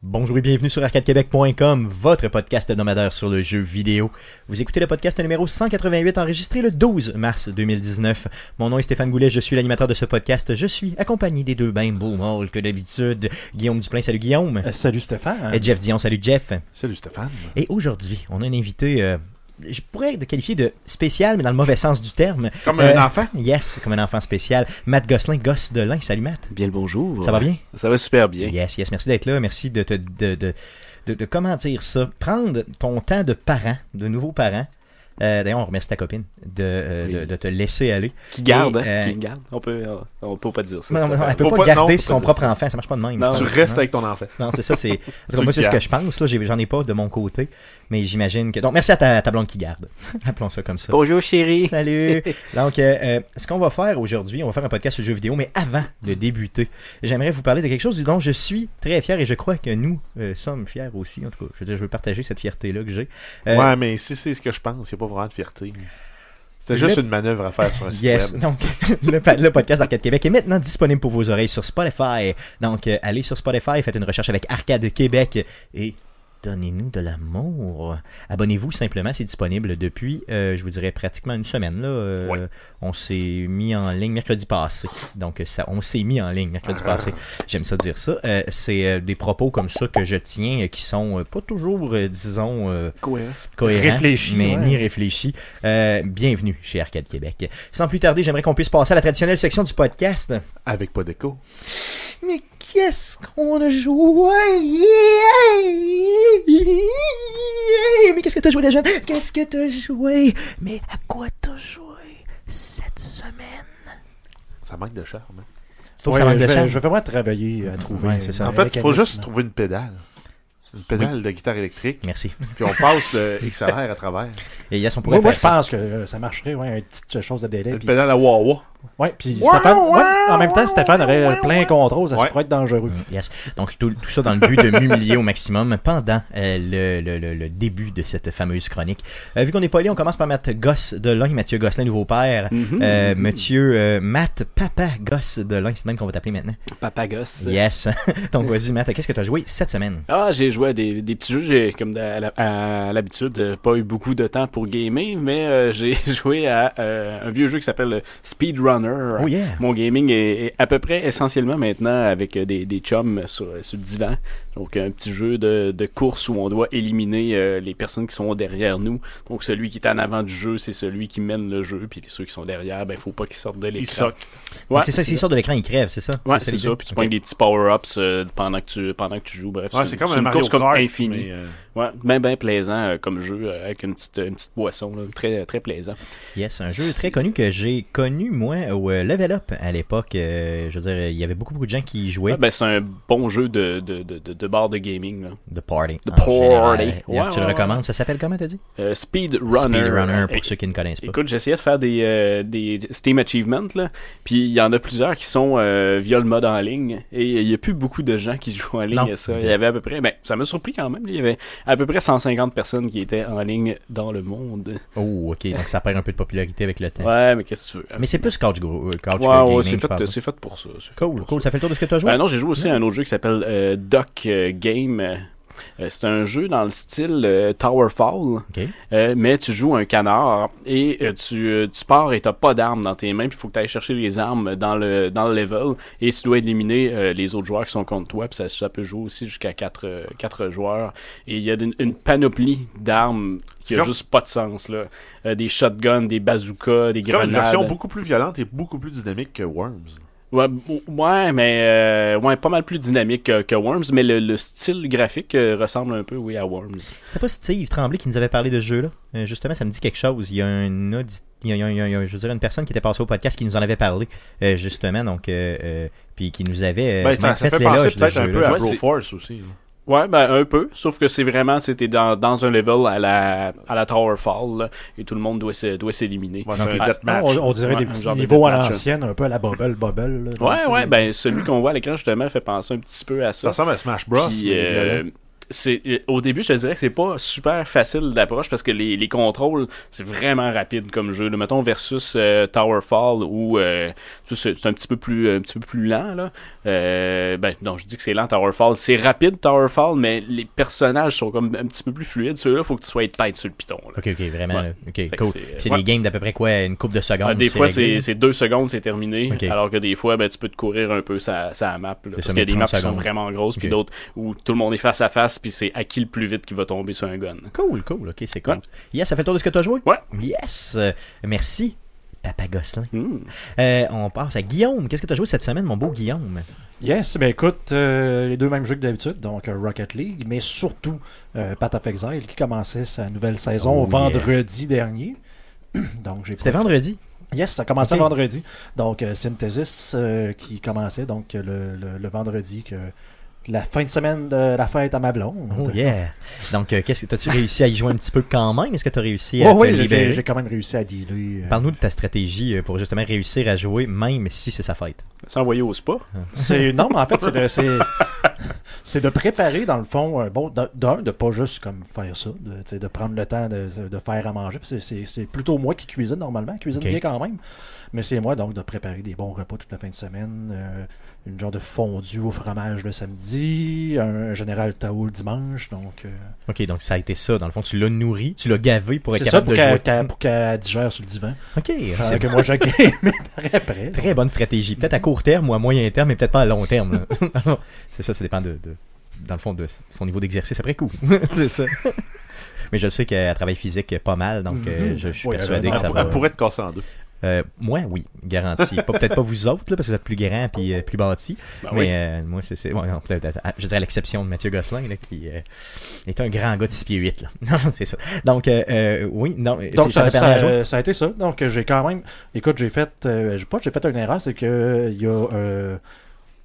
Bonjour et bienvenue sur arcadequebec.com, votre podcast hebdomadaire sur le jeu vidéo. Vous écoutez le podcast numéro 188 enregistré le 12 mars 2019. Mon nom est Stéphane Goulet, je suis l'animateur de ce podcast. Je suis accompagné des deux bains beaux mâles que d'habitude. Guillaume Duplain, salut Guillaume. Euh, Salut Stéphane. Et Jeff Dion, salut Jeff. Salut Stéphane. Et aujourd'hui, on a un invité, euh, je pourrais le qualifier de spécial, mais dans le mauvais sens du terme. Comme Euh, un enfant. Yes, comme un enfant spécial. Matt Gosselin, gosse de lin. Salut Matt. Bien le bonjour. Ça va bien? Ça va super bien. Yes, yes, merci d'être là. Merci de, te- de, de, de, de- comment dire ça, prendre ton temps de parent, de nouveau parent. Euh, D'ailleurs, on remercie ta copine de, euh, Oui. de, de te laisser aller. Qui garde, Et, hein? euh, Qui garde. On peut, euh, on peut pas dire ça. Non, ça non, non, fait- elle peut Faut pas, pas- non, garder faut son pas dire propre ça. enfant, ça marche pas de même. Non, je Tu pense. restes Non, avec ton enfant. non, c'est ça, c'est. en tout cas, Tu moi, c'est ce que gardes. je pense, là. j'ai- J'en ai pas de mon côté. Mais j'imagine que. Donc, merci à ta, ta blonde qui garde. Appelons ça comme ça. Bonjour chérie. Salut! Donc, euh, euh, ce qu'on va faire aujourd'hui, on va faire un podcast sur le jeu vidéo, mais avant de débuter, j'aimerais vous parler de quelque chose dont je suis très fier et je crois que nous euh, sommes fiers aussi. En tout cas, je veux dire, je veux partager cette fierté-là que j'ai. Euh, Ouais, mais si c'est ce que je pense, il n'y a pas vraiment de fierté. C'était juste Le- une manœuvre à faire sur un site Yes, web. donc le, pa- le podcast d'Arcade Québec est maintenant disponible pour vos oreilles sur Spotify. Donc euh, allez sur Spotify, faites une recherche avec Arcade Québec et donnez-nous de l'amour. Abonnez-vous simplement, c'est disponible depuis, euh, je vous dirais, pratiquement une semaine. Là, Euh, Ouais. On s'est mis en ligne mercredi passé. Donc euh, ça, on s'est mis en ligne mercredi Ah. passé. J'aime ça dire ça. Euh, c'est euh, des propos comme ça que je tiens euh, qui sont euh, pas toujours, euh, disons... euh, Cohérent. cohérent, Réfléchi, mais ouais. ni réfléchi. Euh, bienvenue chez Arcade Québec. Sans plus tarder, j'aimerais qu'on puisse passer à la traditionnelle section du podcast. Avec pas d'écho. Mais qu'est-ce qu'on a joué Mais qu'est-ce que t'as joué déjà Qu'est-ce que t'as joué Mais à quoi t'as joué cette semaine Ça manque de charme. hein. Faut Ouais, ça manque je, de vais- charme. je vais vraiment travailler à trouver. Ouais, c'est ça. un En fait, il faut mécanisme. juste trouver une pédale. Une pédale de guitare électrique. Merci. Puis on passe le XLR à travers. Et yes, on pourrait Moi, moi, faire je ça. pense que euh, ça marcherait, ouais, une petite chose de délai. Une puis- pédale à wah-wah. Ouais, puis Ouais, Stéphane, ouais, ouais, en même temps, ouais, Stéphane aurait ouais, plein ouais. de contrôle, ça Ouais. pourrait être dangereux. Mm, Yes. Donc tout, tout ça dans le but de m'humilier au maximum pendant euh, le, le- le- le début de cette fameuse chronique. Euh, vu qu'on n'est pas allé, on commence par Matt Gosse de Lognes, Mathieu Gosselin, nouveau père. Mhm. Euh, Mathieu, euh, Matt, papa Gosse de Lognes, c'est le même qu'on va t'appeler maintenant. Papa gosse. Yes. Donc vas-y Matt, qu'est-ce que tu as joué cette semaine? Ah, j'ai joué à des, des petits jeux, j'ai comme à la- à l'habitude euh, pas eu beaucoup de temps pour gamer, mais euh, j'ai joué à euh, un vieux jeu qui s'appelle euh, Speedrunner. Oh yeah! Mon gaming est, est à peu près essentiellement maintenant avec euh, des, des chums sur, euh, sur le divan. Donc un petit jeu de, de course où on doit éliminer euh, les personnes qui sont derrière nous. Donc celui qui est en avant du jeu, c'est celui qui mène le jeu. Puis ceux qui sont derrière, ben faut pas qu'ils sortent de Il l'écran. soque. Donc, Ouais, c'est ça, s'ils sortent de l'écran, ils crèvent, c'est ça? Ouais, c'est l'idée? ça. Puis tu Ok. prends des petits power-ups euh, pendant, que tu, pendant que tu joues. Bref, Ouais, c'est c'est comme c'est un une Mario course comme Kart. infinie. mais, euh, Ouais, ben ben plaisant euh, comme jeu euh, avec une petite une petite boisson là, très très plaisant. Yes, un jeu très connu que j'ai connu, moi, au euh, Level Up à l'époque. Euh, je veux dire, il y avait beaucoup, beaucoup de gens qui y jouaient. Ouais, ben c'est un bon jeu de de de, de, de bar de gaming là. The Party. The en Party. général. Ouais, D'ailleurs, tu ouais, le ouais. recommandes. Ça s'appelle comment, t'as dit? Euh, Speedrunner. Speedrunner, pour Euh, ceux qui ne connaissent pas. Écoute, j'essayais de faire des, euh, des Steam Achievements, là, puis il y en a plusieurs qui sont euh, via le mode en ligne, et il n'y a plus beaucoup de gens qui jouent en ligne Non. à ça. Il y avait à peu près, ben, ça m'a surpris quand même, là, il y avait à peu près 150 personnes qui étaient en ligne dans le monde. Oh, ok, donc ça perd un peu de popularité avec le temps. Ouais, mais qu'est-ce que tu veux? Mais c'est plus couch, gro- euh, couch Ouais, ouais, gaming, c'est je fait, pense. c'est fait pour ça. c'est fait Cool, pour cool. ça. Ça fait le tour de ce que tu as joué? Ben non, j'ai joué aussi à un autre jeu qui s'appelle euh, Doc euh, Game. Euh, c'est un jeu dans le style euh, Towerfall. Ok. Euh, mais tu joues un canard et euh, tu, euh, tu pars et t'as pas d'armes dans tes mains, puis il faut que tu ailles chercher les armes dans le, dans le level et tu dois éliminer euh, les autres joueurs qui sont contre toi, puis ça, ça peut jouer aussi jusqu'à 4 quatre, euh, quatre joueurs. Et il y a une, une panoplie d'armes qui a Comme- juste pas de sens. Là. Euh, des shotguns, des bazookas, des Comme une grenades. version beaucoup plus violente et beaucoup plus dynamique que Worms. Ouais, b- ouais, mais euh, ouais, pas mal plus dynamique que, que Worms, mais le, le style graphique euh, ressemble un peu, oui, à Worms. C'est pas Steve Tremblay qui nous avait parlé de ce jeu-là? Euh, justement, ça me dit quelque chose. Il y a un audi- il y a- il y a- il y a- il y a- je veux dire, une personne qui était passée au podcast qui nous en avait parlé, euh, justement, donc, euh, euh, puis qui nous avait euh, Ben, ça, même ça fait fait penser l'éloge de peut-être ce un peu jeu-là. à Ouais, c'est- Broforce aussi. là. Ouais, ben un peu, sauf que c'est vraiment, c'était dans, dans un level à la, à la Tower Fall, là, et tout le monde doit se- doit s'éliminer. Ouais, Donc, c'est le un deathmatch. on, on dirait Ouais, des un petits genre de niveaux à deathmatch. l'ancienne, un peu à la bubble, bubble. là, Ouais, tu ouais, sais. ben celui qu'on voit à l'écran, justement, fait penser un petit peu à Ça ça. ressemble à Smash Bros. Puis, mais euh, violent. c'est, euh, au début, je te dirais que c'est pas super facile d'approche parce que les, les contrôles, c'est vraiment rapide comme jeu. Là. Mettons versus euh, Towerfall où euh, tu sais, c'est c'est un petit peu plus un petit peu plus lent là. Euh, ben, non, je dis que c'est lent Towerfall. C'est rapide Towerfall, mais les personnages sont comme un petit peu plus fluides. Ceux-là, faut que tu sois tête sur le piton. là. Ok, ok, vraiment. Ouais. là. que Ok, cool. c'est- C'est ouais. des games d'à peu près quoi Une coupe de secondes Ah, des fois, réglé. c'est c'est deux secondes, c'est terminé. Ok. Alors que des fois, ben, tu peux te courir un peu ça la map. là, parce qu'il y met a des 30 maps qui sont secondes. vraiment grosses, puis Ok. d'autres où tout le monde est face à face, puis c'est à qui le plus vite qui va tomber sur un gun. Cool, cool, ok, c'est cool. Ouais. Yes, ça fait le tour de ce que tu as joué Ouais. Yes Euh, Merci, Papa Gosselin. Hmm. Euh, on passe à Guillaume. Qu'est-ce que tu as joué cette semaine, mon beau Guillaume Yes, ben écoute, euh, les deux mêmes jeux que d'habitude, donc euh, Rocket League, mais surtout euh, Path of Exile qui commençait sa nouvelle saison Oh, vendredi dernier. donc j'ai C'était profité- vendredi. Yes, ça commençait Ok. vendredi. Donc, euh, Synthesis euh, qui commençait donc euh, le, le- le vendredi, que la fin de semaine de la fête à ma blonde. Oh yeah. Donc, euh, qu'est-ce que as-tu réussi à y jouer un petit peu quand même Est-ce que tu as réussi à Oh, te oui, j'ai- libérer j'ai quand même réussi à dealer. euh, Parle-nous de ta stratégie euh, pour justement réussir à jouer, même si c'est sa fête. S'envoyer au spa. C'est non, mais en fait, c'est de c'est, c'est de préparer dans le fond un bon d'un- d'un de pas juste comme faire ça, de, tu sais, de prendre le temps de, de faire à manger. Puis C'est, c'est- c'est plutôt moi qui cuisine normalement, Je cuisine Ok. bien quand même, mais c'est moi donc de préparer des bons repas toute la fin de semaine, euh, une genre de fondue au fromage le samedi, un général Tao le dimanche, donc euh, Ok, donc ça a été ça. Dans le fond, tu l'as nourri, tu l'as gavé pour être c'est ça capable pour Ah, de qu'elle, jouer. qu'elle- pour qu'elle digère sur le divan, Ok, pendant c'est que moi je game après. une très bonne stratégie. Peut-être à court terme ou à moyen terme, mais peut-être pas à long terme. là. c'est ça, ça dépend de, de- dans le fond, de son niveau d'exercice après coup. c'est ça. Mais je sais qu'elle travaille physique pas mal, donc euh, je, je suis Oui, elle persuadé a- que ça Ah, elle, va. elle pourrait te casser en deux. Euh, moi, oui, garanti. Pas- peut-être pas vous autres, là, parce que vous êtes plus grand puis euh, plus bâti. Ah Ben mais oui. euh, moi, c'est. c'est- ouais, non, peut-être- à- je dirais à l'exception de Mathieu Gosselin, là, qui euh, est un grand gars de 6 pieds 8. Là. Non, c'est ça. Donc, euh, euh, oui, non. Donc ça, euh, t'a permis à ça- jouer? ça a été ça. Donc j'ai quand même. Écoute, j'ai fait. euh, j'ai pas j'ai fait une erreur, c'est que euh, il y a. euh,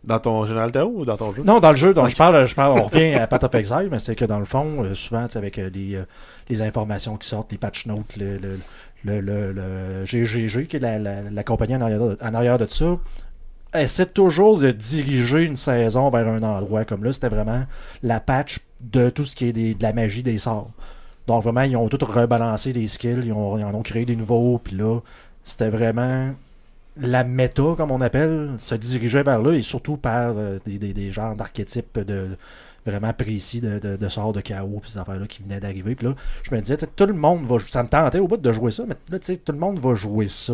Dans ton général Tao ou dans ton jeu Non, dans le jeu dont je parle, je parle, on revient à Path of Exile, mais c'est que dans le fond, euh, souvent, tu sais, avec euh, les, euh, les informations qui sortent, les patch notes, le, le, le, le- le GGG, qui est la, la, la compagnie en arrière, de, en arrière de ça, essaie toujours de diriger une saison vers un endroit. Comme là, c'était vraiment la patch de tout ce qui est des- de la magie des sorts. Donc vraiment, ils ont tout rebalancé les skills, ils, ont- ils en ont créé des nouveaux, puis là, c'était vraiment la méta, comme on appelle, se dirigeait vers là, et surtout par euh, des, des, des genres d'archétypes de vraiment précis de, de, de sorts de chaos, puis ces affaires-là qui venaient d'arriver. Puis là, je me disais, tu sais, tout le monde va... jou- Ça me tentait au bout de jouer ça, mais là, tu sais, tout le monde va jouer ça.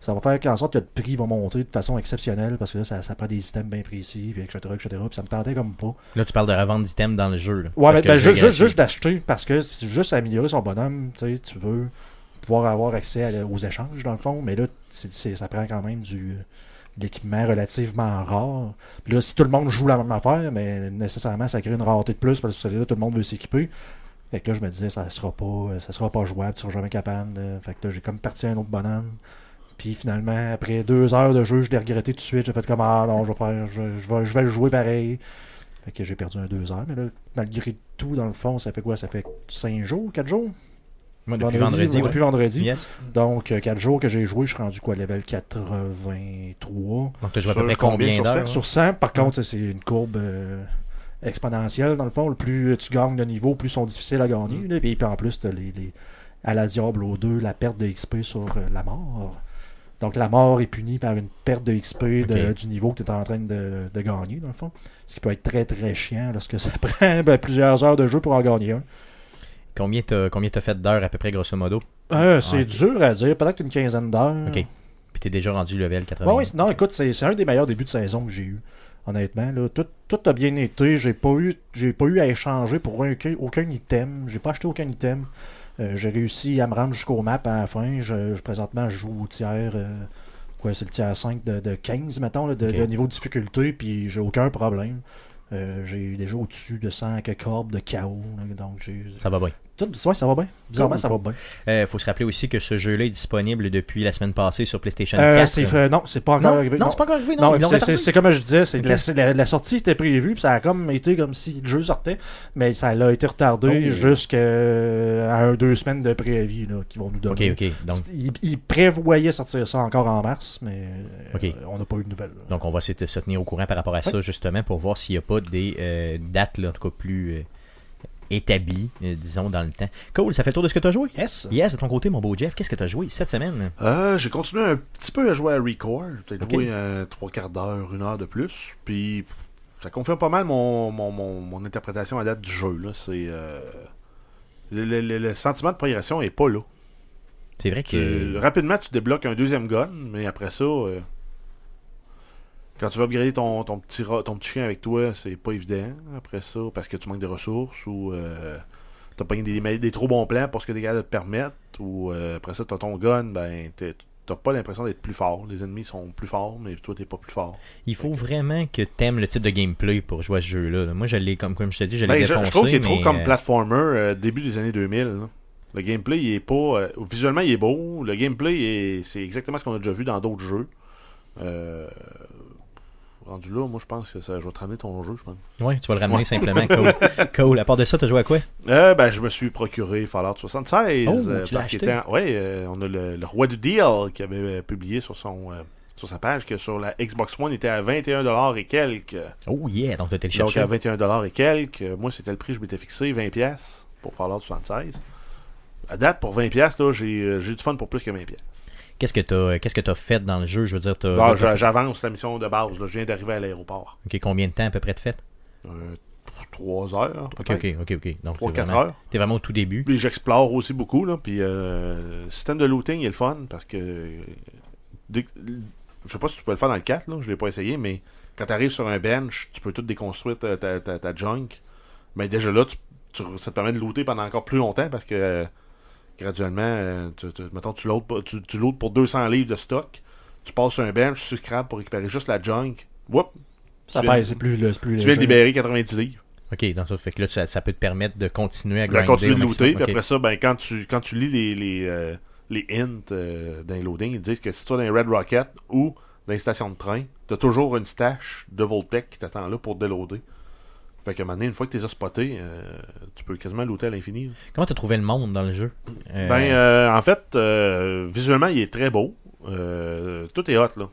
Ça va faire qu'en sorte que le prix va monter de façon exceptionnelle, parce que là, ça, ça prend des systèmes bien précis, puis etc., etc., puis ça me tentait comme pas. Là, tu parles de revendre d'items dans le jeu. Là, Ouais, Parce mais que ben, le jeu juste, juste, gratuit. juste d'acheter, parce que c'est juste améliorer son bonhomme, tu sais, tu veux pouvoir avoir accès à- aux échanges, dans le fond, mais là, c'est- c'est- ça prend quand même du de l'équipement relativement rare. Puis là, si tout le monde joue la même affaire, mais nécessairement, ça crée une rareté de plus, parce que là, tout le monde veut s'équiper. Fait que là, je me disais, ça sera pas, ça sera pas jouable, tu seras jamais capable. de- Fait que là, j'ai comme parti à un autre bonhomme. Puis finalement, après deux heures de jeu, je l'ai regretté tout de suite. J'ai fait comme, ah non, je vais, faire, je, je vais, je vais le jouer pareil. Fait que j'ai perdu un deux heures. Mais là, malgré tout, dans le fond, ça fait quoi Ça fait cinq jours, quatre jours Moi, depuis vendredi. ouais, ouais. Depuis vendredi. Yes. Donc, euh, quatre jours que j'ai joué, je suis rendu quoi Level 83. Donc, tu as joué à peu Sur près combien combien sur d'heures cent? Sur 100, Ah par contre, c'est une courbe euh, exponentielle, dans le fond. Le plus tu gagnes de niveau, plus ils sont difficiles à gagner. Mm. là. Puis, puis en plus, t'as les, les- à la Diablo 2, la perte de XP sur euh, la mort. Donc la mort est punie par une perte de XP de- Ok. du niveau que tu es en train de, de gagner, dans le fond. Ce qui peut être très très chiant lorsque ça prend ben, plusieurs heures de jeu pour en gagner un. Combien t'as combien t'as fait d'heures à peu près, grosso modo Euh, c'est Ouais. dur à dire, peut-être une quinzaine d'heures. Ah, Ok. Puis t'es déjà rendu level 80. Ouais, ouais, non, écoute, c'est c'est un des meilleurs débuts de saison que j'ai eu. Honnêtement, là, tout, tout a bien été. J'ai pas eu, j'ai pas eu à échanger pour aucun, aucun item. J'ai pas acheté aucun item. Euh, j'ai réussi à me rendre jusqu'au map à la fin. Je, je- présentement, je joue au tiers, euh, quoi, c'est le tiers 5 de, de 15, mettons, là, de, Ok. de niveau de difficulté, puis j'ai aucun problème. Euh, j'ai eu déjà au-dessus de 100 que corps de chaos. là, donc, j'ai. Ça va bien. Tout, ouais, ça va bien. Bizarrement, ça va bien. Euh, faut se rappeler aussi que ce jeu-là est disponible depuis la semaine passée sur PlayStation Euh, 4. c'est- euh, non, c'est pas encore Non, arrivé. non, Non. c'est pas encore arrivé. Non, Non, ils l'ont c'est- c'est retardé. c'est comme je disais, c'est que la, Ok. la- la sortie était prévue, puis ça a comme été comme si le jeu sortait, mais ça a été retardé Oh. jusqu'à euh, un, deux semaines de préavis là, qu'ils vont nous Ok, donner. ok. Donc, C'est- Ils, ils prévoyaient sortir ça encore en mars, mais euh, Ok. on n'a pas eu de nouvelles. là. donc on va essayer de se tenir au courant par rapport à ça, justement, pour voir s'il n'y a pas des euh, dates, là, en tout cas, plus. euh, établi, euh, disons, dans le temps. Cool, ça fait le tour de ce que tu as joué. Yes. Yes, de ton côté, mon beau Jeff, qu'est-ce que tu as joué cette semaine Euh, j'ai continué un petit peu à jouer à Record. J'ai Peut-être Ok. joué euh, trois quarts d'heure, une heure de plus. Puis ça confirme pas mal mon, mon, mon, mon interprétation à date du jeu. Là. C'est, euh, le, le- le- le sentiment de progression est pas là. C'est vrai que. Tu- rapidement, tu débloques un deuxième gun, mais après ça, euh, quand tu vas upgrader ton, ton, petit rat- ton petit chien avec toi, c'est pas évident après ça, parce que tu manques de ressources ou euh, t'as pas des, des trop bons plans pour ce que les gars te permettent, ou euh, après ça, t'as ton gun, ben t'es- t'as pas l'impression d'être plus fort. Les ennemis sont plus forts, mais toi, t'es pas plus fort. Il faut vraiment que t'aimes le type de gameplay pour jouer à ce jeu-là. Moi, je l'ai, comme, comme je te dis, je l'ai Ben, je, défoncé. je trouve qu'il est trop mais, comme euh, platformer euh, début des années 2000. là. Le gameplay, il est pas. euh, visuellement, il est beau. Le gameplay, est- c'est exactement ce qu'on a déjà vu dans d'autres jeux. Euh, rendu là, moi, je pense que ça, je vais te ramener ton jeu, je pense. Ouais, tu vas le ramener simplement. Cool. cool. À part de ça, t'as joué à quoi Euh, ben, je me suis procuré Fallout 76. Oh, euh, tu l'as acheté? qu'il était en- ouais, euh, on a le, le roi du deal qui avait euh, publié sur son. euh, sur sa page que sur la Xbox One il était à 21$ et quelques. Oh yeah, donc t'as Donc téléchargé. à 21$ et quelques, euh, moi c'était le prix que je m'étais fixé, 20$ pour Fallout 76. À date, pour 20$, là, j'ai, euh, j'ai du fun pour plus que 20$. Qu'est-ce que t'as, qu'est-ce que t'as fait dans le jeu Je veux dire, t'as. Bon, t'as je- fait- Bah, j'avance la mission de base, là. je viens d'arriver à l'aéroport. Ok, combien de temps à peu près de fait 3 heures, Ok, ok, ok, ok. Donc t'es 3-4 vraiment, heures. t'es vraiment au tout début. Puis j'explore aussi beaucoup, là, puis euh, le système de looting il est le fun, parce que... euh, dès que- je sais pas si tu peux le faire dans le 4, là, je l'ai pas essayé, mais quand tu arrives sur un bench, tu peux tout déconstruire ta, ta, ta- ta junk. Mais déjà là, tu, tu- ça te permet de looter pendant encore plus longtemps parce que euh, graduellement, euh, tu, tu- mettons, tu lootes, pas- tu, tu lootes pour 200 livres de stock, tu passes sur un bench, tu scrapes pour récupérer juste la junk. Whoop, Ça Tu viens- pèse, c'est plus, le- c'est plus tu viens de léger. libérer 90 livres. Ok, donc ça fait que là, ça, ça peut te permettre de continuer à Tu vas grinder. continuer au de maximum. looter, puis Ok. après ça, ben, quand, tu, quand tu lis les, les, euh, les hints euh, d'un loading, ils disent que si tu vas dans les Red Rocket ou dans les stations de train, t'as toujours une stash de Voltec qui t'attend là pour déloader. Fait que maintenant, une fois que tu les as spotés, euh, tu peux quasiment looter à l'infini. là. Comment t'as trouvé le monde dans le jeu Euh, Ben, euh, en fait, euh, visuellement, il est très beau. Euh, tout est hot, là.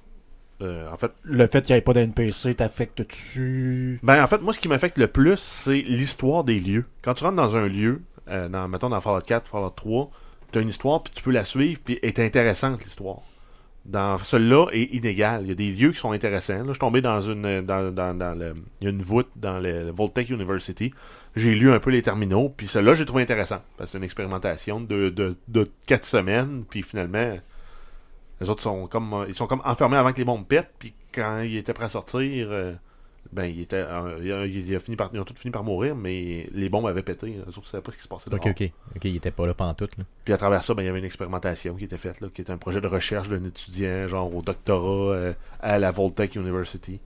Euh, en fait, Le fait qu'il n'y ait pas d'NPC t'affecte-tu Ben, en fait, moi, ce qui m'affecte le plus, c'est l'histoire des lieux. Quand tu rentres dans un lieu, euh, dans, mettons dans Fallout 4, Fallout 3, tu as une histoire, puis tu peux la suivre, puis est intéressante l'histoire. Dans celui-là est inégal. Il y a des lieux qui sont intéressants. Là, je suis tombé dans une. Dans, dans, dans le, il y a une voûte dans le, le Voltech University. J'ai lu un peu les terminaux, puis celle-là, j'ai trouvé intéressant. Parce que c'est une expérimentation de, de, de 4 semaines, puis finalement, les autres sont comme euh, ils sont comme enfermés avant que les bombes pètent, puis quand ils étaient prêts à sortir, euh, ben ils étaient, euh, il a- il a fini par, ils ont tous fini par mourir, mais les bombes avaient pété. Les autres ne savaient pas ce qui se passait. Ok, dehors. ok, ok. Il était pas là pendant tout. Puis à travers ça, ben, il y avait une expérimentation qui était faite, là, qui était un projet de recherche d'un étudiant, genre au doctorat euh, à la Voltech University.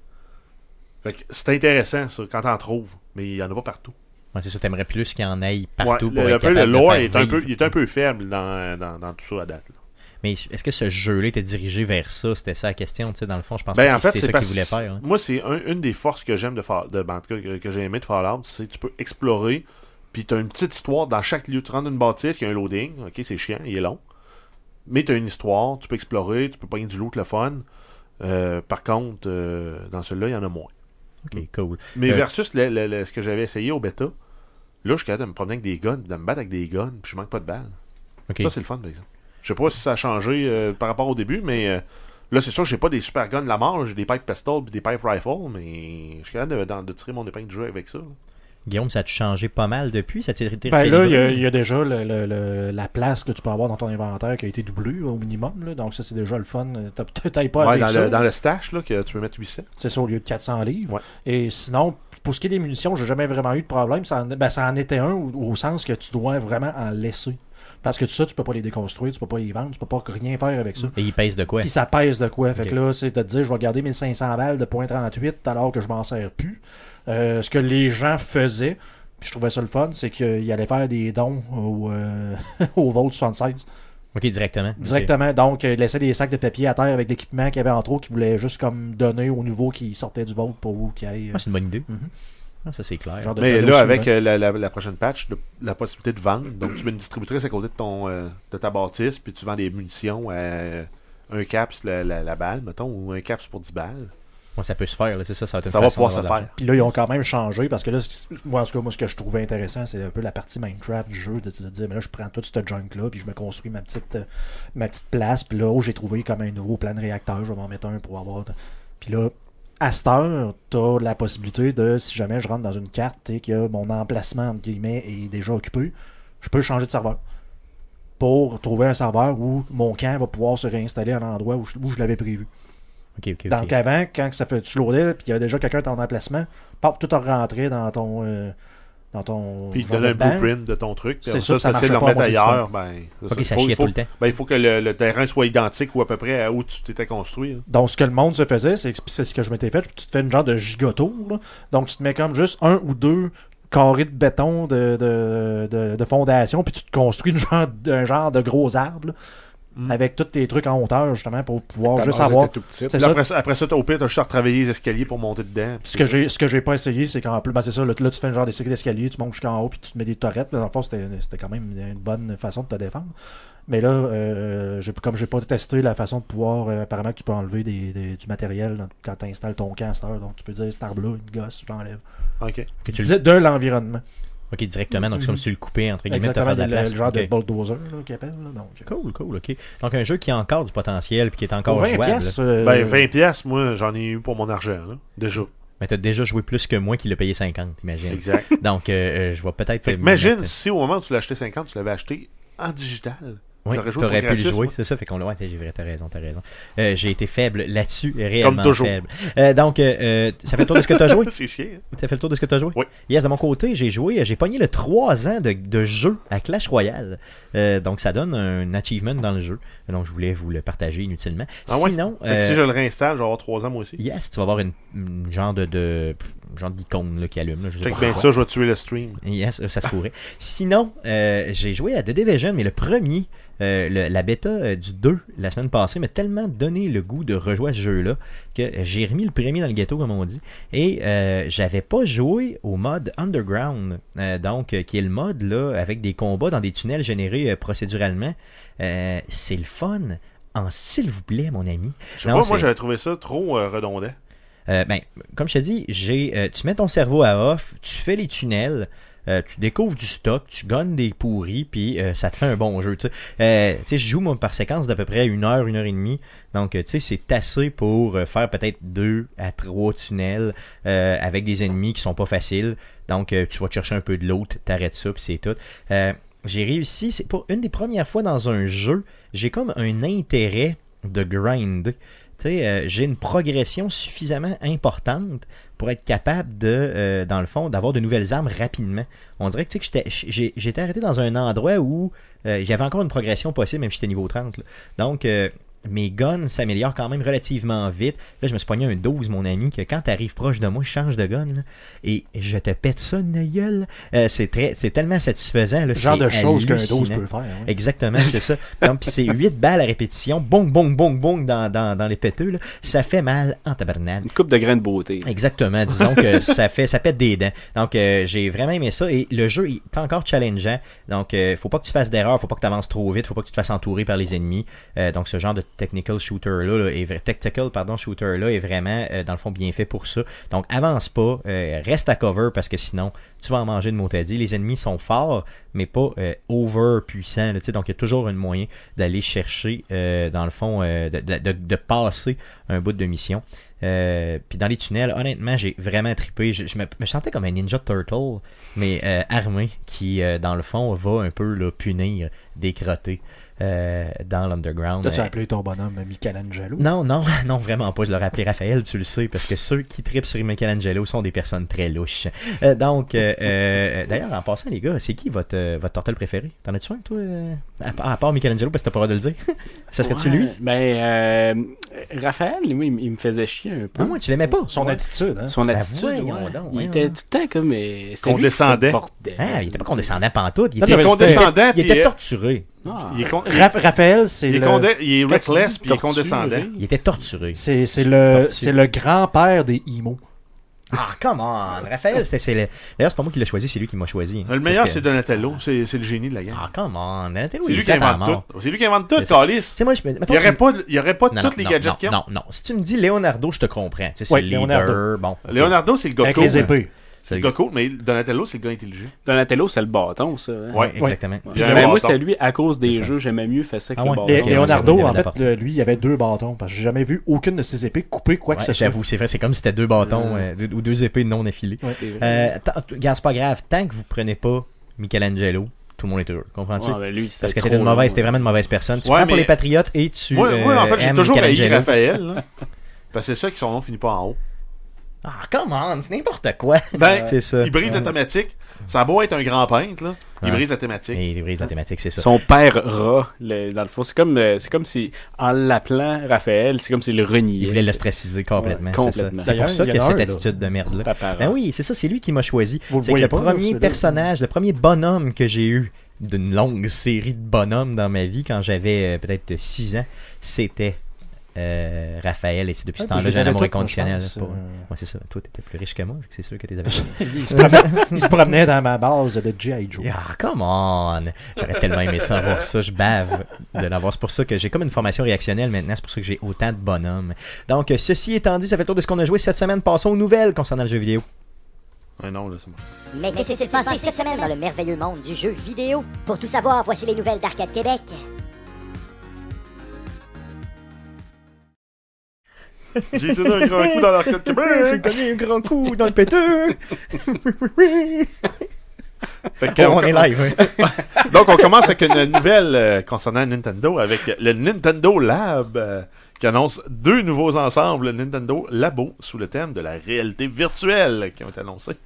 Fait que c'est intéressant, ça, quand t'en trouves, mais il y en a pas partout. Ouais, c'est ça. T'aimerais plus qu'il y en ait partout Ouais, pour le, être un peu, le capable de lore faire est un peu, vivre. il est un peu faible dans, dans, dans tout ça à date. là. Mais est-ce que ce jeu-là était dirigé vers ça C'était ça la question, tu sais, dans le fond, je pense Ben, pas en que fait, c'est ça c'est qu'il parce voulait faire. hein. Moi, c'est un- une des forces que j'aime de, Fall- de ben, en tout cas, que, que j'ai aimé de Fallout, c'est que tu peux explorer, puis t'as une petite histoire dans chaque lieu. Tu rentres dans une bâtisse, il y a un loading, ok, c'est chiant, il est long. Mais t'as une histoire, tu peux explorer, tu peux pogner du loot, le fun. Euh, par contre, euh, dans celui-là, il y en a moins. Mm. Ok, cool. Mais Euh, versus le- le- le- ce que j'avais essayé au bêta, là, je suis capable de me promener avec des guns, de me battre avec des guns, puis je manque pas de balles. Ok. Ça, c'est le fun, par exemple. Je sais pas si ça a changé euh, par rapport au début, mais euh, là, c'est sûr que j'ai pas des super guns de la mort. là. J'ai des pipes pistols et des pipes rifles, mais je suis capable de, d'en- de tirer mon épingle du jeu avec ça. là. Guillaume, ça a changé pas mal depuis Ça t'a été Ben là, il y a- recalibré? il y, a déjà le- le- le- la place que tu peux avoir dans ton inventaire qui a été doublée au minimum. là. donc ça, c'est déjà le fun. T'as- t'as- T'ailles pas Ouais, avec dans, ça. le, dans le stash, là, que tu peux mettre 800. C'est ça, au lieu de 400 livres. Ouais. Et sinon, pour ce qui est des munitions, j'ai jamais vraiment eu de problème. Ça en, ben, ça en était un au, au sens que tu dois vraiment en laisser. Parce que tout ça, tu peux pas les déconstruire, tu peux pas les vendre, tu peux pas rien faire avec ça. Et il pèse de quoi Puis ça pèse de quoi. Fait Ok. que là, c'est de te dire, je vais garder 1500 balles de .38 alors que je m'en sers plus. Euh, ce que les gens faisaient, puis je trouvais ça le fun, c'est qu'ils allaient faire des dons au, euh, au Volt 76 Ok, directement. Ok. directement. Donc, euh, ils laissaient des sacs de papier à terre avec l'équipement qu'il y avait en trop qu'ils voulaient juste comme donner aux nouveaux qui sortaient du Volt pour qu'ils aillent. Ah, c'est une bonne idée. Mhm. Ah, ça, c'est clair. euh, genre de Mais cadeau là, souvent. avec euh, la, la- la prochaine patch, de- la possibilité de vendre. Donc, tu mets une distributrice à côté de, ton, euh, de ta bâtisse, puis tu vends des munitions à euh, un caps la, la- la balle, mettons, ou un caps pour 10 balles. Ouais, ça peut se faire, là, c'est ça, ça va être une Ça va façon pouvoir se d'avoir de faire. Puis là, ils ont quand même changé parce que là, c- moi, en tout cas, moi, ce que je trouvais intéressant, c'est un peu la partie Minecraft du jeu, de se dire, mais là, je prends tout ce junk-là, puis je me construis ma petite, euh, ma petite place, puis là, oh, j'ai trouvé comme un nouveau plan de réacteur, je vais m'en mettre un pour avoir. de- Puis là, à cette heure, t'as la possibilité de, si jamais je rentre dans une carte et que mon emplacement, entre guillemets, est déjà occupé, je peux changer de serveur pour trouver un serveur où mon camp va pouvoir se réinstaller à l'endroit où je- où je l'avais prévu. Ok, ok, ok. Donc avant, quand ça fait tu loadais, puis il y avait déjà quelqu'un à ton emplacement, paf, tout a rentré dans ton euh, dans ton Puis il te genre donne un de banc. blueprint de ton truc. Puis C'est ça, c'est ça, ça facile de le marchait pas remettre à moitié ailleurs. Ben, c'est Ok, ça Faut- chiait faut- tout le temps. ben, il faut que le, le terrain soit identique ou à peu près à où tu t'étais construit. hein. Donc ce que le monde se faisait, c'est puis c'est ce que je m'étais fait, tu te fais une genre de gigotour. là. Donc tu te mets comme juste un ou deux carrés de béton de, de, de- de fondation, puis tu te construis une genre, un genre de gros arbre là, Mm. avec tous tes trucs en hauteur justement pour pouvoir Ta juste base savoir. était tout petite. C'est Puis ça. Après, ça- après ça, t'as- au pire, t'as juste à retravailler les escaliers pour monter dedans. puis Ce que j'ai, ce que j'ai pas essayé, c'est qu'en plus, ben c'est ça, là, là, tu fais une genre des séries d'escalier, tu montes jusqu'en haut, puis tu te mets des torrettes. Mais dans le fond, c'était, c'était quand même une bonne façon de te défendre. Mais là, euh, j'ai- comme j'ai pas testé la façon de pouvoir, euh, apparemment que tu peux enlever des, des- du matériel dans- quand tu installes ton camp à cette heure. Donc tu peux dire, cet arbre-là, une gosse, je l'enlève. Ok. Que tu le- De l'environnement. ok, directement, donc c'est comme si tu le coupais, entre guillemets, pour te Exactement, faire de le, la place. le genre Ok. de bulldozer là, qu'ils appellent. là, donc, euh, Cool, cool, ok. Donc un jeu qui a encore du potentiel puis qui est encore Pour 20 jouable. piastres, euh, Ben, 20 piastres, moi, j'en ai eu pour mon argent, là. Déjà. Mais t'as déjà joué plus que moi qui l'ai payé 50, imagine. Exact. Donc euh, euh, je vais peut-être. Fait que me imagine mettre- si au moment où tu l'as acheté 50, tu l'avais acheté en digital. Oui, T'aurais joué t'aurais pour pu gratuit, le jouer, moi. c'est ça, fait qu'on l'a. Ouais, t'as j'ai vrai, t'as raison, t'as raison. Euh, j'ai été faible là-dessus, réellement toujours. faible. Euh, donc, euh, euh, ça fait le tour de ce que t'as joué. C'est chiant. hein. Ça fait le tour de ce que t'as joué. Oui. Yes, de mon côté, j'ai joué, j'ai pogné le 3 ans de, de jeu à Clash Royale. Euh, donc, ça donne un achievement dans le jeu. Donc, je voulais vous le partager inutilement. Ah ouais? Sinon, Fait que euh, si je le réinstalle, je vais avoir 3 ans, moi aussi. yes, tu vas avoir une, une genre de, de pff, genre d'icône là, qui allume. Là, je sais Check pas bien pourquoi. ben, ça, je vais tuer le stream. Yes, euh, ça se pourrait. Sinon, euh, j'ai joué à The Division, mais le premier, euh, le- la bêta euh, du 2 la semaine passée, m'a tellement donné le goût de rejouer à ce jeu-là que euh, j'ai remis le premier dans le ghetto, comme on dit. Et euh, j'avais pas joué au mode Underground, euh, donc euh, qui est le mode là, avec des combats dans des tunnels générés euh, procéduralement. Euh, C'est le fun. En s'il vous plaît, mon ami. Je sais Non, pas, c'est- moi, j'avais trouvé ça trop euh, redondant. euh, ben, comme je te dis, j'ai, euh, tu mets ton cerveau à off, tu fais les tunnels, euh, tu découvres du stock, tu gagnes des pourris, puis euh, ça te fait un bon jeu. Tu sais, Euh, tu sais, je joue moi, par séquence d'à peu près une heure, une heure et demie. Donc, euh, tu sais, c'est assez pour euh, faire peut-être deux à trois tunnels euh, avec des ennemis qui sont pas faciles. Donc, euh, tu vas te chercher un peu de l'autre, t'arrêtes ça, puis c'est tout. Euh, j'ai réussi, c'est pour une des premières fois dans un jeu, j'ai comme un intérêt de grind. Tu sais, euh, j'ai une progression suffisamment importante pour être capable de, euh, dans le fond, d'avoir de nouvelles armes rapidement. On dirait que, tu sais, que j'étais- j'ai- j'étais arrêté dans un endroit où euh, j'avais encore une progression possible, même si j'étais niveau 30. là. Donc, euh, mes guns s'améliorent quand même relativement vite. Là, je me suis pogné un 12, mon ami, que quand t'arrives proche de moi, je change de gun, là, et je te pète ça, une gueule. Euh, c'est très- c'est tellement satisfaisant. là, genre c'est de choses qu'un 12 hallucinant. peut faire. ouais. Exactement, c'est ça. Donc, pis c'est 8 balles à répétition, bong, bong, bong, bong dans, dans, dans les péteux, là. Ça fait mal en tabarnade. Une coupe de grains de beauté. Exactement, disons que ça fait ça pète des dents. Donc euh, j'ai vraiment aimé ça et le jeu il est encore challengeant. Donc euh, faut pas que tu fasses d'erreurs, faut pas que tu avances trop vite, faut pas que tu te fasses entourer par les ennemis. Euh, donc ce genre de technical shooter là, est vra- tactical pardon shooter là est vraiment euh, dans le fond bien fait pour ça. Donc avance pas, euh, reste à cover parce que sinon tu vas en manger de mot à dit. Les ennemis sont forts mais pas euh, over puissants. là, tu sais. donc il y a toujours un moyen d'aller chercher euh, dans le fond euh, de- de- de- de passer un bout de mission. Euh, puis dans les tunnels, honnêtement, j'ai vraiment trippé. Je, je me, me sentais comme un ninja turtle, mais euh, armé, qui, euh, dans le fond, va un peu là, punir des crottés euh, dans l'underground. Toi, tu as Euh, appelé ton bonhomme Michelangelo. non, non, non, vraiment pas. Je leur ai appelé Raphaël, tu le sais, parce que ceux qui tripent sur Michelangelo sont des personnes très louches. Euh, donc, euh, euh, d'ailleurs, en passant, les gars, c'est qui votre, euh, votre turtle préféré T'en as-tu un, toi euh? à, à part Michelangelo, parce que t'as pas le droit de le dire. Ça serait-tu lui Ben, euh, Raphaël, lui, il m- il me faisait chier un Ah, peu. moi, tu l'aimais pas. Son Ouais. attitude, hein. Son Ben attitude, voyons ouais. donc, il voyons était donc. tout le temps comme... euh, c'était lui qui Condescendant. était le bordel. Ah, il était pas condescendant pantoute. Il Non, était, mais condescendant, Il puis, était euh, torturé. Ah. Il est, con- Raph- Raphaël, c'est il est le... condé- il est Quand tu dis reckless, puis il est torturé, condescendant. Il était torturé. C'est, c'est le, Torturé. c'est le grand-père des Imo. Ah, come on! Raphaël, c'était. c'est le- D'ailleurs, c'est pas moi qui l'ai choisi, c'est lui qui m'a choisi. hein, Le meilleur, Parce que- c'est Donatello. C'est c'est le génie de la gang. Ah, come on! Donatello, c'est il lui est qui plate à la invente mort. tout. C'est lui qui invente tout, C'est ça. Calis. Tu sais, moi, je me. Il mettons n'y que tu aurait me- pas, il y aurait pas Non, non, tous les non, gadgets qu'il y non, a. non, non. Si tu me dis Leonardo, je te comprends. Tu sais, c'est Ouais, le leader. Leonardo. Bon. ok. Leonardo, c'est le gars Avec cool. les épées. C'est Le gars cool, mais Donatello, c'est le gars intelligent. Donatello, c'est le bâton, ça. hein? Ouais. Exactement. Ouais. Il y a un Ben, moi, bâton. c'était lui, à cause C'est des ça. jeux, j'aimais mieux faire ça que Ah le ouais. bâton. Lé- Ok, Leonardo, ouais, en j'avais fait, le- lui, il avait deux bâtons. Parce que j'ai jamais vu aucune de ses épées couper quoi que Ouais, ce soit. J'avoue, c'est vrai, c'est comme si c'était deux bâtons Euh. euh, deux- ou deux épées non affilées. Ouais. C'est vrai. Euh, tant- t- Regarde, c'est pas grave. Tant que vous prenez pas Michelangelo, tout le monde est heureux. Comprends-tu? Ouais, ben, lui, c'était Parce que trop t'étais une mauvaise, long. t'es vraiment une mauvaise personne. Tu Ouais, prends pour mais- les patriotes et tu. Moi, moi, en euh, fait, j'ai aimes toujours haï Michelangelo. Raphaël. là. Parce que c'est ça que son nom finit pas en haut. Ah, come on, c'est n'importe quoi. Ben, c'est ça. il brise la thématique. Ça a beau être un grand peintre, là, il Ouais. brise la thématique. Et il brise la thématique, c'est ça. Son père rat, le- dans le fond, c'est comme, euh, c'est comme si, en l'appelant Raphaël, c'est comme s'il le reniait. Il voulait le stressiser complètement. Ouais, c'est ça. complètement. C'est pour D'ailleurs, ça il y qu'il en y a a cette un, là. attitude de merde-là. Papa rat. Ben oui, c'est ça, c'est lui qui m'a choisi. Euh, Vous le C'est que le voyez pas, là, premier celui-là. personnage, le premier bonhomme que j'ai eu d'une longue série de bonhommes dans ma vie quand j'avais euh, peut-être 6 ans, c'était euh, Raphaël et c'est depuis Ah, ce temps-là puis je les j'ai un avais amour toutes, moi, je inconditionnel. pense. pour- Euh, Moi, c'est ça. Toi, t'étais plus riche que moi, fait que c'est sûr que t'es avec il, se promenait, il se promenait dans ma base de G.I. Joe. Ah, come on! J'aurais tellement aimé ça, avoir ça. Je bave de l'avoir. C'est pour ça que j'ai comme une formation réactionnelle maintenant. C'est pour ça que j'ai autant de bonhommes. Donc, ceci étant dit, ça fait le tour de ce qu'on a joué cette semaine. Passons aux nouvelles concernant le jeu vidéo. Ouais, non, là, c'est bon. Mais que s'est-il passé cette semaine dans le merveilleux monde du jeu vidéo Pour tout savoir, voici les nouvelles d'Arcade Québec. J'ai donné un grand coup dans l'arcade Québec. donné un grand coup dans le péteux! Fait que on est live. hein. Donc, on commence avec une nouvelle euh, concernant Nintendo, avec le Nintendo Lab, euh, qui annonce deux nouveaux ensembles Nintendo Labo sous le thème de la réalité virtuelle qui ont été annoncés.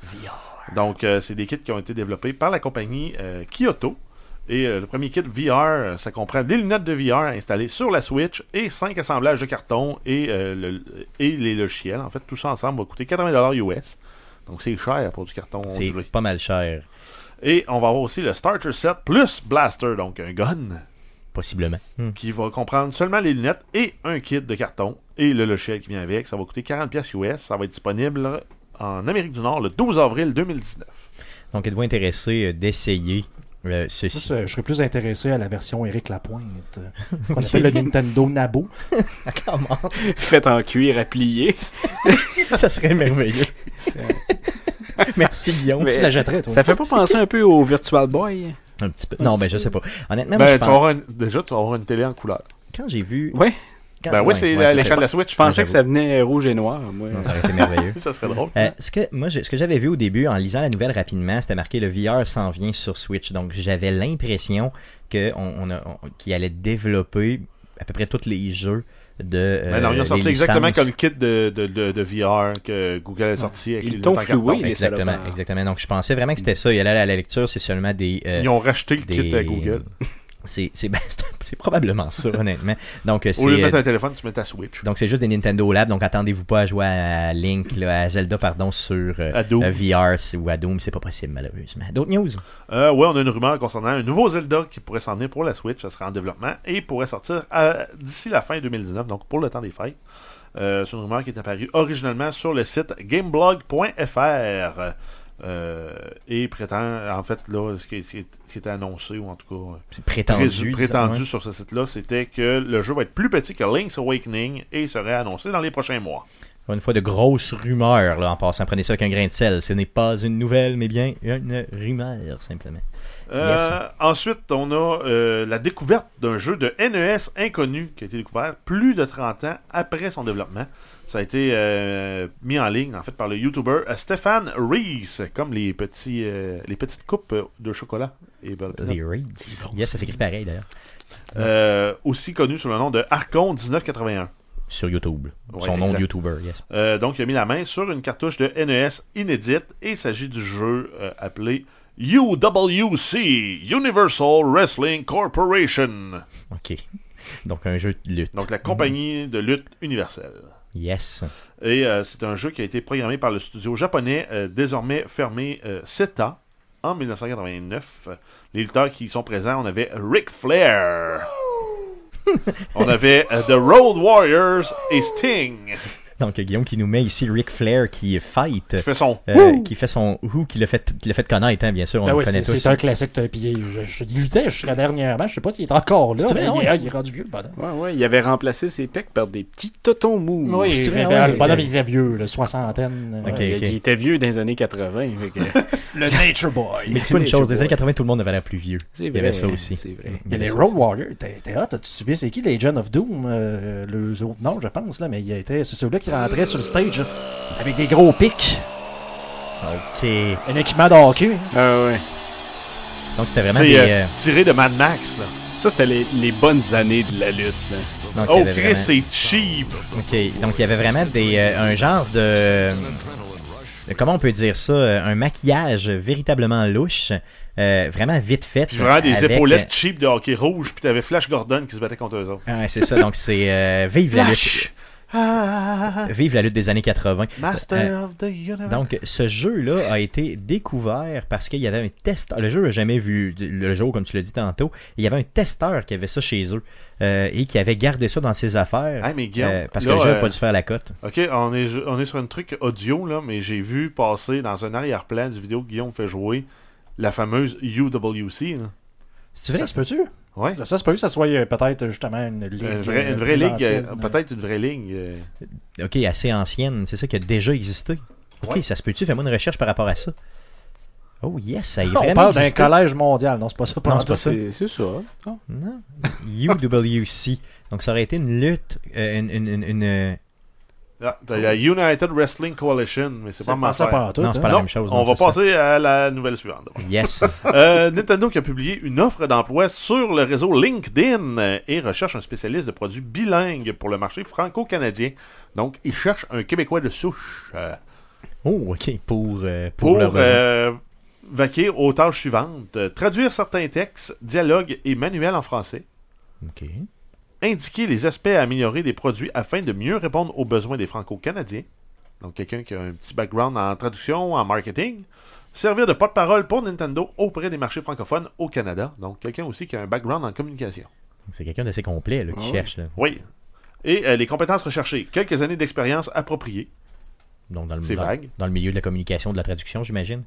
Donc, euh, c'est des kits qui ont été développés par la compagnie euh, Kyoto. Et euh, le premier kit VR, euh, ça comprend des lunettes de VR installées sur la Switch et cinq assemblages de carton et, euh, le- et les logiciels. En fait, tout ça ensemble va coûter 80$ US. Donc, c'est cher pour du carton C'est ondulé. pas mal cher, Et on va avoir aussi le Starter Set plus Blaster, donc un gun, possiblement. Hmm. qui va comprendre seulement les lunettes et un kit de carton et le logiciel qui vient avec. Ça va coûter 40$ US. Ça va être disponible en Amérique du Nord le 12 avril 2019. Donc, êtes-vous intéressé euh, d'essayer euh, ceci? Plus, euh, je serais plus intéressé à la version Eric Lapointe. On appelle le Nintendo Nabo. Fait en cuir à plier. ça serait merveilleux. Merci, Guillaume. Mais- Tu la jetterais, toi. Ça fait pas penser un peu au Virtual Boy? Un petit peu. Non, ben, je sais pas. Honnêtement, moi, je Ben, tu pense- vas avoir une- déjà, tu vas avoir une télé en couleur. quand j'ai vu. Ouais. quand- ben oui, c'est ouais, la- ça, l'écran de la Je Switch. pensais que ça venait rouge et noir, moi. Non, ça aurait été merveilleux. Ça serait drôle. Euh, ce que moi, j'ai- ce que j'avais vu au début en lisant la nouvelle rapidement, c'était marqué le VR s'en vient sur Switch. Donc j'avais l'impression que on, on a- on- qu'ils allaient développer à peu près tous les jeux de. euh, Ben non, ils ont les sorti exactement licences. Ah. comme le kit de, de, de, de VR que Google a sorti avec Ils les t'ont lunettes en carton. floué. les Exactement, salopards. exactement. Donc je pensais vraiment que c'était ça. Il allait à la lecture, c'est seulement des. euh, Ils ont racheté le kit Des- à Google. c'est c'est- ben, c'est- c'est probablement ça honnêtement. Donc euh, c'est. Au lieu de euh, mettre un téléphone, tu mets ta Switch. Donc c'est juste des Nintendo Lab, donc attendez-vous pas à jouer à Link, là, à Zelda, pardon, sur euh, À Doom. euh, VR c'est- ou à Doom, c'est pas possible malheureusement. D'autres news? Euh, ouais, on a une rumeur concernant un nouveau Zelda qui pourrait s'en venir pour la Switch. Ça sera en développement et pourrait sortir à- d'ici la fin 2019, donc pour le temps des fêtes. Euh, c'est une rumeur qui est apparue originalement sur le site gameblog.fr euh, et prétend, en fait, là, ce qui, ce qui est- ce qui était annoncé, ou en tout cas euh, C'est prétendu. pré- disons, prétendu ouais. sur ce site-là, c'était que le jeu va être plus petit que Link's Awakening et serait annoncé dans les prochains mois. Encore hein. Une fois, de grosses rumeurs, là, en passant. Prenez ça avec un grain de sel. Ce n'est pas une nouvelle, mais bien une rumeur, simplement. Euh, Ensuite, on a euh, la découverte d'un jeu de NES inconnu qui a été découvert plus de 30 ans après son développement. Ça a été euh, mis en ligne en fait par le YouTuber euh, Stéphane Reese, comme les petits euh, les petites coupes euh, de chocolat et Bell Peanut. Les Reeds. Yes, ça s'écrit pareil, d'ailleurs. Euh, aussi connu sous le nom de Archon 1981. Sur YouTube. Ouais, Son nom de exact. YouTuber, yes. Euh, donc, il a mis la main sur une cartouche de NES inédite et il s'agit du jeu euh, appelé UWC Universal Wrestling Corporation. OK. Donc, un jeu de lutte. Donc la compagnie de lutte universelle. Yes. Et euh, c'est un jeu qui a été programmé par le studio japonais euh, désormais fermé euh, CETA en 1989. Euh, Les lutteurs qui y sont présents, on avait Ric Flair. on avait euh, The Road Warriors et Sting. Donc, Guillaume qui nous met ici Ric Flair qui fight, Je fais son. euh, qui fait son Who, qui l'a fait, qui l'a fait connaître, hein, bien sûr, on Ah Ben le oui, connaît c'est- tous. c'est un classique. t'as- Puis je, je luttais jusqu'à dernièrement. Je sais pas s'il est encore là. C'est mais vrai, il, est- ouais. il est rendu vieux, le bonhomme. Ouais, ouais, il avait remplacé ses pecs par des petits totons mous. Oui, c'est vrai, ben, ouais, le c'est- bonhomme, il était vieux, la soixantaine. Ok, euh, Il- ok. Il était vieux dans les années 80. fait que- Le Nature Boy. Mais dis-toi une Mais chose, je des vois. années 80, tout le monde avait l'air plus vieux. C'est Il y avait ça aussi. C'est vrai. Il y Mais avait les ça Road aussi. Warrior, t'es t'es hot, t'as-tu suivi, c'est qui les Legend of Doom, euh, leurs autres noms, je pense, là, mais il était, c'est celui-là qui rentrait sur le stage là, avec des gros pics, Ok. un équipement de hockey. hein. Ah ouais. Donc, c'était vraiment des. C'est euh, euh, tiré de Mad Max, là. Ça, c'était les, les bonnes années de la lutte. là. donc, il y Oh, avait Chris, vraiment- c'est cheap! Ok, donc il y avait vraiment des, euh, un genre de, de- Comment on peut dire ça euh, Un maquillage véritablement louche, euh, vraiment vite fait. Puis vraiment des avec- euh, épaulettes cheap de hockey rouge, puis t'avais Flash Gordon qui se battait contre eux autres. Ah, c'est ça, donc c'est. euh, vive la lutte. Flash! Ah, Vive la lutte des années 80. Master of the Universe. Euh, Donc, ce jeu-là a été découvert parce qu'il y avait un testeur. Le jeu n'a jamais vu le jour, comme tu l'as dit tantôt. Il y avait un testeur qui avait ça chez eux euh, et qui avait gardé ça dans ses affaires. Ah, mais Guillaume, euh, parce que là, le jeu n'a euh, pas dû faire la cote. Ok, on est, on est sur un truc audio, là, mais j'ai vu passer dans un arrière-plan du vidéo que Guillaume fait jouer la fameuse UWC. là. C'est vrai? Ça se peut-tu? Ouais. Ça, ça se peut que ça soit euh, peut-être justement une ligue. Une vraie, euh, une vraie plus ligue, euh, ancienne, peut-être une vraie ligne. euh. OK, assez ancienne. C'est ça qui a déjà existé. OK, ça se peut-tu? Fais-moi une recherche par rapport à ça. Oh yes, ça y est euh, On vraiment parle d'un existé. collège mondial, non, c'est pas ça. Non, c'est pas pantoute. ça. C'est c'est ça. Ah. Non. UWC. Donc ça aurait été une lutte, euh, une, une, une- une, euh, Ah, t'as la United Wrestling Coalition, mais c'est pas ma ça affaire. Oh. pas en tout, Non, c'est hein. pas la Non, même chose, on non, va c'est ça. passer à la nouvelle suivante. Yes. Euh, Nintendo qui a publié une offre d'emploi sur le réseau LinkedIn euh, et recherche un spécialiste de produits bilingues pour le marché franco-canadien. Donc, ils cherchent un Québécois de souche euh, Oh, OK. Pour, euh, pour, pour, leur besoin. euh, vaquer aux tâches suivantes. Euh, Traduire certains textes, dialogues et manuels en français. OK. Indiquer les aspects à améliorer des produits afin de mieux répondre aux besoins des franco-canadiens. Donc, quelqu'un qui a un petit background en traduction, en marketing. Servir de porte-parole pour Nintendo auprès des marchés francophones au Canada. Donc, quelqu'un aussi qui a un background en communication. Donc, C'est quelqu'un d'assez complet là, qui Ah. cherche. Là. Oui. Et euh, les compétences recherchées. Quelques années d'expérience appropriées. Donc, dans, le, C'est dans- vague. dans le milieu de la communication, de la traduction, j'imagine.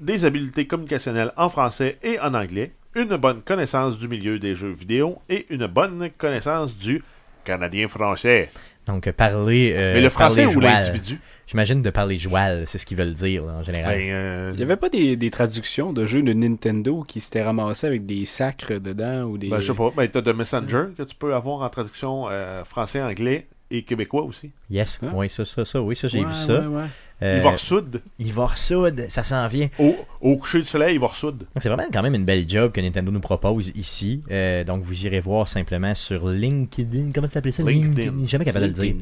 Des habiletés communicationnelles en français et en anglais. Une bonne connaissance du milieu des jeux vidéo. Et une bonne connaissance du canadien français. Donc, euh, parler. euh, Mais le français parler ou joual. l'individu J'imagine de parler joual, c'est ce qu'ils veulent dire là, en général. Ben, euh, Il y avait pas des, des traductions de jeux de Nintendo qui s'étaient ramassés avec des sacres dedans ou des. ben, je sais pas. Ben, t'as de Messenger que tu peux avoir en traduction euh, français-anglais et québécois aussi. Yes. Hein? Oui, ça, ça, ça. Oui, ça, j'ai Ouais, vu ça. ouais, ouais. Euh, Ivor Sud. Ivor Soud, ça s'en vient. Au, au coucher du soleil, Ivor Sud. Donc, C'est vraiment quand même une belle job que Nintendo nous propose ici. Euh, donc, vous irez voir simplement sur LinkedIn. Comment ça s'appelait ça LinkedIn. Je suis Jamais capable de le dire.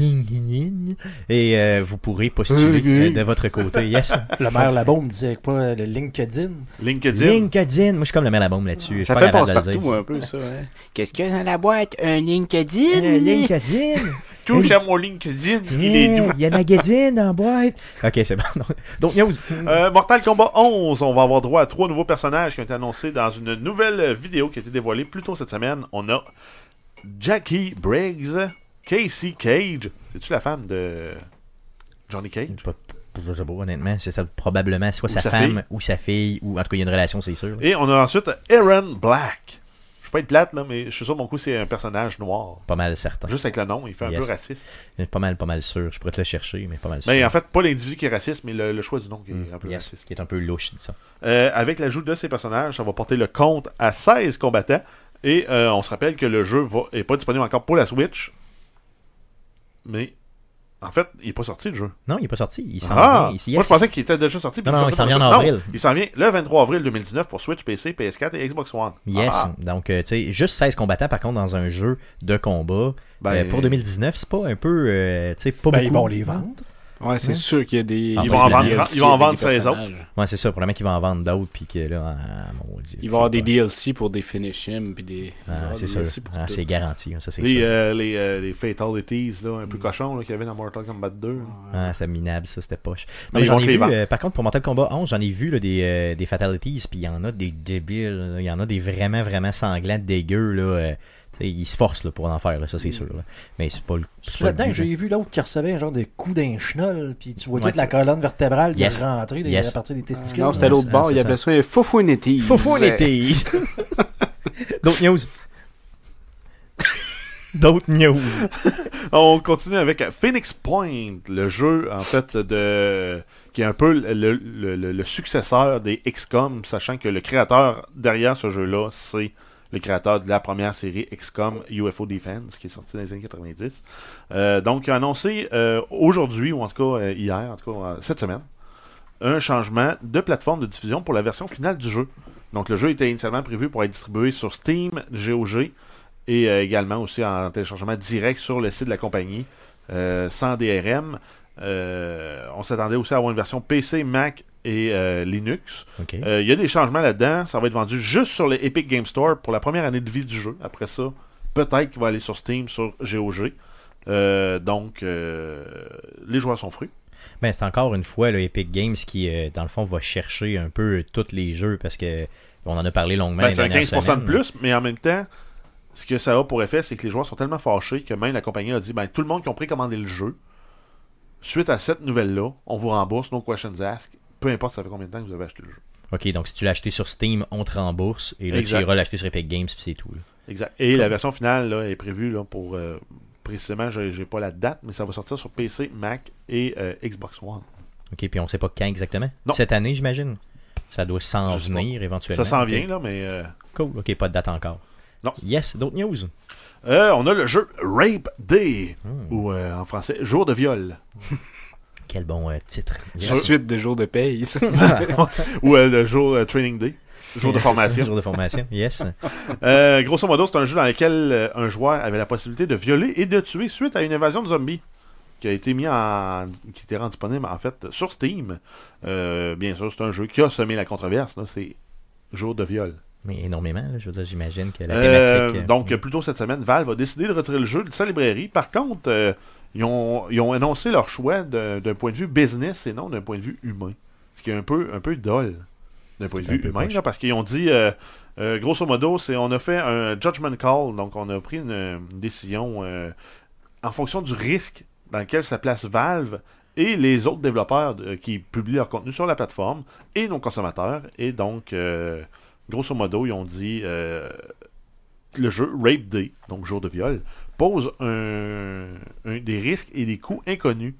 LinkedIn. Et euh, vous pourrez postuler euh, de votre côté. Yes. Le maire là-bas me disait quoi, le LinkedIn. LinkedIn. LinkedIn. Moi, je suis comme le mets la bombe là-dessus. Je suis Ça pas fait capable de le dire. passe-partout un peu, ça. hein. Qu'est-ce qu'il y a dans la boîte? Un LinkedIn? Euh, LinkedIn. Touche à mon LinkedIn. Il est doux. Yeah, Il y a Nagadine dans la boîte. Ok, c'est bon. Donc, news. Euh, Mortal Kombat 11, on va avoir droit à trois nouveaux personnages qui ont été annoncés dans une nouvelle vidéo qui a été dévoilée plus tôt cette semaine. On a Jackie Briggs, Casey Cage. C'est-tu la femme de Johnny Cage? Pas- Je sais pas, honnêtement. C'est ça, probablement soit Ou sa, sa femme fille. ou sa fille. Ou en tout cas, il y a une relation, c'est sûr. Et on a ensuite Aaron Black. Je vais pas être plate, là, mais je suis sûr que mon coup, c'est un personnage noir. Pas mal certain. Juste avec le nom, il fait un Yes. peu raciste. Pas mal, pas mal sûr. Je pourrais te le chercher, mais pas mal sûr. Mais en fait, pas l'individu qui est raciste, mais le, le choix du nom qui est Mm, un peu yes, raciste. qui est un peu louche, dis ça. Euh, avec l'ajout de ces personnages, ça va porter le compte à 16 combattants. Et euh, on se rappelle que le jeu va, est pas disponible encore pour la Switch. Mais en fait, il est pas sorti le jeu. Non, il est pas sorti. Il s'en Ah! vient. Il- Moi yes. je pensais qu'il était déjà sorti. puis Non, non, sortait il s'en vient pour la en Switch. Non, avril. il s'en vient le 23 avril 2019 pour Switch, PC, PS4 et Xbox One. Yes. Ah, Donc, euh, tu sais, juste 16 combattants, par contre, dans un jeu de combat. Ben- euh, pour 2019, c'est pas un peu. euh, tu sais, pas Ben, beaucoup. ils vont les vendre. Ouais, c'est sûr qu'il y a des. Ah, il ils vont va y avoir en des vendre- DLC ils vont en avec vendre des 16 autres. personnages. Ouais, c'est ça. Probablement qu'ils vont en vendre d'autres, puis que là, ah, mon Dieu, Il va y avoir c'est des pas- DLC pour des finish him puis des. il va y Ah, avoir c'est des sûr. DLC pour Ah, tout. c'est garanti. hein, Ça, c'est les, sûr. Mm. euh, les, euh, les Fatalities, là, un peu cochon qu'il y avait dans Mortal Kombat 2. Ah, c'était minable, ça, c'était poche. Mais Non, mais ils j'en vont ai te les vu, vendre. euh, par contre, pour Mortal Kombat 11, j'en ai vu là, des, euh, des fatalities, puis il y en a des débiles, là. il y en a des vraiment, vraiment sanglants, dégueux. Là, euh, tu Tu sais, ils se forcent là, pour en faire, là, ça Mm. c'est sûr. là. Mais c'est pas le. c'est C'est pas le là-dedans que but, là. j'ai vu l'autre qui recevait un genre de coup d'un chenol, puis tu Euh, vois Ouais, toute la tu- colonne vertébrale qui Yes. est rentrée des- Yes. à partir des testicules. Non, c'était Ouais, l'autre c'est- bord, c'est il ça. appelait ça Fofounity. Fofounity. D'autres news. D'autres news. On continue avec Phoenix Point, le jeu en fait de qui est un peu le, le- le- le successeur des XCOM, sachant que le créateur derrière ce jeu-là, c'est le créateur de la première série XCOM UFO Defense qui est sortie dans les années 90. Euh, donc, il a annoncé euh, aujourd'hui, ou en tout cas euh, hier, en tout cas euh, cette semaine, un changement de plateforme de diffusion pour la version finale du jeu. Donc, le jeu était initialement prévu pour être distribué sur Steam, GOG, et euh, également aussi en téléchargement direct sur le site de la compagnie euh, sans DRM. Euh, on s'attendait aussi à avoir une version PC, Mac et euh, Linux. OK. Euh, Il y a des changements là-dedans. Ça va être vendu juste sur le Epic Game Store pour la première année de vie du jeu. Après ça, peut-être qu'il va aller sur Steam, sur GOG. Euh, donc, euh, les joueurs sont fruits. Ben, c'est encore une fois le Epic Games qui, euh, dans le fond, va chercher un peu tous les jeux parce que on en a parlé longuement. Ben, les c'est un dernières 15% de semaines. plus, mais en même temps, ce que ça a pour effet, c'est que les joueurs sont tellement fâchés que même la compagnie a dit ben, tout le monde qui a précommandé le jeu, suite à cette nouvelle-là, on vous rembourse, no questions asked, peu importe ça fait combien de temps que vous avez acheté le jeu. OK, donc si tu l'as acheté sur Steam, on te rembourse et là, Exact. tu iras l'acheter sur Epic Games puis c'est tout. là. Exact. Et la version finale là, est prévue là, pour. euh, précisément, j'ai j'ai pas la date, mais ça va sortir sur PC, Mac et euh, Xbox One. OK, puis on sait pas quand exactement. Non. Cette année, j'imagine. Ça doit s'en Je sais pas. venir éventuellement. Ça s'en OK. vient, là, mais. euh, Cool. OK, pas de date encore. Non. Yes, d'autres news. euh, on a le jeu Rape Day, ou euh, en français, Jour de viol. Quel bon euh, titre. La Yes. suite des jours de paye. ça. ou euh, le jour euh, Training Day, jour de Yes, c'est ça, formation. Jour de formation, yes. Euh, grosso modo, c'est un jeu dans lequel euh, un joueur avait la possibilité de violer et de tuer suite à une invasion de zombies qui a été mis en qui était rendu disponible en fait sur Steam. Euh, bien sûr, c'est un jeu qui a semé la controverse, là, c'est jour de viol. Mais énormément, là, je veux dire, j'imagine que la Euh, thématique. euh, donc, oui. plus tôt cette semaine, Valve a décidé de retirer le jeu de sa librairie. Par contre, euh, ils, ont, ils ont annoncé leur choix d'un d'un point de vue business et non d'un point de vue humain. Ce qui est un peu, un peu dole d'un point de qui est un vue peu humain, poche. là, parce qu'ils ont dit, euh, euh, grosso modo, c'est on a fait un judgment call, donc on a pris une, une décision euh, en fonction du risque dans lequel ça place Valve et les autres développeurs de- qui publient leur contenu sur la plateforme et nos consommateurs. Et donc, euh, grosso modo, ils ont dit euh, le jeu Rape Day, donc jour de viol, pose un, un- des risques et des coûts inconnus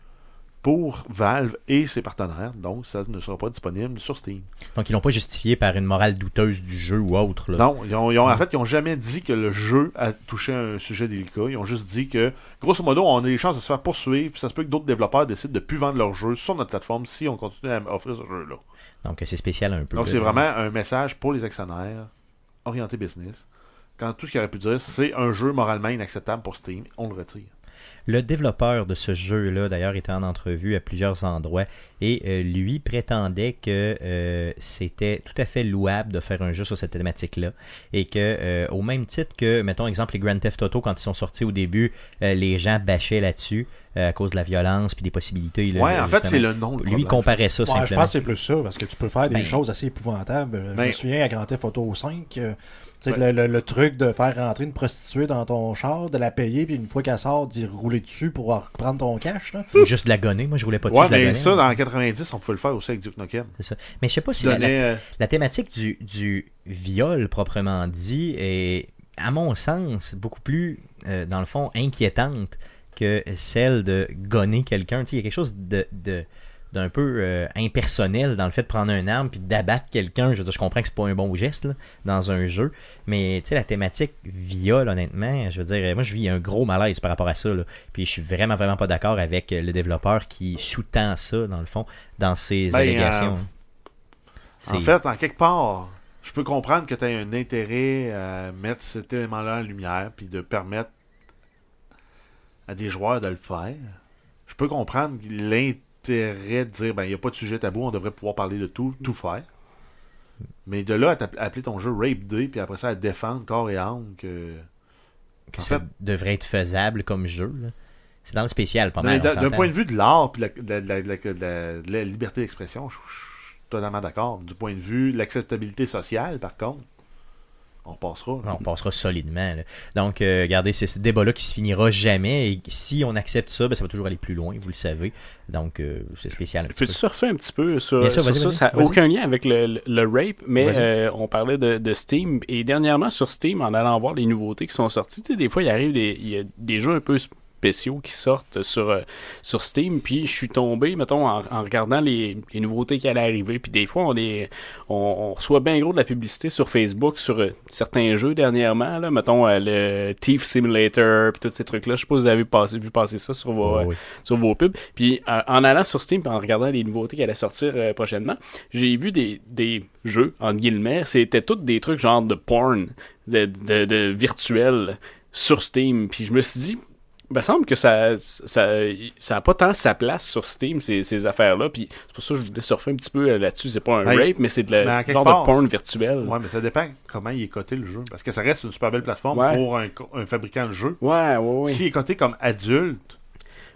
pour Valve et ses partenaires. Donc, ça ne sera pas disponible sur Steam. Donc, ils l'ont pas justifié par une morale douteuse du jeu ou autre. Là. Non, ils ont, ils ont- Hmm. en fait, ils n'ont jamais dit que le jeu a touché un sujet délicat. Ils ont juste dit que, grosso modo, on a les chances de se faire poursuivre. puis Ça se peut que d'autres développeurs décident de ne plus vendre leur jeu sur notre plateforme si on continue à offrir ce jeu-là. Donc, c'est spécial un peu. Donc, là. c'est vraiment un message pour les actionnaires orienté business. Quand tout ce qu'il aurait pu dire, c'est un jeu moralement inacceptable pour Steam, on le retire. Le développeur de ce jeu-là, d'ailleurs, était en entrevue à plusieurs endroits et euh, lui prétendait que euh, c'était tout à fait louable de faire un jeu sur cette thématique-là et que, euh, au même titre que, mettons exemple, les Grand Theft Auto, quand ils sont sortis au début, euh, les gens bâchaient là-dessus euh, à cause de la violence puis des possibilités. là, ouais, en fait, justement. c'est le nom. le Lui, il problème. comparait ça Ouais, simplement. je pense que c'est plus ça, parce que tu peux faire des Ben. choses assez épouvantables. Euh, Je Ben. me souviens à Grand Theft Auto 5, euh, tu sais, Ouais. le, le- le truc de faire rentrer une prostituée dans ton char, de la payer, puis une fois qu'elle sort, d'y rouler dessus pour reprendre ton cash. Là. Ou Juste de la gonner. Moi, je voulais pas tout Ouais, de la mais gonner. ça, dans 90, on pouvait le faire aussi avec Duke Nukem. C'est ça. Mais je sais pas si la- la, Donnait, euh, La thématique du, du viol proprement dit est, à mon sens, beaucoup plus, euh, dans le fond, inquiétante que celle de gonner quelqu'un. Tu sais, Il y a quelque chose de, de- d'un peu euh, impersonnel dans le fait de prendre une arme puis d'abattre quelqu'un. Je veux dire, je comprends que c'est pas un bon geste là, dans un jeu, mais tu sais, la thématique viol, honnêtement, je veux dire, euh, moi je vis un gros malaise par rapport à ça. là. Puis je suis vraiment, vraiment pas d'accord avec euh, le développeur qui sous-tend ça, dans le fond, dans ses Ben, allégations. euh, C'est- En fait, en quelque part, je peux comprendre que tu as un intérêt à mettre cet élément-là en lumière, puis de permettre à des joueurs de le faire. Je peux comprendre l'intérêt de dire, ben, il n'y a pas de sujet tabou, on devrait pouvoir parler de tout, tout faire. Mais de là à t'app- appeler ton jeu Rape Day, puis après ça à défendre corps et âme que... que En ça fait- devrait être faisable comme jeu. là. C'est dans le spécial, pas Mais mal. Ah, ben, on Ben, d'un d'un s'entend. point de vue de l'art puis de la, de la- de la- de la- de la liberté d'expression, je je suis totalement d'accord. Du point de vue de l'acceptabilité sociale, par contre, on repassera. là. On passera solidement. là. Donc, euh, regardez, c'est ce débat-là qui se finira jamais. Et si on accepte ça, ben, ça va toujours aller plus loin, vous le savez. Donc, euh, c'est spécial. un petit Peux-tu surfer un petit peu sur, Bien sûr, sur vas-y, ça? vas-y, Ça n'a vas-y. aucun lien avec le, le- le rape, mais Vas-y. euh, on parlait de, de Steam. Et dernièrement, sur Steam, en allant voir les nouveautés qui sont sorties, tu sais, des fois, il arrive des, il y a des jeux un peu spéciaux qui sortent sur, euh, sur Steam. Puis je suis tombé, mettons, en, en regardant les, les nouveautés qui allaient arriver. Puis des fois, on, est, on, on reçoit bien gros de la publicité sur Facebook sur euh, certains jeux dernièrement. Là, mettons, euh, le Thief Simulator, puis tous ces trucs-là. Je sais pas si vous avez passé- vu passer ça sur vos... peu. euh, Oui. sur vos pubs. Puis euh, en allant sur Steam puis en regardant les nouveautés qui allaient sortir euh, prochainement, j'ai vu des, des jeux, entre guillemets, c'était tous des trucs genre de porn, de, de, de virtuel sur Steam. Puis je me suis dit, il me semble que ça ça ça a pas tant sa place sur Steam ces, ces affaires là puis c'est pour ça que je voulais surfer un petit peu euh, là-dessus c'est pas un Ben, rape mais c'est de la- ben, à quelque genre part, de porn virtuel Ouais, mais ça dépend comment il est coté le jeu. Parce que ça reste une super belle plateforme Ouais. pour un, co- un fabricant de jeux. ouais ouais ouais S'il est coté comme adulte,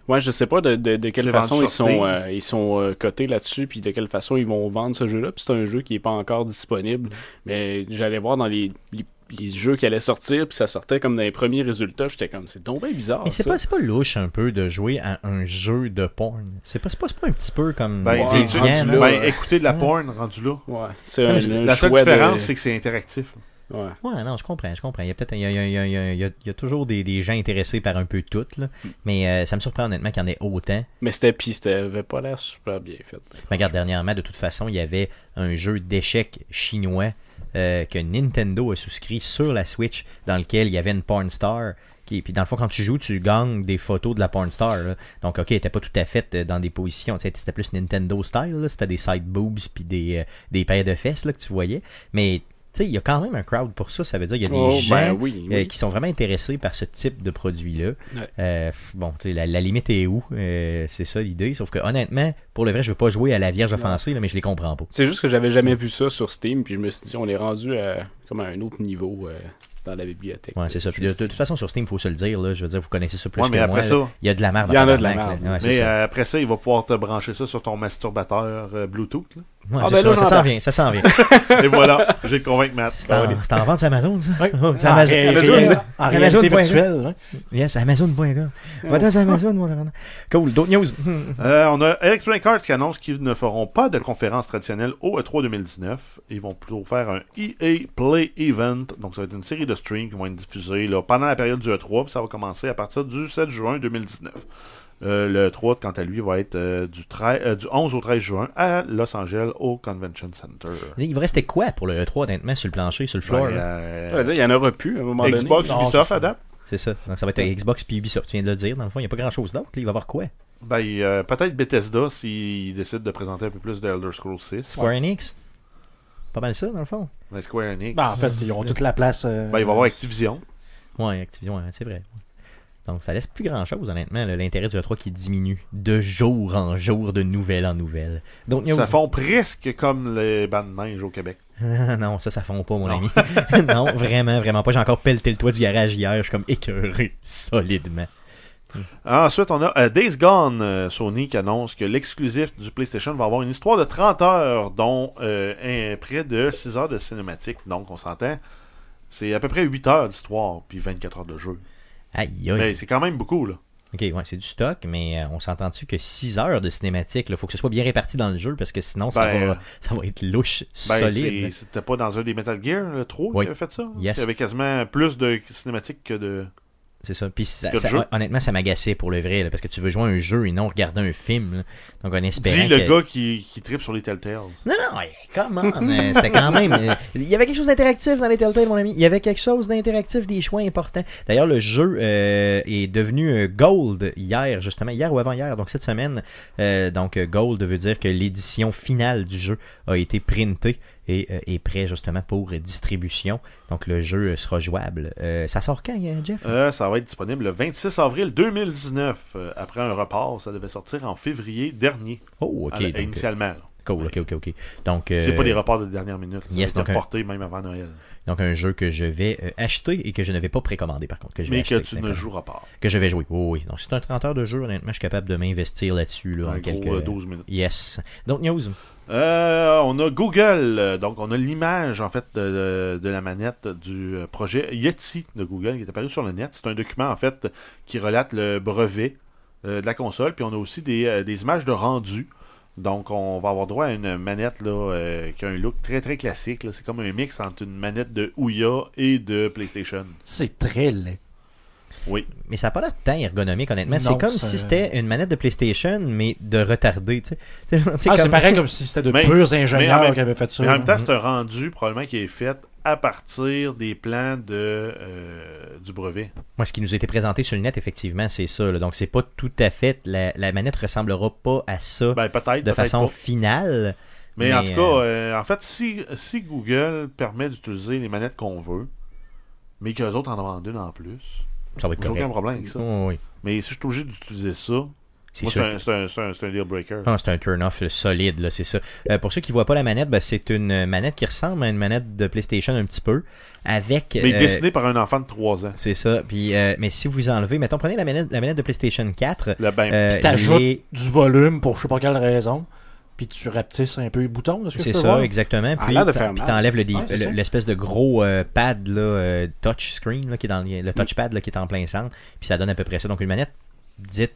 Ouais, je sais pas de, de, de quelle C'est vendu façon ils sur Steam. sont, euh, ils sont euh, cotés là-dessus, puis de quelle façon ils vont vendre ce jeu-là. Puis c'est un jeu qui est pas encore disponible. Mm. Mais j'allais voir dans les, les, les jeux qui allaient sortir, puis ça sortait comme dans les premiers résultats. J'étais comme, c'est donc bien bizarre. Mais c'est ça. pas, c'est pas louche un peu de jouer à un jeu de porn. C'est pas, c'est pas, c'est pas un petit peu comme ben, Ouais, c'est- Vivian, rendu là. là. ben, écoutez de la porn rendu là. Ouais, c'est Non, un, mais un La seule choix de- différence, c'est que c'est interactif. Ouais. Ouais, non, je comprends, je comprends. Il y a peut-être, il y a, il y a- il y a- il y a- il y a- il y a toujours des, des gens intéressés par un peu tout, là. Hmm. Mais euh, ça me surprend honnêtement qu'il y en ait autant. Mais c'était pis, c'était avait pas l'air super bien fait. Mais regarde, dernièrement, de toute façon, il y avait un jeu d'échecs chinois euh, que Nintendo a souscrit sur la Switch, dans lequel il y avait une porn star. Qui, puis dans le fond, quand tu joues, tu gagnes des photos de la porn star. là. Donc, ok, elle était pas tout à fait euh, dans des positions. tu sais, C'était plus Nintendo style. là. C'était des side boobs puis des, euh, des paires de fesses là, que tu voyais. Mais tu sais, il y a quand même un crowd pour ça. Ça veut dire qu'il y a des Oh, gens ben oui. euh, oui. qui sont vraiment intéressés par ce type de produit-là. Ouais. Euh, pff, bon, tu sais, la, la limite est où Euh, C'est ça l'idée. Sauf que honnêtement, pour le vrai, je veux pas jouer à la Vierge offensée, là, mais je les comprends pas. C'est juste que j'avais jamais vu ça sur Steam, puis je me suis dit, on est rendu à, comme à un autre niveau euh, dans la bibliothèque. Ouais, c'est ça. Puis de, de toute façon, sur Steam, faut se le dire. Là, je veux dire, vous connaissez ça plus Ouais, que mais moi. après là. ça- il y a de la merde. Il y en a de la tabarnak, merde. là. Ouais, c'est mais ça. euh, après ça, il va pouvoir te brancher ça sur ton masturbateur euh, Bluetooth. là. Ouais, ah, c'est ben là, ça, ça s'en j'embarque. vient, ça s'en vient. Et voilà, j'ai convaincu Matt. C'est en, c'est en vente sur Amazon, ça? Oui. Oh, c'est Amazon. Ah, En Amazon. réel- en Amazon réalité point com. virtuelle. hein. Yes, Amazon.com. Va-t'en sur Amazon, mon tabarnak. Cool, d'autres news. Euh, on a Electronic Arts qui annonce qu'ils ne feront pas de conférence traditionnelle au E E3 2019. Ils vont plutôt faire un EA Play Event. Donc, ça va être une série de streams qui vont être diffusés là, pendant la période du E3. Puis ça va commencer à partir du 7 juin 2019. Euh, le E3, quant à lui, va être euh, du, 13 euh, du 11 au 13 juin à Los Angeles au Convention Center. Il vous restait quoi pour le E3, honnêtement, sur le plancher, sur le floor? Ouais, là? euh, Ça veut dire, il y en aura plus à un moment donné. Xbox, Non, Ubisoft, c'est à date? C'est ça. Donc, ça va être Xbox puis Ubisoft. Tu viens de le dire. Dans le fond, il n'y a pas grand-chose d'autre. là. Il va y avoir quoi? Ben, euh, peut-être Bethesda s'ils décident de présenter un peu plus de Elder Scrolls 6. Square Enix? Pas mal ça, dans le fond. Ben, Square Enix. Ben, en fait, ils ont toute la place. euh, Ben, il va y avoir Activision. Ouais, Activision, ouais, c'est vrai. ouais. Donc, ça laisse plus grand-chose, honnêtement. là. L'intérêt du E3 qui diminue de jour en jour, de nouvelle en nouvelle. Donc, news. Ça font presque comme les bandes de neige au Québec. non, ça, ça fond pas, mon Non. ami. non, vraiment, vraiment pas. J'ai encore pelleté le toit du garage hier. Je suis comme écœuré solidement. Ensuite, on a euh, Days Gone, euh, Sony, qui annonce que l'exclusif du PlayStation va avoir une histoire de 30 heures, dont euh, un- près de 6 heures de cinématique. Donc, on s'entend, c'est à peu près 8 heures d'histoire, puis 24 heures de jeu. Aïe, Mais aïe. c'est quand même beaucoup, là. Ok, ouais, c'est du stock, mais euh, on s'entend-tu que 6 heures de cinématique, il faut que ce soit bien réparti dans le jeu parce que sinon, ça, Ben, va, ça va être louche, Ben, solide. c'est- c'était pas dans un des Metal Gear, le 3, Oui. qui avait fait ça. Yes. Il y avait quasiment plus de cinématiques que de... C'est ça. Puis ça- Quatre ça- jeux. honnêtement, ça m'agaçait pour le vrai, là, parce que tu veux jouer à un jeu et non regarder un film. là. Donc en espérant. Dis le que- gars qui, qui tripe sur les Telltales. Non, non, hey, come on, euh, c'était quand même. euh, Il y avait quelque chose d'interactif dans les Telltale, mon ami. Il y avait quelque chose d'interactif, des choix importants. D'ailleurs, le jeu euh, est devenu euh, Gold hier, justement, hier ou avant-hier, donc cette semaine. Euh, donc euh, Gold veut dire que l'édition finale du jeu a été printée et euh, est prêt justement pour euh, distribution. Donc le jeu euh, sera jouable. Euh, ça sort quand, euh, Jeff Euh, ça va être disponible le 26 avril 2019. euh, après un report, ça devait sortir en février dernier, Oh, ok. à la- donc, euh, initialement. là. Cool, ok, ok, ok. Donc, euh, C'est pas des reports de dernière minute. là. yes, Ça a été donc un- reporté même avant Noël. donc un jeu que je vais euh, acheter et que je ne vais pas précommander par contre. Que je vais Mais que acheter, tu ne d'accord. joueras pas. Que je vais jouer. Oh, oui, donc c'est un 30 heures de jeu, honnêtement, je suis capable de m'investir là-dessus là, En en gros, quelques. euh, 12 minutes. Yes. Donc, news. Euh, on a Google, euh, donc on a l'image en fait de, de la manette du euh, projet Yeti de Google qui est apparu sur le net. C'est un document en fait qui relate le brevet euh, de la console, puis on a aussi des, euh, des images de rendu. Donc on va avoir droit à une manette là, euh, qui a un look très très classique. là. C'est comme un mix entre une manette de Ouya et de PlayStation. C'est très laid. Oui. Mais ça n'a pas l'air tant ergonomique, honnêtement. Non, C'est comme ça- euh, si c'était une manette de PlayStation, mais de retardée, tu sais. Tu sais, Ah, c'est comme- pareil comme si c'était de Mais- purs mais en ingénieurs même- qui avaient fait ça. Mais en même temps, c'est un rendu probablement qui est fait à partir des plans de, euh, du brevet. Moi, ce qui nous a été présenté sur le net, effectivement, c'est ça. là. Donc, c'est pas tout à fait. La, la manette ressemblera pas à ça Ben, peut-être. Ah. de peut-être façon pas. finale. Mais, en Mais, tout cas, euh, en fait, si, si Google permet d'utiliser les manettes qu'on veut, mais qu'eux autres en vendent une en plus, Ça va être j'ai aucun correct. problème avec ça. Oh, oui, Mais si je suis obligé d'utiliser ça, moi, c'est c'est sûr. un, c'est un- c'est un- c'est un deal breaker. Ah, c'est un turn-off solide, là, c'est ça. Euh, pour ceux qui voient pas la manette, ben, c'est une manette qui ressemble à une manette de PlayStation un petit peu, avec... Mais euh, dessiné par un enfant de 3 ans. C'est ça. Puis, euh, mais si vous enlevez, mettons, prenez la manette, la manette de PlayStation 4. Là, ben, euh, Puis t'ajoutes les- du volume pour je sais pas quelle raison. Puis tu rapetisses un peu les boutons. est-ce que je C'est peux ça, voir? exactement. a Puis, l'air de faire t'en- puis mal. t'enlèves le, di- Ouais, c'est le- ça. l'espèce de gros euh, pad, là, euh, touch screen, là, qui est dans le, Mm. le touch pad, là, qui est en plein centre. Puis ça donne à peu près ça. Donc, une manette dite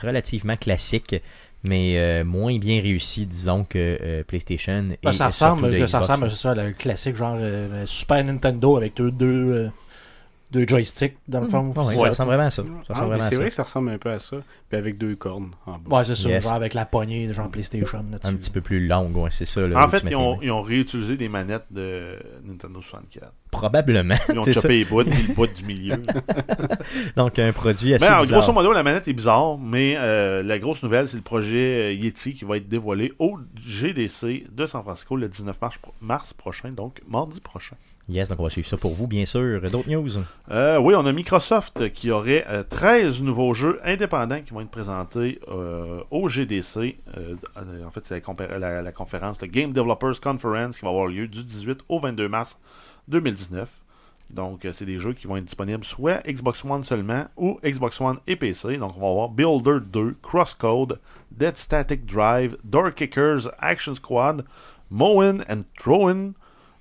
relativement classique, mais euh, moins bien réussie, disons, que euh, PlayStation. Ben, et ça surtout de ressemble, ça Xbox, ressemble là. c'est ça, le classique genre euh, Super Nintendo avec deux, deux, euh, deux joysticks dans le fond. Ouais, Ah ouais, Ça ressemble vraiment à ça. Ça Ah, ressemble mais vraiment à c'est ça. vrai que ça ressemble un peu à ça. Puis avec deux cornes en bas. Ouais, c'est ça, Yes. genre avec la poignée, genre PlayStation. Là, Un tu- petit peu plus longue, ouais, c'est ça. là, en où fait, tu mets ils tes ont, mains. ils ont réutilisé des manettes de Nintendo 64. Probablement. Ils ont C'est ça. chopé les bouts, puis le bout du milieu. Donc, un produit assez Mais alors, bizarre. grosso modo, la manette est bizarre, mais euh, la grosse nouvelle, c'est le projet euh, Yeti qui va être dévoilé au GDC de San Francisco le 19 mars, pro- mars prochain, donc mardi prochain. Yes, donc on va suivre ça pour vous, bien sûr. D'autres news? Euh, oui, on a Microsoft qui aurait euh, 13 nouveaux jeux indépendants qui vont être présentés euh, au GDC. Euh, euh, en fait, c'est la, compé- la- la conférence, le Game Developers Conference, qui va avoir lieu du 18 au 22 mars 2019. Donc, euh, c'est des jeux qui vont être disponibles soit Xbox One seulement ou Xbox One et PC. Donc, on va avoir Builder 2, Crosscode, Dead Static Drive, Door Kickers, Action Squad, Mowin and Throwin',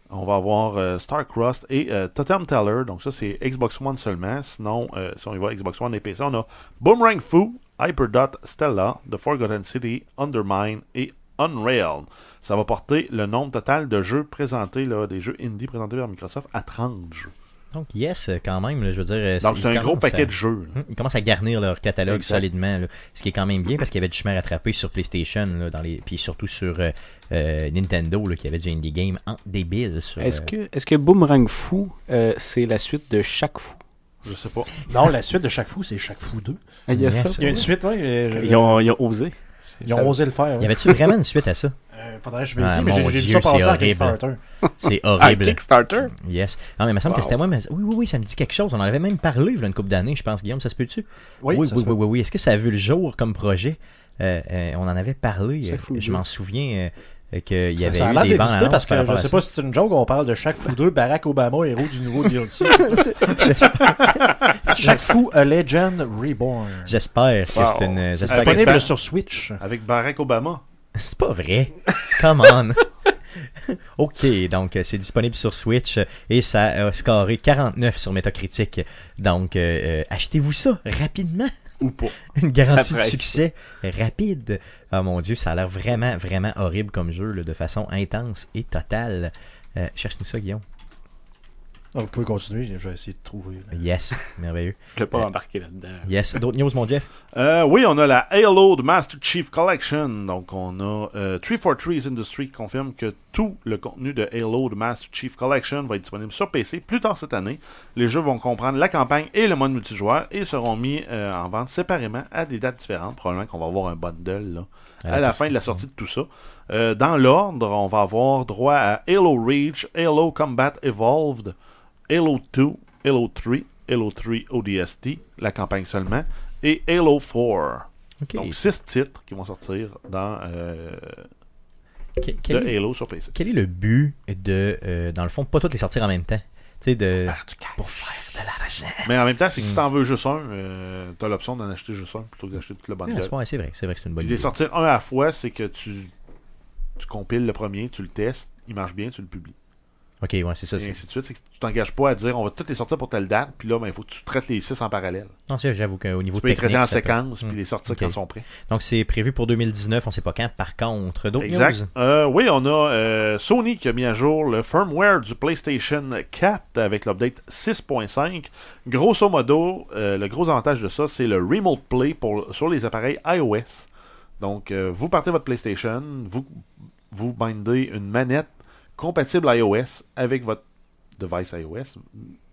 on va avoir euh, StarCrossed et euh, Totem Teller. Donc ça, c'est Xbox One seulement. Sinon, euh, si on y va Xbox One et PC, on a Boomerang Foo, Hyperdot Stella, The Forgotten City, Undermine et Unrail. Ça va porter le nombre total de jeux présentés, là, des jeux indie présentés par Microsoft, à 30 jeux. Donc, yes, quand même, là, je veux dire. euh, Donc ils c'est un gros commencent paquet à- de jeux. là. Hum, Ils commencent à garnir leur catalogue Exact. solidement, là. ce qui est quand même bien parce qu'il y avait du chemin à rattraper sur PlayStation, là, dans les... puis surtout sur euh, euh, Nintendo, là, qui avait du indie game en débile. Sur, Est-ce euh, que, est que Boomerang Fou, euh, c'est la suite de chaque fou Je sais pas. Non, la suite de chaque fou, c'est chaque fou 2. Ah, Il y a Yes. ça. Il y a une suite, ouais. euh, Ils ont, ils ont osé. ils ont osé le faire. Y ouais. avait-tu vraiment une suite à ça Euh, faudrait que je Ah, vérifie, mais mon j'ai- j'ai vu ça Dieu, c'est passer à horrible. Kickstarter. C'est Ah, horrible. Kickstarter Yes. Ah, mais il me semble que Wow. c'était moi. Mais... Oui, oui, oui, ça me dit quelque chose. On en avait même parlé il y a une couple d'années, je pense, Guillaume. Ça se peut-tu Oui, oui, ça oui, se oui, peut. oui, oui. Est-ce que ça a vu le jour comme projet Euh, euh, On en avait parlé. Ça fout euh, le je jeu. m'en souviens euh, euh, qu'il y avait ça a eu l'air des hein, bancs d'exister parce que je sais pas si c'est une joke, on parle de chaque fou 2, Barack Obama, héros du nouveau DLC. chaque fou, a legend reborn. Euh, J'espère que Wow. c'est une. C'est j'espère que- disponible Disponible sur Switch. Avec Barack Obama. C'est pas vrai. Come on. ok, donc euh, c'est disponible sur Switch euh, et ça a scoré 49 sur Metacritic. Donc euh, euh, achetez-vous ça rapidement. Ou pas. Une garantie de Après, succès rapide. Ah mon dieu, ça a l'air vraiment, vraiment horrible comme jeu, là, de façon intense et totale. Euh, Cherche-nous ça, Guillaume. Ah, vous pouvez continuer, je vais essayer de trouver. là. Yes, merveilleux. Je ne l'ai Euh, pas embarqué là-dedans. Yes. D'autres news, mon Jeff Euh, oui, on a la Halo de Master Chief Collection. Donc, on a euh, 343's Industry qui confirme que tout le contenu de Halo de Master Chief Collection va être disponible sur PC plus tard cette année. Les jeux vont comprendre la campagne et le mode multijoueur et seront mis euh, en vente séparément à des dates différentes. Probablement qu'on va avoir un bundle là, à, la fin de la sortie de tout ça. Euh, dans l'ordre, on va avoir droit à Halo Reach, Halo Combat Evolved, Halo 2, Halo 3, Halo 3 ODST, la campagne seulement, et Halo 4. Ok. Donc, six titres qui vont sortir dans euh, Que- de quel, est, Halo sur PC. quel est le but de, euh, dans le fond, pas toutes les sortir en même temps Tu sais, Ah, de. ben, Pour faire de l'argent. Mais en même temps, c'est Hmm. que si t'en veux juste un, euh, t'as l'option d'en acheter juste un plutôt que d'acheter tout le Ah, bundle. c'est ouais, c'est vrai, c'est vrai que c'est une bonne Puis de les idée. sortir un à la fois, c'est que tu tu compiles le premier, tu le testes, il marche bien, tu le publies. Ok, ouais, c'est ça. Et c'est- ainsi de suite. C'est que tu t'engages pas à dire on va toutes les sortir pour telle date, puis là, ben, il faut que tu traites les six en parallèle. Non, c'est- j'avoue qu'au niveau Tu peux les technique. traiter en ça peut- séquence, puis Hmm. les sortir Ok. quand ils sont prêts. Donc c'est prévu pour 2019, on sait pas quand. Par contre, d'autres Exact. news. Euh, oui, on a euh, Sony qui a mis à jour le firmware du PlayStation 4 avec l'update 6.5. Grosso modo, euh, le gros avantage de ça, c'est le Remote Play pour, sur les appareils iOS. Donc, euh, vous partez votre PlayStation, vous, vous bindez une manette compatible iOS avec votre device iOS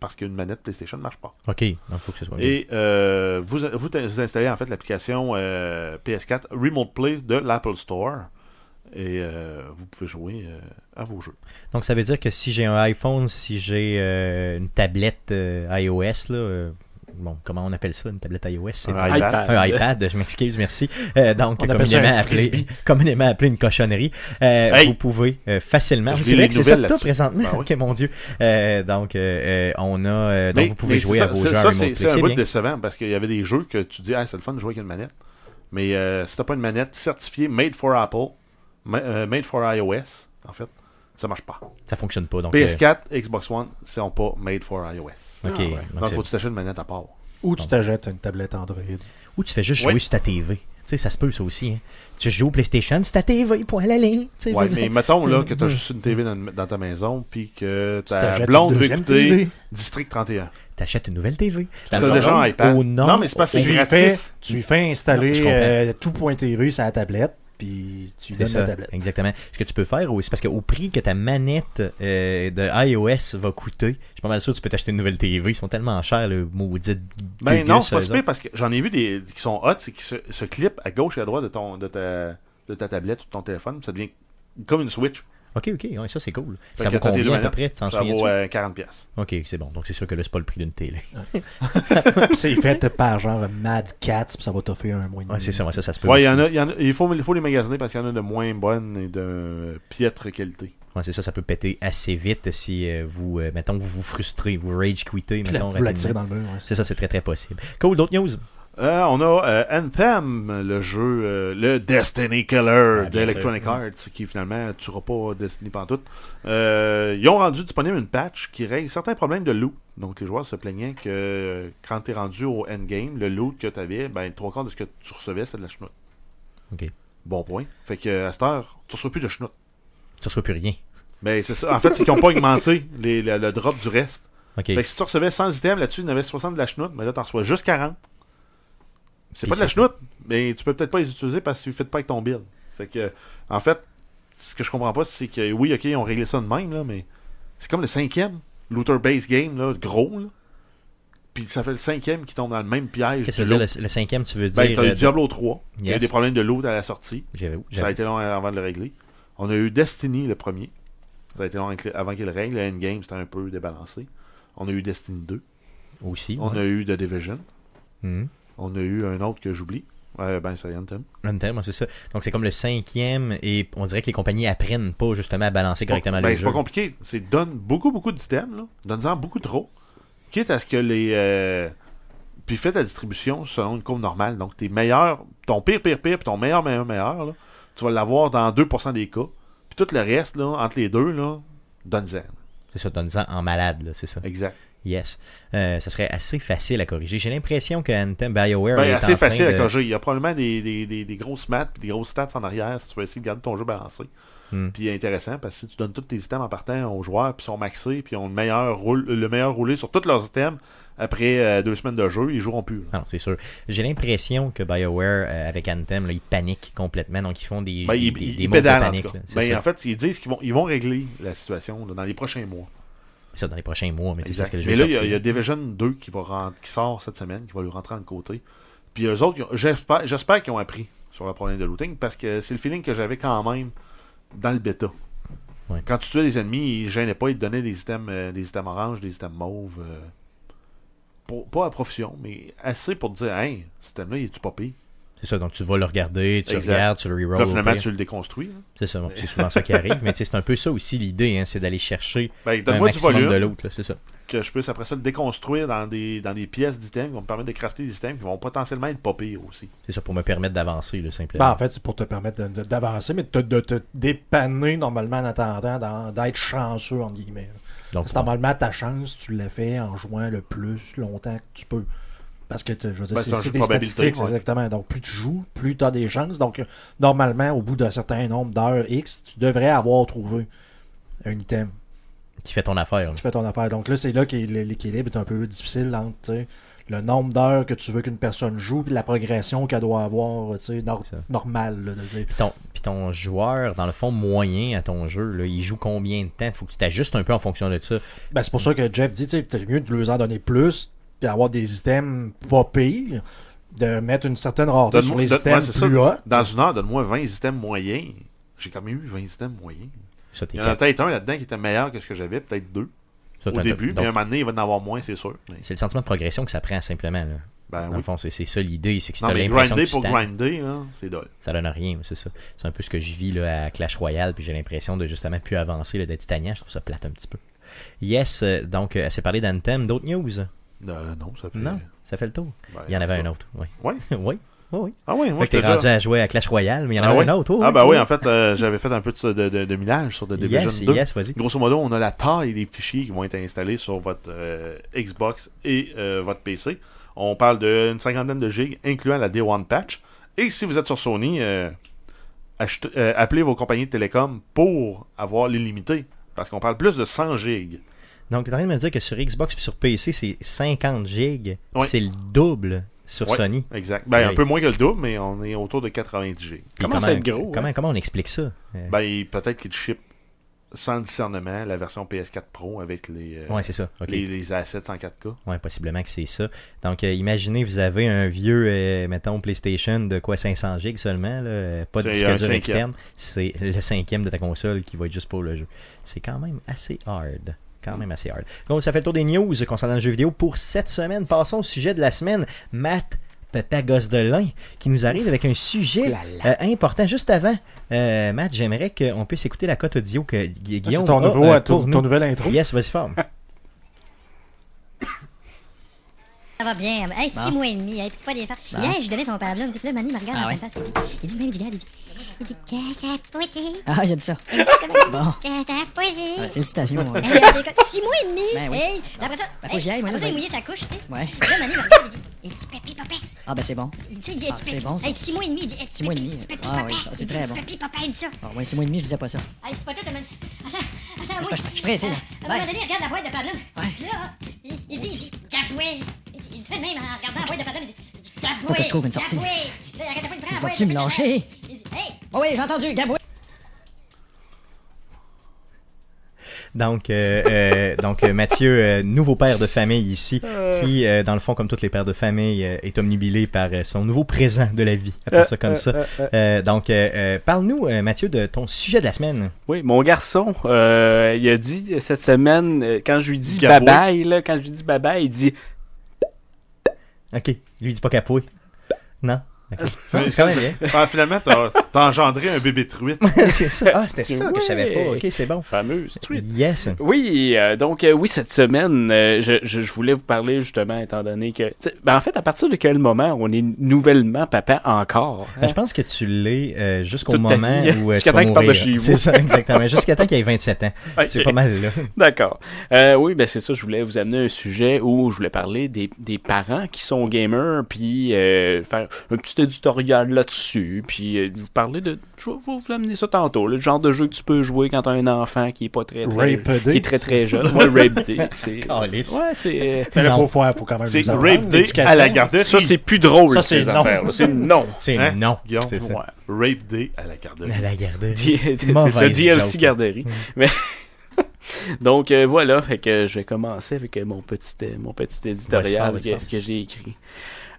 parce qu'une manette PlayStation ne marche pas. Ok, donc faut que ce soit. Et euh, vous, vous t- vous installez en fait l'application euh, PS4 Remote Play de l'Apple Store. Et euh, vous pouvez jouer euh, à vos jeux. Donc ça veut dire que si j'ai un iPhone, si j'ai euh, une tablette euh, iOS, là, euh, bon, comment on appelle ça, une tablette iOS c'est Un iPad. Un iPad, je m'excuse, merci. Euh, donc, On appelle ça communément un appelé, frisbee. communément appelé une cochonnerie. Euh, Hey! Vous pouvez euh, facilement. Oui, Je lis C'est vrai les que c'est ça que nouvelles t'as là-dessus. présentement. Ben oui. ok, mon Dieu. Euh, donc, euh, euh, on a. euh, donc, Mais- vous pouvez mais jouer ça- à vos ça- jeux en Ça, remote c'est play, c'est un c'est bout bien. décevant parce qu'il y avait des jeux que tu dis, ah, c'est le fun de jouer avec une manette. Mais euh, si t'as pas une manette certifiée Made for Apple, ma- euh, Made for iOS, en fait, ça marche pas. Ça fonctionne pas. Donc, euh, PS4, Xbox One, c'est pas Made for iOS. ok, donc Donc, c'est- faut que tu t'achètes une manette à part. Ou tu t'achètes une tablette Android. Ou tu fais juste Oui. jouer sur ta TV. Tu sais, ça se peut, ça aussi. hein. Tu joues au PlayStation sur ta TV, point la ligne. Tu sais, Ouais, je veux mais dire. mettons là, que tu as juste une TV dans, dans ta maison, puis que ta t'achètes blonde une veut deuxième écouter TV. District 31. T'achètes une nouvelle TV. T'as Dans le déjà fond, un iPad. Au nom, non, mais c'est parce que Tu c'est lui, fais, gratis. tu lui fais Non, je installer comprends. euh, tout.tv sur la tablette, puis C'est tu lui donnes la ça, tablette. exactement. Ce que tu peux faire, oui, c'est parce qu'au prix que ta manette euh, de iOS va coûter, je suis pas mal sûr que tu peux t'acheter une nouvelle TV. Ils sont tellement chers, le maudit. euh, Ben Google, non, c'est ça, pas les si pire, parce que j'en ai vu des qui sont hot, c'est qui se, se clipent à gauche et à droite de ton de ta, de ta tablette ou de ton téléphone, puis ça devient comme une Switch. autres. Ok, ok, ouais, ça c'est cool. Fait ça que vaut t'as tes deux combien à peu manettes, près tu t'en Ça souviens-tu? vaut euh, 40 pièces. Ok, c'est bon. Donc c'est sûr que là, c'est pas le prix d'une télé. C'est fait par genre Mad Cats, puis ça va t'offrir un mois et demi. Ouais, c'est ça, ouais, ça, ça se peut. Ouais, il y aussi. en a, il y en a- il faut il faut les magasiner parce qu'il y en a de moins bonnes et de piètre qualité. Ouais, c'est ça, ça peut péter assez vite si euh, vous, euh, mettons, vous vous frustrez, vous rage quittez, Puis là, mettons, vous la rapidement. tirez dans le mur. ouais. C'est ça, c'est très très possible. Cool, d'autres news? Euh, on a euh, Anthem, le jeu, euh, le Destiny Ah, Killer bien d'Electronic sûr. Arts, qui finalement tuera pas Destiny pantoute. Euh, ils ont rendu disponible une patch qui règle certains problèmes de loot. Donc les joueurs se plaignaient que euh, quand tu es rendu au endgame, le loot que tu avais, ben, trois quarts de ce que tu recevais, c'était de la chenoute. Ok. Bon point. Fait que à cette heure, tu reçois plus de chenoute. Tu reçois plus rien. Ben, c'est ça. En fait, c'est qu'ils n'ont pas augmenté les- le, le drop du reste. Ok. Fait que si tu recevais 100 items, là-dessus, il y en avait 60 de la chenoute, mais là, t'en reçois juste 40. Puis C'est pas de la ça- chenoute, mais tu peux peut-être pas les utiliser parce que tu fais pas avec ton build. Fait que, en fait, ce que je comprends pas, c'est que oui, ok, ils ont réglé ça de même, là, mais c'est comme le cinquième looter base game, là, gros, là. Puis ça fait le cinquième qui tombe dans le même piège. Qu'est-ce de que tu veux l'autre. dire, le, le cinquième, tu veux Ben, dire? t'as eu euh, Diablo 3. Il y a eu Yes. des problèmes de loot à la sortie. J'avais où? Ça a J'avais- été long avant de le régler. On a eu Destiny, le premier. Ça a été long avec- avant qu'il le règle. Le endgame, c'était un peu débalancé. On a eu Destiny 2. Aussi. On ouais. a eu The Division. Mhm. On a eu un autre que j'oublie. Euh, ben, c'est Anthem. Même terme, c'est ça. Donc c'est comme le cinquième et on dirait que les compagnies apprennent pas justement à balancer correctement Ben, le c'est jeu. pas compliqué. C'est donne beaucoup, beaucoup d'items. là. Donne-en beaucoup trop. Quitte à ce que les. euh, Puis fais ta distribution selon une courbe normale. Donc, tes meilleurs. Ton pire, pire, pire. Puis ton meilleur, meilleur, meilleur. là, tu vas l'avoir dans 2% des cas. Puis tout le reste, là, entre les deux, là, donne-en. C'est ça, donne-en en malade, là, c'est ça. Exact. Yes. Euh, ça serait assez facile à corriger. J'ai l'impression que Anthem BioWare Ben, est assez en train facile à de- corriger. Il y a probablement des, des, des, des grosses maths puis des grosses stats en arrière si tu veux essayer de garder ton jeu balancé. Hmm. Puis intéressant parce que si tu donnes tous tes items en partant aux joueurs, puis ils sont maxés, puis ils ont le meilleur, roule, le meilleur roulé sur tous leurs items, après euh, deux semaines de jeu, ils joueront plus. là. Ah non, c'est sûr. J'ai l'impression que BioWare, euh, avec Anthem, là, ils paniquent complètement. Donc, ils font des, Ben, des, ils, des- ils- des ils moves de pédalent, en panique. tout cas. là. C'est Ben, ça. en fait, ils disent qu'ils vont, ils vont régler la situation là, dans les prochains mois. Ça, dans les prochains mois. Mais, tu sais, c'est parce que le jeu Mais là, est il y, a- sorti. il y a Division 2 qui, va rentrer- qui sort cette semaine, qui va lui rentrer en côté. Puis eux autres, ils ont- j'espère j'espère qu'ils ont appris sur le problème de looting, parce que c'est le feeling que j'avais quand même dans le bêta. Ouais. Quand tu tuais des ennemis, ils ne gênaient pas, ils te donnaient des items, euh, des items oranges, des items mauves. euh, pour- pas à profusion, mais assez pour te dire, hey, ce item-là, il est-tu pas pire? C'est ça, donc tu vas le regarder, tu Exact. regardes, tu le Puis reroll. Là, au finalement, pire. tu le déconstruis. hein. C'est ça, bon, c'est souvent ça qui arrive. Mais tu sais, c'est un peu ça aussi l'idée, hein, c'est d'aller chercher Ben, un donne-moi du maximum volume. de l'autre. là, C'est ça. que que je puisse après ça le déconstruire dans des, dans des pièces d'items qui vont me permettre de crafter des items qui vont potentiellement être pas pires aussi. C'est ça pour me permettre d'avancer, là, simplement. Ben, Bah, en fait, c'est pour te permettre de- de- d'avancer, mais de te- de te dépanner normalement en attendant d'en- d'être chanceux, entre guillemets. Donc, C'est normalement ta chance, tu l'as fait en jouant le plus longtemps que tu peux. Parce que, tu sais, je veux dire, Ben, c'est c'est un jeu c'est de des probabilité, statistiques, ouais. exactement. Donc, plus tu joues, plus tu as des chances. Donc, euh, normalement, au bout d'un certain nombre d'heures X, tu devrais avoir trouvé un item. qui fait ton affaire. là. Tu fais ton affaire. Donc, là, c'est là que l'é- l'équilibre est un peu difficile entre, tu sais, le nombre d'heures que tu veux qu'une personne joue, puis la progression qu'elle doit avoir, tu sais, nor- Ça. normale, là, de dire. Puis ton, puis ton joueur, dans le fond, moyen à ton jeu, là, il joue combien de temps? Faut que tu t'ajustes un peu en fonction de ça. Ben, c'est pour ça que Jeff dit, tu sais, t'es mieux de lui en donner plus, puis avoir des items pas pires, de mettre une certaine rareté sur Donne-moi- les donne- ouais, items c'est ça. plus hauts. Dans une heure, donne-moi 20 items moyens. J'ai quand même eu 20 items moyens. Ça, t'es Il y en a cap- peut-être un là-dedans qui était meilleur que ce que j'avais, peut-être deux ça, t'as- au début, donc, puis à un moment donné, il va en avoir moins, c'est sûr. Mais, c'est le sentiment de progression que ça prend, simplement. Là. ben Dans le oui. fond, c'est c'est ça l'idée. C'est que si Non, t'as mais l'impression grinder que tu pour t'en- grinder, là, c'est dole. ça donne rien, c'est ça. C'est un peu ce que je vis là, à Clash Royale, puis j'ai l'impression de justement plus avancer là, de Titania. Je trouve ça plate un petit peu. Yes, euh, donc, euh, assez parlé d'Anthem. D'autres news? Non, non, ça fait. Non, ça fait le tour. Euh, ben, Il y en avait un autre, oui. Ouais. oui. Oui, Ah oui, moi Fait que t'es j'étais rendu déjà- à jouer à Clash Royale, mais il y en Ah avait ouais? un autre. Ah bah oui, en fait, euh, j'avais fait un peu de, ça- de, de- de minage sur The Division Yes, 2. yes, vas-y. Grosso modo, on a la taille des fichiers qui vont être installés sur votre euh, Xbox et euh, votre PC. On parle d'une cinquantaine de gigs, incluant la Day One patch. Et si vous êtes sur Sony, euh, achetez- euh, appelez vos compagnies de télécom pour avoir l'illimité. Parce qu'on parle plus de 100 gigs. Donc, t'es en train de me dire que sur Xbox et sur PC, c'est 50 gigs. Ouais. C'est le double sur Ouais, Sony. Exact. Ben, Oui. un peu moins que le double, mais on est autour de 90 gigs. Puis Comment ça être gros, hein. Comment, comment on explique ça? Euh, Ben, il- peut-être qu'ils chip sans discernement la version PS4 Pro avec les, euh, ouais, c'est ça. OK. les, les assets en 4K. Ouais, possiblement que c'est ça. Donc, euh, imaginez, vous avez un vieux, euh, mettons, PlayStation de quoi 500 gigs seulement, là, euh, pas de C'est disque un dur cinquième. externe. C'est le cinquième de ta console qui va être juste pour le jeu. C'est quand même assez hard. Quand même assez hard. Donc, ça fait le tour des news concernant le jeu vidéo pour cette semaine. Passons au sujet de la semaine. Matt Patagos de Lin qui nous arrive avec un sujet euh, important. Juste avant, euh, Matt, j'aimerais qu'on puisse écouter la cote audio que Gu- Ah, C'est Guillaume ton, a, nouveau, euh, euh, ton- pour ton nous. nouvel intro. Yes, vas-y fort. Ça va bien. Hey, six mois et demi. Hey, puis c'est pas des femmes. Hier, je donnais son pablum. Puis là, Manu me regarde Ah en ouais. face. Il dit, mais il dit, il dit, que t'as posé, Ah, il y a de ça. Bon, que t'as posé. euh, félicitations. ouais. Hey, là, t'es comme, Six mois et demi. Ben oui. Hey, là, après ça, Ben, faut que j'y aille, moi, après là, ça, il ben. mouillait sa couche, tu sais. Ouais. Puis Là, Manu me regarde, il dit, il dit, papi, papa. Ah, ben c'est bon. Il dit, il dit, Ah, tu c'est papi. bon, ça. Hey, six mois et demi, il dit, hey, tu Six mois et papi, demi. tu papi, Ah, papa. oui, ça, c'est Il dit, très tu bon. papi, papa, il dit ça. Ah, ouais, c'est mois et demi, je disais pas ça. Hey, c'est pas tout, man. Attends, attends, oui. Euh, parce que je suis pressé, là. À un moment Ouais. donné, il regarde la boîte de pablum. Puis là, il il dit, il dit, capoué. Il dit- il dit ça de même en regardant la boîte de pablum. Il dit, il dit, capoué. que je trouve une sortie. Capoué. Là, il regarde la boîte, il prend la boîte. Vas-tu me lâcher? Il dit, hey, Oh, oui, j'ai entendu. Gaboué. Donc, euh, euh, donc euh, Mathieu, euh, nouveau père de famille ici, qui, euh, dans le fond, comme tous les pères de famille, euh, est omnibilé par euh, son nouveau présent de la vie. Appelons ça comme ça. Euh, donc, euh, euh, parle-nous, euh, Mathieu, de ton sujet de la semaine. Oui, mon garçon, euh, il a dit cette semaine, euh, quand je lui dis bye Gabo. bye, là, quand je lui dis bye bye, il dit OK. Lui, il dit pas capoué. Non? Euh, Ok. Non, Mais C'est quand même bien. Ah, finalement, t'as t'as engendré un bébé truite. c'est ça. Ah, c'était ça que je savais pas. OK, c'est bon. fameuse tweet. Yes. Ben, Oui, euh, donc euh, oui, cette semaine, euh, je, je, je voulais vous parler justement, étant donné que. tu sais, Ben, en fait, à partir de quel moment on est nouvellement papa encore? hein? Ben, je pense que tu l'es euh, jusqu'au Toute ta moment vie. où euh, tu Jusqu'à vas temps qu'il parte de mourir. chez vous. C'est ça, exactement. Jusqu'à temps qu'il ait 27 ans. Ok. Ben, C'est pas mal, là. D'accord. Euh, oui, ben c'est ça. Je voulais vous amener un sujet où je voulais parler des, des parents qui sont gamers, puis euh, faire un petit éditorial là-dessus, puis euh, vous parler de. Je vais vous amener ça tantôt. là, le genre de jeu que tu peux jouer quand t'as un enfant qui est pas très très, Rape qui Day. est très très jeune. Moi, rape Day, c'est. Calisse. Ouais, c'est. euh, Mais là, Non. faut, faut, faut quand même C'est nous en Rape prendre, Day l'éducation. à la garderie. Ça, c'est plus drôle. Ça, ces c'est non. affaires-là. C'est non. C'est Hein? non. Guillaume, C'est ça. Ouais. Rape Day à la garderie. À la garderie. D- C'est Mauvaise ça, DLC joke. garderie. Mais donc euh, voilà, fait que je vais commencer avec euh, mon petit euh, mon petit éditorial Vas-y, que, vas-y. que j'ai écrit.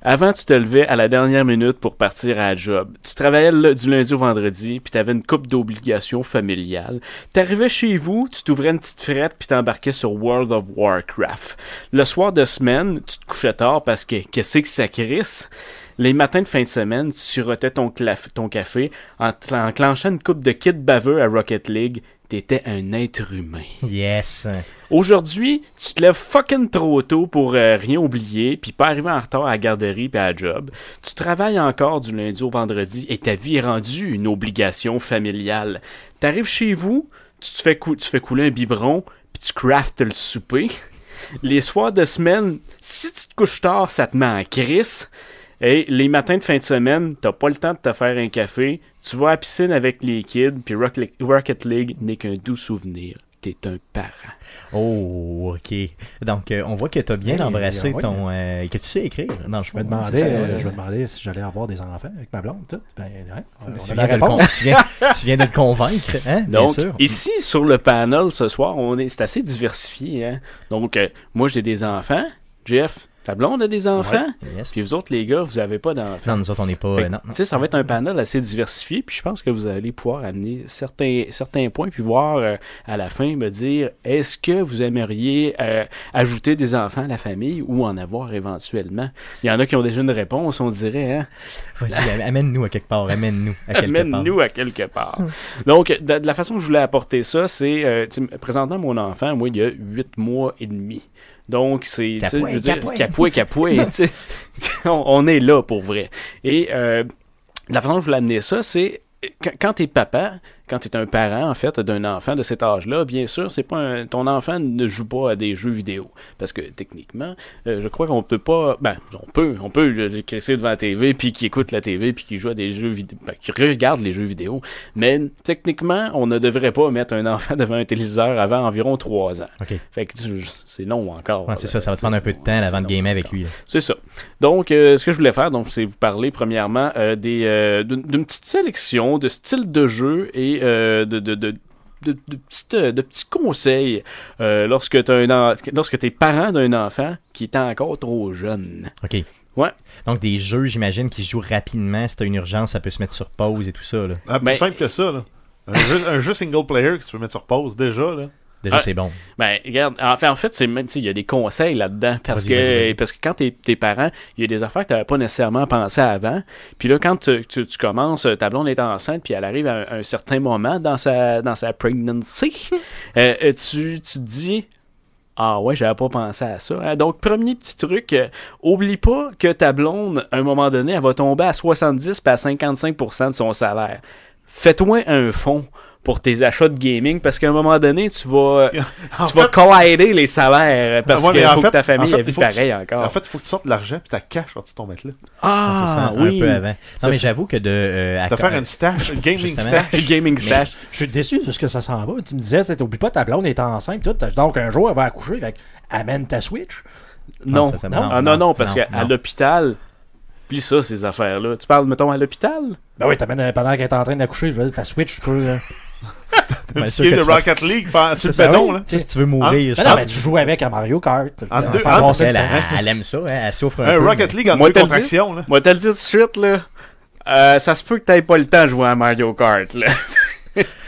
Avant, tu te levais à la dernière minute pour partir à la job. Tu travaillais le- du lundi au vendredi, puis t'avais une coupe d'obligations familiales. T'arrivais chez vous, tu t'ouvrais une petite frette, puis t'embarquais sur World of Warcraft. Le soir de semaine, tu te couchais tard parce que qu'est-ce que ça crisse? Les matins de fin de semaine, tu sirotais ton, claf- ton café en te- enclenchant une coupe de kit baveux à Rocket League T'étais un être humain. Yes. Aujourd'hui, tu te lèves fucking trop tôt pour euh, rien oublier, puis pas arriver en retard à la garderie puis à la job. Tu travailles encore du lundi au vendredi et ta vie est rendue une obligation familiale. T'arrives chez vous, tu te fais, cou- tu fais couler un biberon, puis tu craftes le souper. Les soirs de semaine, si tu te couches tard, ça te met en crise. Et les matins de fin de semaine, t'as pas le temps de te faire un café. Tu vas à la piscine avec les kids, puis Rock- Rocket League n'est qu'un doux souvenir. T'es un parent. Oh, ok. Donc, euh, on voit que tu as Eh, bien Hey, embrassé ah ouais. ton. euh, et que tu sais écrire. Non, je Je me demandais, euh, je me demandais si j'allais avoir des enfants avec ma blonde, tout. Ben, ouais, on Tu a viens, la de le réponse. con- tu, viens, tu viens de le convaincre, hein? Bien Donc, sûr. ici, sur le panel ce soir, on est, c'est assez diversifié. hein. Donc, euh, moi, j'ai des enfants. Jeff, ta blonde a des enfants. Yes. Puis vous autres, les gars, vous n'avez pas d'enfants. Non, nous autres, on n'est pas. Fait euh, que, non, non. tu sais, ça va être un panel assez diversifié, puis je pense que vous allez pouvoir amener certains, certains points, puis voir euh, à la fin me dire est-ce que vous aimeriez euh, ajouter des enfants à la famille ou en avoir éventuellement Il y en a qui ont déjà une réponse, on dirait. Hein? Vas-y, am- amène-nous à quelque part. Amène-nous à quelque part. Amène-nous à quelque part. Donc, de, de la façon que je voulais apporter ça, c'est euh, tu sais, présentement mon enfant, moi, il y a 8 mois et demi. Donc, c'est. tu sais, Capouet, je veux dire, capouet. Capouet, capouet, tu sais. on, on est là pour vrai. Et euh, de la façon que je voulais amener ça, c'est. euh, Quand, quand t'es papa, quand t'es un parent, en fait, d'un enfant de cet âge-là, bien sûr, c'est pas un- ton enfant ne joue pas à des jeux vidéo. Parce que, techniquement, euh, je crois qu'on peut pas. Ben, on peut. On peut le, le crisser devant la TV, puis qui écoute la TV, puis qui joue à des jeux vidéo. Ben, qui regarde les jeux vidéo. Mais, techniquement, on ne devrait pas mettre un enfant devant un téléviseur avant environ 3 ans. Ok. Fait que tu- c'est long encore. Ouais, c'est ça, ça va te prendre un peu de temps là, avant de gamer avec lui. là. C'est ça. Donc, euh, ce que je voulais faire, donc, c'est vous parler premièrement euh, des euh, d'une d'une petite sélection de styles de jeu et euh, de, de, de de, de petites, euh, de petits conseils euh, lorsque tu lorsque t'es parent d'un enfant qui est encore trop jeune. OK. Ouais. Donc, des jeux, j'imagine, qui se jouent rapidement. Si t'as une urgence, ça peut se mettre sur pause et tout ça. Là. Ah, plus Ben- simple que ça, là. Un jeu, un jeu single player que tu peux mettre sur pause déjà, là. Déjà, Ah. c'est bon. Ben, regarde, en fait, en fait c'est même, tu sais, il y a des conseils là-dedans parce Vas-y, vas-y, que vas-y. parce que quand t'es tes parents, il y a des affaires que t'avais pas nécessairement pensé avant. Puis là, quand tu, tu, tu commences, ta blonde est enceinte, puis elle arrive à un, un certain moment dans sa dans sa pregnancy, euh, euh, tu tu te dis ah ouais, j'avais pas pensé à ça. hein. Donc, premier petit truc, euh, oublie pas que ta blonde, à un moment donné, elle va tomber à 70 puis à 55% de son salaire. Fais-toi un fonds pour tes achats de gaming parce qu'à un moment donné, tu vas, euh, En tu vas fait- collider les salaires euh, parce Ouais, mais qu'il en faut fait- que ta famille en fait, elle vit il faut que pareil tu- encore. En fait, il faut que tu sortes de l'argent puis tu caches quand tu tombes là. C'est ça, ah Un oui, peu avant. Ça Non, mais fait- j'avoue que de. euh, à- Tu faire une stash, une gaming Justement. stash. gaming stash. Je suis déçu de ce que ça s'en va. Tu me disais, c'est oublie pas, ta blonde est enceinte, pis tout. Donc, un jour, elle va accoucher, fait que, amène ta Switch. Non, Non, ça, ça- non, non, ah, non, non, non, parce non, qu'à non. l'hôpital, puis ça, ces affaires-là. Tu parles, mettons, à l'hôpital? Ben oui, t'amènes euh, pendant qu'elle est en train d'accoucher, je veux dire, ta Switch, tu peux. euh, Bien Ben, sûr Game que de tu vas- Ben Rocket League par- sur le ça, pédon, oui. là. Tu sais, si tu veux mourir, je Ben non, pense mais tu joues avec à Mario Kart. En Ça deux- va Ah, en passer qu'elle, le elle, temps. elle aime ça, hein, elle souffre un, Un peu. Rocket League en Moi, deux t'as le dit. contractions, là. Moi, t'as le dit tout de suite, là. Euh, ça se peut que t'aies pas le temps de jouer à Mario Kart, là.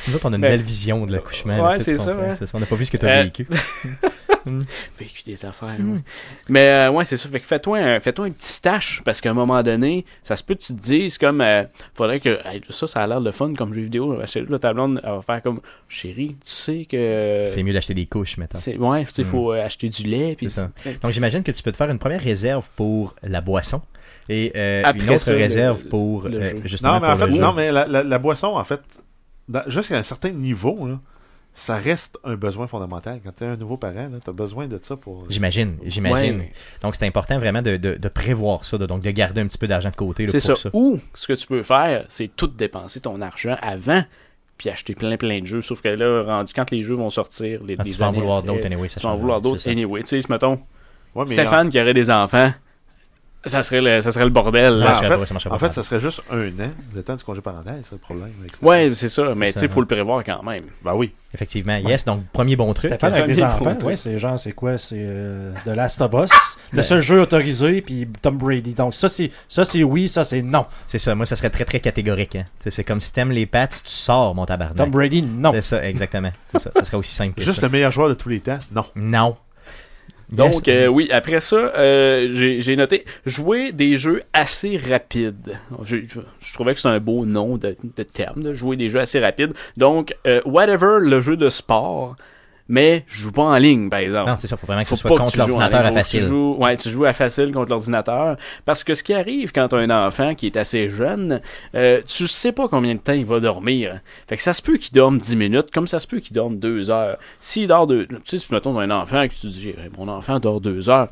Nous autres, on a une Mais- belle vision de l'accouchement. là, Ouais, tu sais, tu c'est ça, comprends, ouais. On n'a pas vu ce que tu Euh, as vécu. vécu des affaires. ouais. Hmm. Mais euh, ouais, c'est ça. Fait que fais-toi un, fais-toi un petit stash parce qu'à un moment donné, ça se peut que tu te dises comme euh, faudrait que hey, ça ça a l'air de fun comme jeu vidéo, Chez- là ta blonde elle va faire comme chérie, tu sais que C'est mieux d'acheter des couches, maintenant. c'est ouais, tu sais Mm. faut euh, acheter du lait puis C'est ça. Donc, j'imagine que tu peux te faire une première réserve pour la boisson et euh, Après une autre ça, le- réserve pour le euh, jeu. justement Non, mais en pour fait, le jeu. non, mais la, la- la boisson, en fait, dans- jusqu'à un certain niveau, là, ça reste un besoin fondamental. Quand tu es un nouveau parent, tu as besoin de ça pour. J'imagine, j'imagine. Ouais. Donc, c'est important vraiment de, de- de prévoir ça, de- donc de garder un petit peu d'argent de côté là, C'est pour ça. ça. Ou ce que tu peux faire, c'est tout dépenser ton argent avant puis acheter plein plein de jeux sauf que là rendu quand les jeux vont sortir les Ah, tu des vas en années vouloir après, d'autres anyway. ça Tu vas en change vouloir rien, d'autres c'est ça. anyway, tu sais mettons Ouais, mais Stéphane qui aurait des enfants, ça serait le, ça serait le bordel. en- Ça en marcherait fait- pas, ça marcherait En pas. fait, ça serait juste un an, le temps du congé parental, c'est le problème. avec ça. Ouais, c'est ça, mais ça, hein. tu sais, ouais. faut le prévoir quand même. Ben oui. Effectivement, yes. Donc, premier bon truc. Stéphane avec des Famille enfants, photo. ouais, c'est genre, c'est quoi C'est euh, The Last of Us, le seul jeu autorisé, puis Tom Brady. Donc, ça, c'est ça c'est oui, ça, c'est non. C'est ça. Moi, ça serait très, très catégorique. hein. Tu sais, C'est comme si t'aimes les pattes, tu sors, mon tabarnak. Tom Brady, non. Ben, C'est ça, exactement. C'est ça. ça serait aussi simple que Juste ça. le meilleur joueur de tous les temps, non. Non. Donc, euh, oui, après ça, euh, j'ai j'ai noté jouer des jeux assez rapides. Je, je- je trouvais que c'est un beau nom de, de terme, de jouer des jeux assez rapides. Donc, euh, whatever le jeu de sport, mais je joue pas en ligne, par exemple. Non, c'est ça, faut vraiment que ce Faut soit pas que contre tu joues en l'ordinateur ligne, à faut que Tu facile. joues, ouais, tu joues à facile contre l'ordinateur. Parce que ce qui arrive quand t'as un enfant qui est assez jeune, euh, tu sais pas combien de temps il va dormir. Fait que ça se peut qu'il dorme 10 minutes, comme ça se peut qu'il dorme 2 heures. S'il dort deux, tu sais, si mettons t'as un enfant que tu dis, Eh, mon enfant dort 2 heures.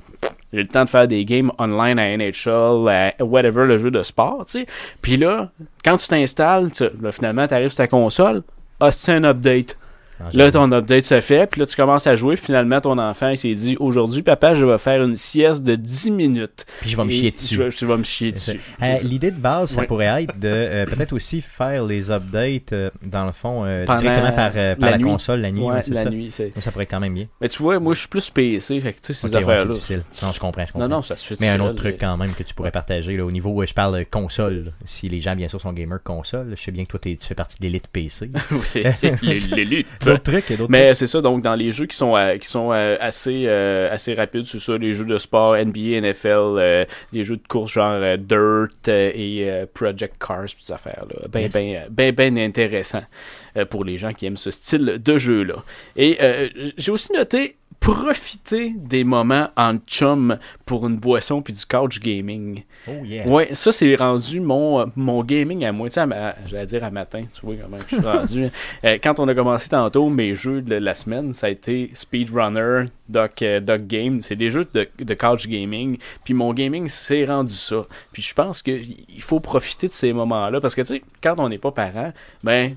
J'ai le temps de faire des games online à NHL, à whatever, le jeu de sport, tu sais. Puis là, quand tu t'installes, tu- là, finalement, t'arrives sur ta console, ah, c'est un update. Ah, Là, ton update se fait, puis là, tu commences à jouer. Finalement, ton enfant, il s'est dit Aujourd'hui, papa, je vais faire une sieste de 10 minutes. Puis je vais me Et chier Je, dessus. vais- je vais me chier C'est dessus. ça. Euh, L'idée de base, ça Ouais. pourrait être de euh, peut-être aussi faire les updates, euh, dans le fond, euh, Pendant directement par, euh, par la la, nuit. console la nuit. Ouais, ouais, c'est la ça. nuit, c'est. Mais ça pourrait être quand même bien. Mais tu vois, moi, je suis plus PC, fait que tu sais, ces Ok, ouais, c'est affaires-là. difficile. Non, je comprends, je comprends. non, non, ça se fait Mais un tout autre seul, truc hein. quand même que tu pourrais partager là, au niveau, euh, je parle euh, console. là. Si les gens, bien sûr, sont gamers console, je sais bien que toi, t'es- tu fais partie de l'élite PC. Oui, l'élite. D'autres trucs, d'autres Mais c'est ça, donc dans les jeux qui sont, euh, qui sont euh, assez, euh, assez rapides, c'est ça, les jeux de sport, NBA, NFL, euh, les jeux de course genre euh, Dirt euh, et euh, Project Cars, toutes ces affaires-là. Ben, Yes. ben, euh, ben, ben intéressant euh, pour les gens qui aiment ce style de jeu-là. Et euh, j'ai aussi noté profiter des moments en chum pour une boisson puis du couch gaming. trucs. Oh yeah. Ouais, ça c'est rendu mon, euh, mon gaming à moi. Tu sais, à ma- j'allais dire à matin, tu vois comment je suis rendu. Euh, quand on a commencé tantôt, mes jeux de la semaine, ça a été Speedrunner, Doc, euh, Doc Game. C'est des jeux de, de couch gaming. Puis mon gaming s'est rendu ça. Puis je pense qu'il faut profiter de ces moments-là. Parce que tu sais, quand on n'est pas parent, ben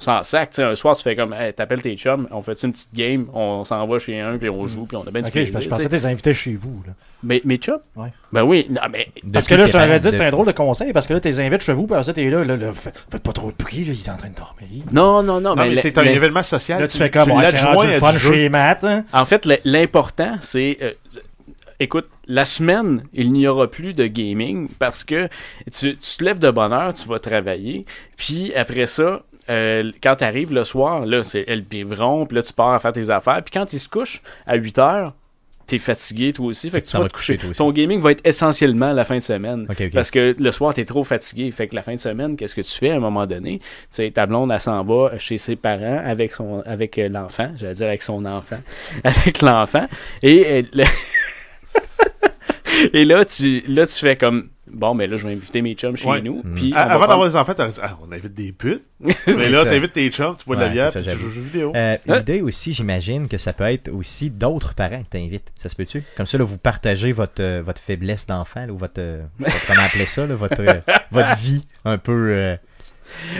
on s'en sac, tu sais, un soir tu fais comme, hey, t'appelles tes chums, on fait une petite game, on s'en va chez un, puis on joue, puis on a bien du Mm. Ok, je, plaisir, je tu sais. pensais que les invités chez vous. Là. Mais mes chums? Ouais. Ben oui, non, mais Parce que là, je t'aurais dit, c'est un drôle de conseil, parce que là, t'es invites chez vous, puis après ça, t'es là, là, là, fais- faites pas trop de bruit, là, il est en train de dormir. Non, non, non, Non, mais, le- c'est un le- événement social. Là, tu fais comme, ouais, c'est l'adjoins rendu le à fun du jeu. chez Matt, hein. En fait, le- l'important, c'est. euh, écoute, la semaine, il n'y aura plus de gaming parce que tu, tu te lèves de bonne heure, tu vas travailler, puis après ça. euh, quand tu arrives le soir, là, c'est le biberon, puis là, tu pars à faire tes affaires. Puis quand il se couche à 8 heures, t'es fatigué, toi aussi. Fait que tu Ça vas va te te coucher, coucher. toi aussi. Ton gaming va être essentiellement la fin de semaine. Ok, ok. Parce que le soir, t'es trop fatigué. Fait que la fin de semaine, qu'est-ce que tu fais à un moment donné? Tu sais, ta blonde, elle s'en va chez ses parents avec son avec euh, l'enfant. J'allais dire avec son enfant. avec l'enfant. Et, euh, le- et là, tu, là, tu fais comme... Bon, mais là, je vais inviter mes chums chez Ouais. nous. Mm. Puis Ah, on va avant faire- d'avoir des enfants, t'as dit, ah, on invite des putes. mais C'est là, ça. t'invites tes chums, tu bois de la Ouais, bière, c'est ça, puis tu joues j'avoue. aux jeux vidéo. Euh, Hein? L'idée aussi, j'imagine que ça peut être aussi d'autres parents que t'invites. Ça se peut-tu? Comme ça, là, vous partagez votre, euh, votre faiblesse d'enfant, là, ou votre, euh, votre- comment appeler ça, là, votre, euh, votre vie un peu euh,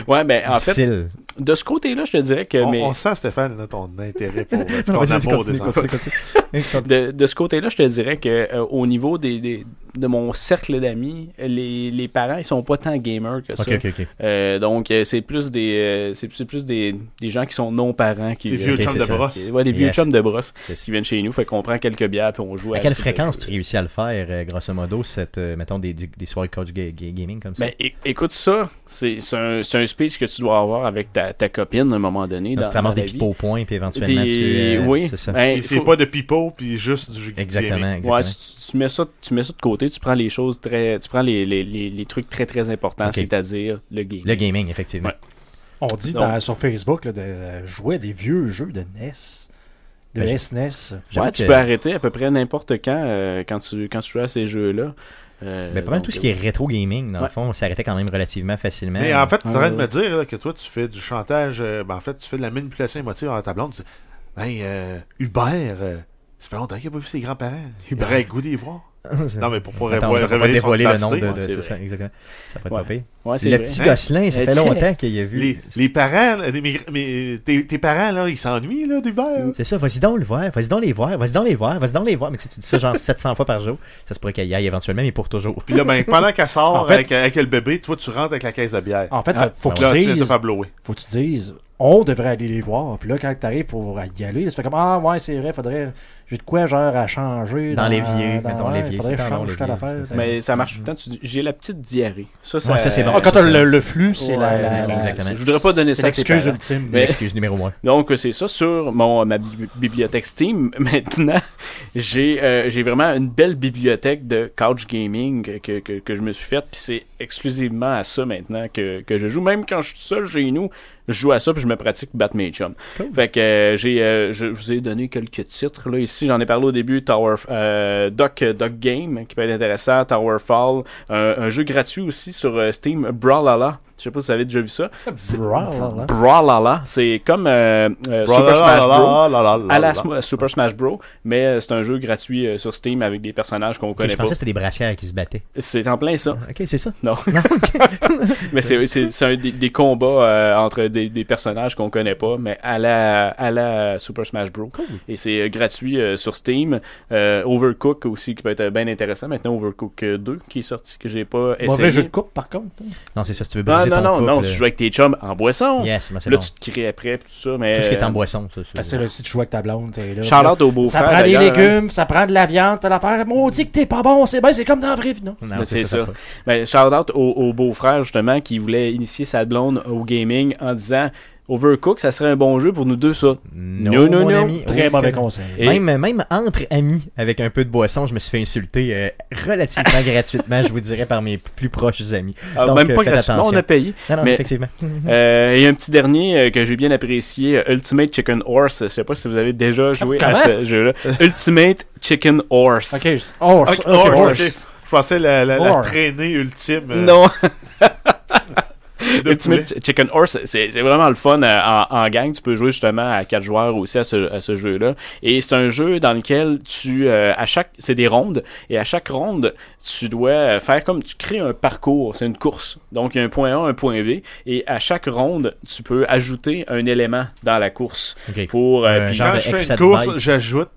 Ouais, mais en fait, difficile. de ce côté-là, je te dirais que... On, mes- on sent, Stéphane, là, ton intérêt pour euh, ton Non, vas-y, vas-y, amour continue, des enfants. continue, continue. Continue. de, de ce côté-là, je te dirais que euh, au niveau des, des- de mon cercle d'amis, les, les parents ils sont pas tant gamers que ça. Ok, ok, ok. Euh, donc euh, c'est plus des euh, c'est c'est plus des, des gens qui sont non parents qui Les vieux Ok, chums c'est de ça. brosse. qui- ouais, des vieux Yes. chums de brosse C'est ça. qui viennent chez nous, fait qu'on prend quelques bières puis on joue. À quelle tout- fréquence tu réussis à le faire, euh, grosso modo, cette, euh, mettons, des, du- des soirées coach ga- ga- gaming comme ça? Ben, é- écoute ça, c'est c'est un, c'est un speech que tu dois avoir avec ta, ta copine à un moment donné. Donc, dans, tu te ramasses dans la des vie. pipes au point, puis éventuellement, Des- tu... euh, oui, C'est ça. ben, Et il c'est faut- pas de pipeau, puis juste du jeu vidéo. Exactement, exactement. Ouais, si tu, tu mets ça, tu mets ça de côté, tu prends les choses très, tu prends les, les, les, les trucs très très importants, Ok. c'est-à-dire le game. Le gaming, effectivement. Ouais. On dit Donc- dans- sur Facebook là, de euh, jouer à des vieux jeux de NES, de E Ben, je- SNES. J'avoue Ouais, tu que- peux arrêter à peu près n'importe quand euh, quand tu quand tu joues à ces jeux-là. Euh, Mais probablement donc, ben, tout ce qui est rétro gaming, dans Ouais. le fond, s'arrêtait quand même relativement facilement. Mais en fait, tu es en train de ouais. me dire là, que toi, tu fais du chantage. euh, ben, en fait, tu fais de la manipulation émotive en ta blonde. Tu dis, ben, euh, Hubert, euh, ça fait longtemps qu'il n'a pas vu ses grands-parents. Il aurait le goût d'y voir. Non, mais pour pas Attends, on révo- va pas révéler son dévoiler le nom de. identité, de- ouais, c'est c'est vrai. ça, exactement. Ça peut être Ouais. pas pire. euh, Ouais, c'est Le vrai. petit Hein? gosselin, ça fait Le petit- longtemps qu'il y a vu. Les, les parents, là, les migra- mais tes, tes parents, là, ils s'ennuient là, d'Hubert. C'est ça, vas-y donc le voir, vas-y donc les voir, vas-y donc les voir, vas-y donc les voir. Mais tu, sais, tu dis ça genre 700 fois par jour, ça se pourrait qu'il y aille éventuellement, mais pour toujours. Puis là, ben, pendant qu'elle sort euh, En fait- avec, avec le bébé, toi, tu rentres avec la caisse de bière. En fait, faut, Ah, là, que tu tu viens de te dises, faire blower. faut que tu dises, on devrait aller les voir. Puis là, quand t'arrives pour y aller, ça fait comme Ah, ouais, c'est vrai, faudrait. J'ai de quoi, genre, à changer. Dans l'évier, mettons, ouais, l'évier, Faudrait c'est dans changer l'évier, telle affaire. c'est ça. Mais ça marche tout le temps. tu dis, J'ai la petite diarrhée. Ça, ça, Ouais, ça, c'est bon. Ah, quand ça, t'as le, le flux, c'est Ouais, la, la- non, la- exactement. Je voudrais pas donner c'est ça à tes l'excuse parents. ultime. Mais- Excuse numéro 1. Donc, c'est ça sur mon, ma bi- bibliothèque Steam. Maintenant, j'ai euh, j'ai vraiment une belle bibliothèque de couch gaming que, que, que je me suis faite. Puis c'est exclusivement à ça maintenant que, que je joue. Même quand je suis seul chez nous, je joue à ça puis je me pratique battre mes chums. Fait que euh, j'ai, euh, je, je vous ai donné quelques titres là ici. J'en ai parlé au début. Tower, euh, Doc, Doc Game qui peut être intéressant. Towerfall, un- un jeu gratuit aussi sur euh, Steam. Brawlhalla. Je sais pas si vous avez déjà vu ça. C'est- Brawlhalla. Brawlhalla. C'est comme euh, euh, Super Smash Bros. À la Sm- Super Smash Bros. Mais euh, c'est un jeu gratuit euh, sur Steam avec des personnages qu'on Ok, connaît je pas. pensais que c'était des brassières qui se battaient. C'est en plein ça. Ah, Ok, c'est ça. Non. mais c'est c'est- c'est un des, des combats euh, entre des, des personnages qu'on connaît pas, mais à la, à la Super Smash Bros. Et c'est euh, gratuit euh, sur Steam. Euh, Overcook aussi qui peut être euh, bien intéressant. Maintenant Overcook 2 qui est sorti que j'ai pas essayé. Mauvais jeu de coupe, par contre. hein. Non, c'est ça, si tu veux non, briser non, ton non, non, couple, tu euh, joues avec tes chums en boisson. Yes, mais c'est Là, bon. tu te cries après, pis tout ça, mais. Tout ce qui est en boisson, ça. Ah, euh, c'est- c'est là, si tu joues avec ta blonde, t'es là. Shout-out au beau-frère. Ça prend des d'ailleurs, hein. légumes, ça prend de la viande, t'as l'affaire. Maudit que t'es pas bon, c'est bien, c'est comme dans la vraie vie, non? Non, Mais c'est ça. ça. Ben, shout out au, au beau-frère, justement, qui voulait initier sa blonde au gaming en disant Overcook, ça serait un bon jeu pour nous deux, ça. Non, non, mon non. ami, Très aucun- mauvais conseil. Et- Même, même entre amis, avec un peu de boisson, je me suis fait insulter euh, relativement gratuitement, je vous dirais, par mes plus proches amis. Ah, Donc, même euh, pas faites gratuitement, attention. Mhm. on a payé. Non, non, Mais- effectivement. Euh, et un petit dernier euh, que j'ai bien apprécié, euh, Ultimate Chicken Horse. Je sais pas si vous avez déjà joué à Comment? ce jeu-là. Ultimate Chicken Horse. Ok, oh, Ok, ok, horse, horse. ok. Je pensais la, la, la Horse. traînée ultime. euh, Non. de poulet. Ultimate Ch- Chicken Horse, c'est c'est vraiment le fun euh, en, en gang. Tu peux jouer justement à quatre joueurs aussi à ce, à ce jeu-là. Et c'est un jeu dans lequel tu, euh, à chaque, c'est des rondes et à chaque ronde, tu dois euh, faire comme tu crées un parcours. C'est une course. Donc il y a un point A, un point B et à chaque ronde, tu peux ajouter un élément dans la course Ok. pour. euh, Un puis- genre Quand de je fais Hexad une course, Bite. j'ajoute.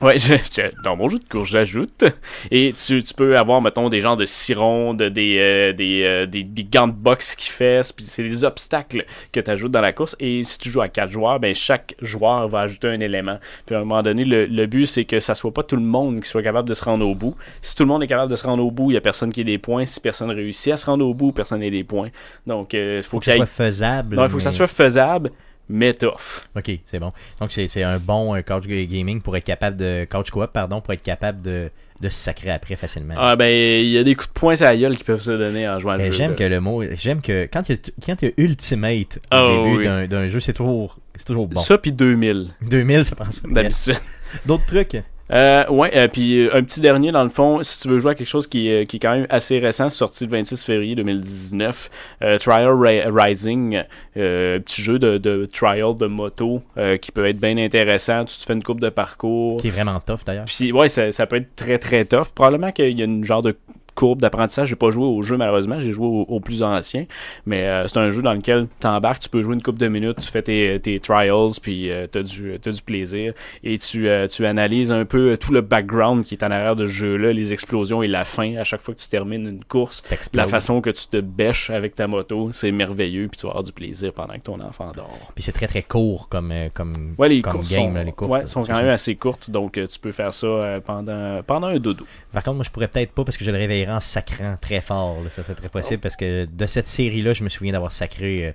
Ouais, je- je- dans mon jeu de course, j'ajoute. Et tu, tu peux avoir, mettons, des genres de sirons, de- des, euh, des, euh, des, des gants de boxe qui fessent, puis c'est des obstacles que tu ajoutes dans la course. Et si tu joues à quatre joueurs, ben chaque joueur va ajouter un élément. Puis à un moment donné, le, le but, c'est que ça soit pas tout le monde qui soit capable de se rendre au bout. Si tout le monde est capable de se rendre au bout, il y a personne qui ait des points. Si personne réussit à se rendre au bout, personne n'a des points. Donc, euh, Faut faut que ça qu'il y soit ait- faisable. Non, il faut que ça mais- soit faisable, mais tough. Ok, c'est bon. Donc, c'est c'est un bon euh, couch gaming pour être capable de. Couch coop, pardon, pour être capable de, de se sacrer après facilement. Ah ben, il y a des coups de poing à la gueule qui peuvent se donner en jouant à Mais le jeu. Ben, j'aime là. que le mot. J'aime que quand il y a, quand il y a Ultimate au Oh, début oui. d'un- d'un jeu, c'est toujours, c'est toujours bon. Ça, Ben, puis 2000. 2000, ça prend ça. Yes. d'habitude. D'autres trucs Euh, ouais, euh, puis euh, un petit dernier dans le fond, si tu veux jouer à quelque chose qui, euh, qui est quand même assez récent, sorti le 26 février 2019, euh, Trial Ri- Rising, euh, petit jeu de, de trial de moto euh, qui peut être bien intéressant. Tu te fais une coupe de parcours. qui est vraiment tough d'ailleurs. Puis ouais, ça, ça peut être très très tough. Probablement qu'il y a une genre de courbe d'apprentissage. J'ai pas joué au jeu malheureusement, j'ai joué au, au plus ancien. Mais euh, c'est un jeu dans lequel t'embarques, tu peux jouer une coupe de minutes, tu fais tes, tes trials, puis euh, t'as du t'as du plaisir et tu euh, tu analyses un peu euh, tout le background qui est en arrière de ce jeu-là, les explosions et la fin à chaque fois que tu termines une course. La T'exploses. façon que tu te bêches avec ta moto, c'est merveilleux, puis tu vas avoir du plaisir pendant que ton enfant dort. Puis c'est très très court comme, euh, comme, Ouais, les comme courses game, sont, là, les courses. ouais, là. sont quand même assez courtes, donc euh, tu peux faire ça euh, pendant, pendant un dodo. Par contre, moi je pourrais peut-être pas parce que je le réveillerai en sacrant très fort. là. Ça serait très possible parce que de cette série-là, je me souviens d'avoir sacré euh,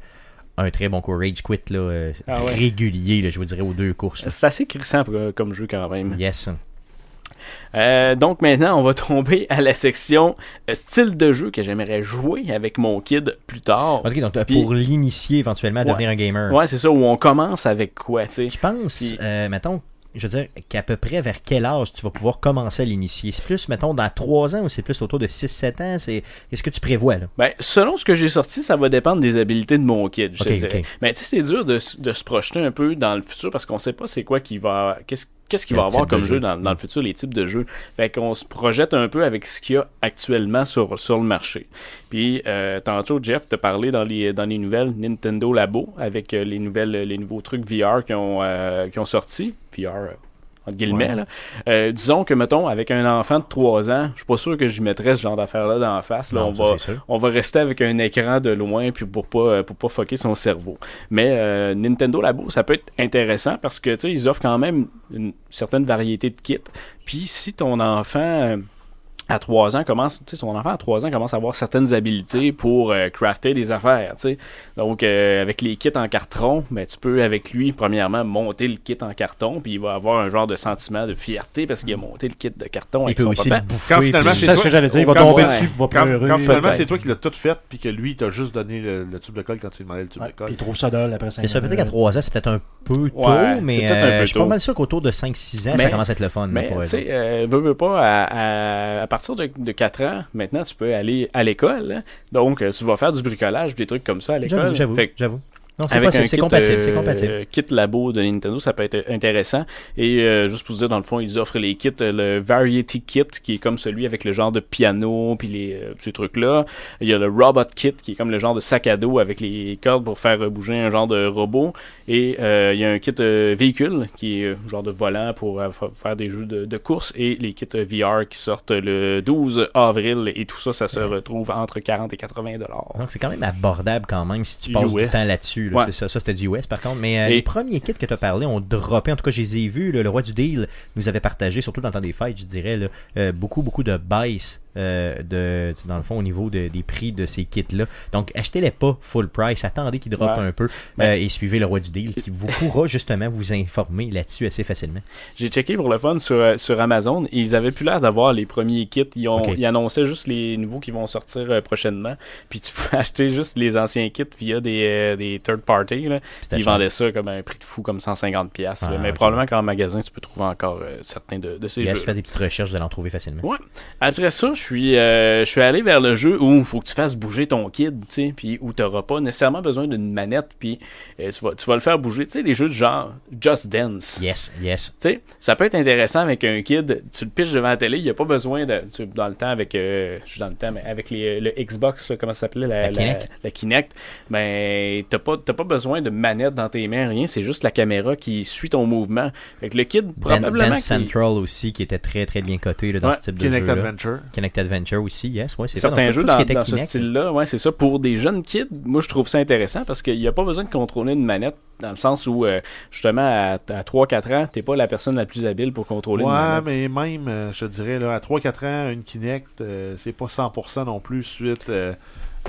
un très bon coup Rage Quit là, euh, Ah ouais. régulier, là, je vous dirais, aux deux courses. là. C'est assez crissant euh, comme jeu quand même. Yes. Euh, donc maintenant, on va tomber à la section euh, style de jeu que j'aimerais jouer avec mon kid plus tard. Ok, donc euh, Puis- pour l'initier éventuellement à Ouais. devenir un gamer. Ouais, c'est ça, où on commence avec quoi, tu sais. Je pense, Puis- euh, mettons, je veux dire, qu'à peu près vers quel âge tu vas pouvoir commencer à l'initier C'est plus, mettons, dans 3 ans ou c'est plus autour de 6-7 ans C'est Qu'est-ce que tu prévois là Ben, selon ce que j'ai sorti, ça va dépendre des habilités de mon kid, je te Ok, dirais. ok. Mais tu sais, c'est dur de, s- de se projeter un peu dans le futur parce qu'on sait pas c'est quoi qui va. Qu'est-ce Qu'est-ce qu'il Quel va avoir type de comme jeu, jeu. Mm. dans, dans le futur, les types de jeux? Fait qu'on se projette un peu avec ce qu'il y a actuellement sur, sur le marché. Puis, euh, tantôt, Jeff, te parlé dans les, dans les nouvelles Nintendo Labo avec euh, les, nouvelles, les nouveaux trucs VR qui ont, euh, qui ont sorti. VR, euh, entre guillemets. là. Euh, disons que, mettons, avec un enfant de 3 ans, je suis pas sûr que j'y mettrais ce genre d'affaire-là dans la face. Là, Non, on, ça, va, c'est sûr. on va rester avec un écran de loin puis pour pas, euh, pour pas fucker son cerveau. Mais euh, Nintendo Labo, ça peut être intéressant parce que, tu sais, ils offrent quand même une certaine variété de kits. Puis si ton enfant... euh, à 3 ans commence, tu sais, son enfant à 3 ans commence à avoir certaines habiletés pour euh, crafter des affaires, tu sais. Donc, euh, avec les kits en carton, ben, tu peux, avec lui, premièrement, monter le kit en carton, puis il va avoir un genre de sentiment de fierté parce qu'il a monté le kit de carton Il avec peut son aussi papa. le bouffer. Quand finalement, puis- c'est C'est toi- ce que j'allais dire. Il va quand- tomber ouais. dessus, il va Quand, pleurer. quand finalement peut-être. c'est toi qui l'as tout fait, puis que lui, il t'a juste donné le, le tube de colle quand tu lui demandais le tube Ouais, de colle. puis il trouve ça dole après ça. C'est ça, peut-être qu'à 3 ans, c'est peut-être un peu tôt, Ouais, c'est mais peut-être un euh, peu je suis pas tôt. mal sûr qu'autour de 5-6 ans, ça Mais- commence à être le fun. Mais pour eux tu autres. sais, euh, veux, veux pas, à, à- à partir de, 4 ans, maintenant, tu peux aller à l'école. hein. Donc, euh, tu vas faire du bricolage, des trucs comme ça à J'avoue, l'école. j'avoue, Fait que j'avoue. Non, c'est Avec possible, un c'est kit, compatible, c'est euh, compatible. euh, kit labo de Nintendo, ça peut être intéressant. Et euh, juste pour vous dire, dans le fond, ils offrent les kits, euh, le Variety Kit, qui est comme celui avec le genre de piano, puis les, euh, ces trucs-là. Il y a le Robot Kit, qui est comme le genre de sac à dos avec les cordes pour faire euh, bouger un genre de robot. Et euh, il y a un kit euh, véhicule, qui est euh, genre de volant pour euh, fa- faire des jeux de, de course. Et les kits euh, VR qui sortent le 12 avril. Et tout ça, ça se retrouve entre 40 et 80 dollars. Donc c'est quand même abordable quand même si tu passes du US. temps là-dessus. là. Ouais. C'est ça, ça c'était du US par contre. Mais euh, Et- les premiers kits que tu as parlé ont droppé, en tout cas je les ai vus, là, le roi du deal nous avait partagé, surtout dans le temps des fêtes, je dirais, là, euh, beaucoup, beaucoup de baisse euh, de, dans le fond au niveau de- des prix de ces kits-là. Donc achetez-les pas full price, attendez qu'ils droppent Ouais. Ben, un peu euh, et suivez le roi du deal qui vous pourra justement vous informer là-dessus assez facilement. J'ai checké pour le fun sur, euh, sur Amazon. Ils avaient plus l'air d'avoir les premiers kits. Ils, ont, Ok. ils annonçaient juste les nouveaux qui vont sortir euh, prochainement. Puis tu peux acheter juste les anciens kits via des, euh, des third parties. là. C'était Ils cher. vendaient ça comme à un prix de fou, comme 150$. pièces Ah, Mais ok. probablement qu'en magasin, tu peux trouver encore euh, certains de, de ces Yes, jeux. fais des petites recherches, de l'en trouver facilement. Ouais. Après ça, je suis, euh, je suis allé vers le jeu où il faut que tu fasses bouger ton kid, tu sais, puis où tu n'auras pas nécessairement besoin d'une manette, puis euh, tu, vas, tu vas le faire bouger. Tu sais, les jeux de genre Just Dance. Yes, yes. Tu sais, ça peut être intéressant avec un kid. Tu le pitches devant la télé, il n'y a pas besoin de. tu- dans le temps, avec. euh, je suis dans le temps, mais avec les, le Xbox, là, comment ça s'appelait La la, Kinect. la Kinect. Ben, t'as pas, t'as pas besoin de manette dans tes mains, rien. C'est juste la caméra qui suit ton mouvement. Fait que le kid, Dan- probablement. Dance qu'il- Ben, Central aussi qui était très très bien coté là, dans Ouais, ce type de Kinect jeu. Adventure. Kinect Adventure aussi, yes, ouais, c'est ça. certains Donc, tout- jeux tout ce dans, qui était dans ce Kinect, style-là, ouais, c'est ça. Pour des jeunes kids, moi je trouve ça intéressant parce qu'il n'y a pas besoin de contrôler une manette dans le sens où euh, justement à, à 3-4 ans, t'es pas la personne la plus habile pour contrôler une Ouais, manette. mais même, euh, je te dirais, là, à 3-4 ans, une Kinect, euh, c'est pas 100% non plus suite euh,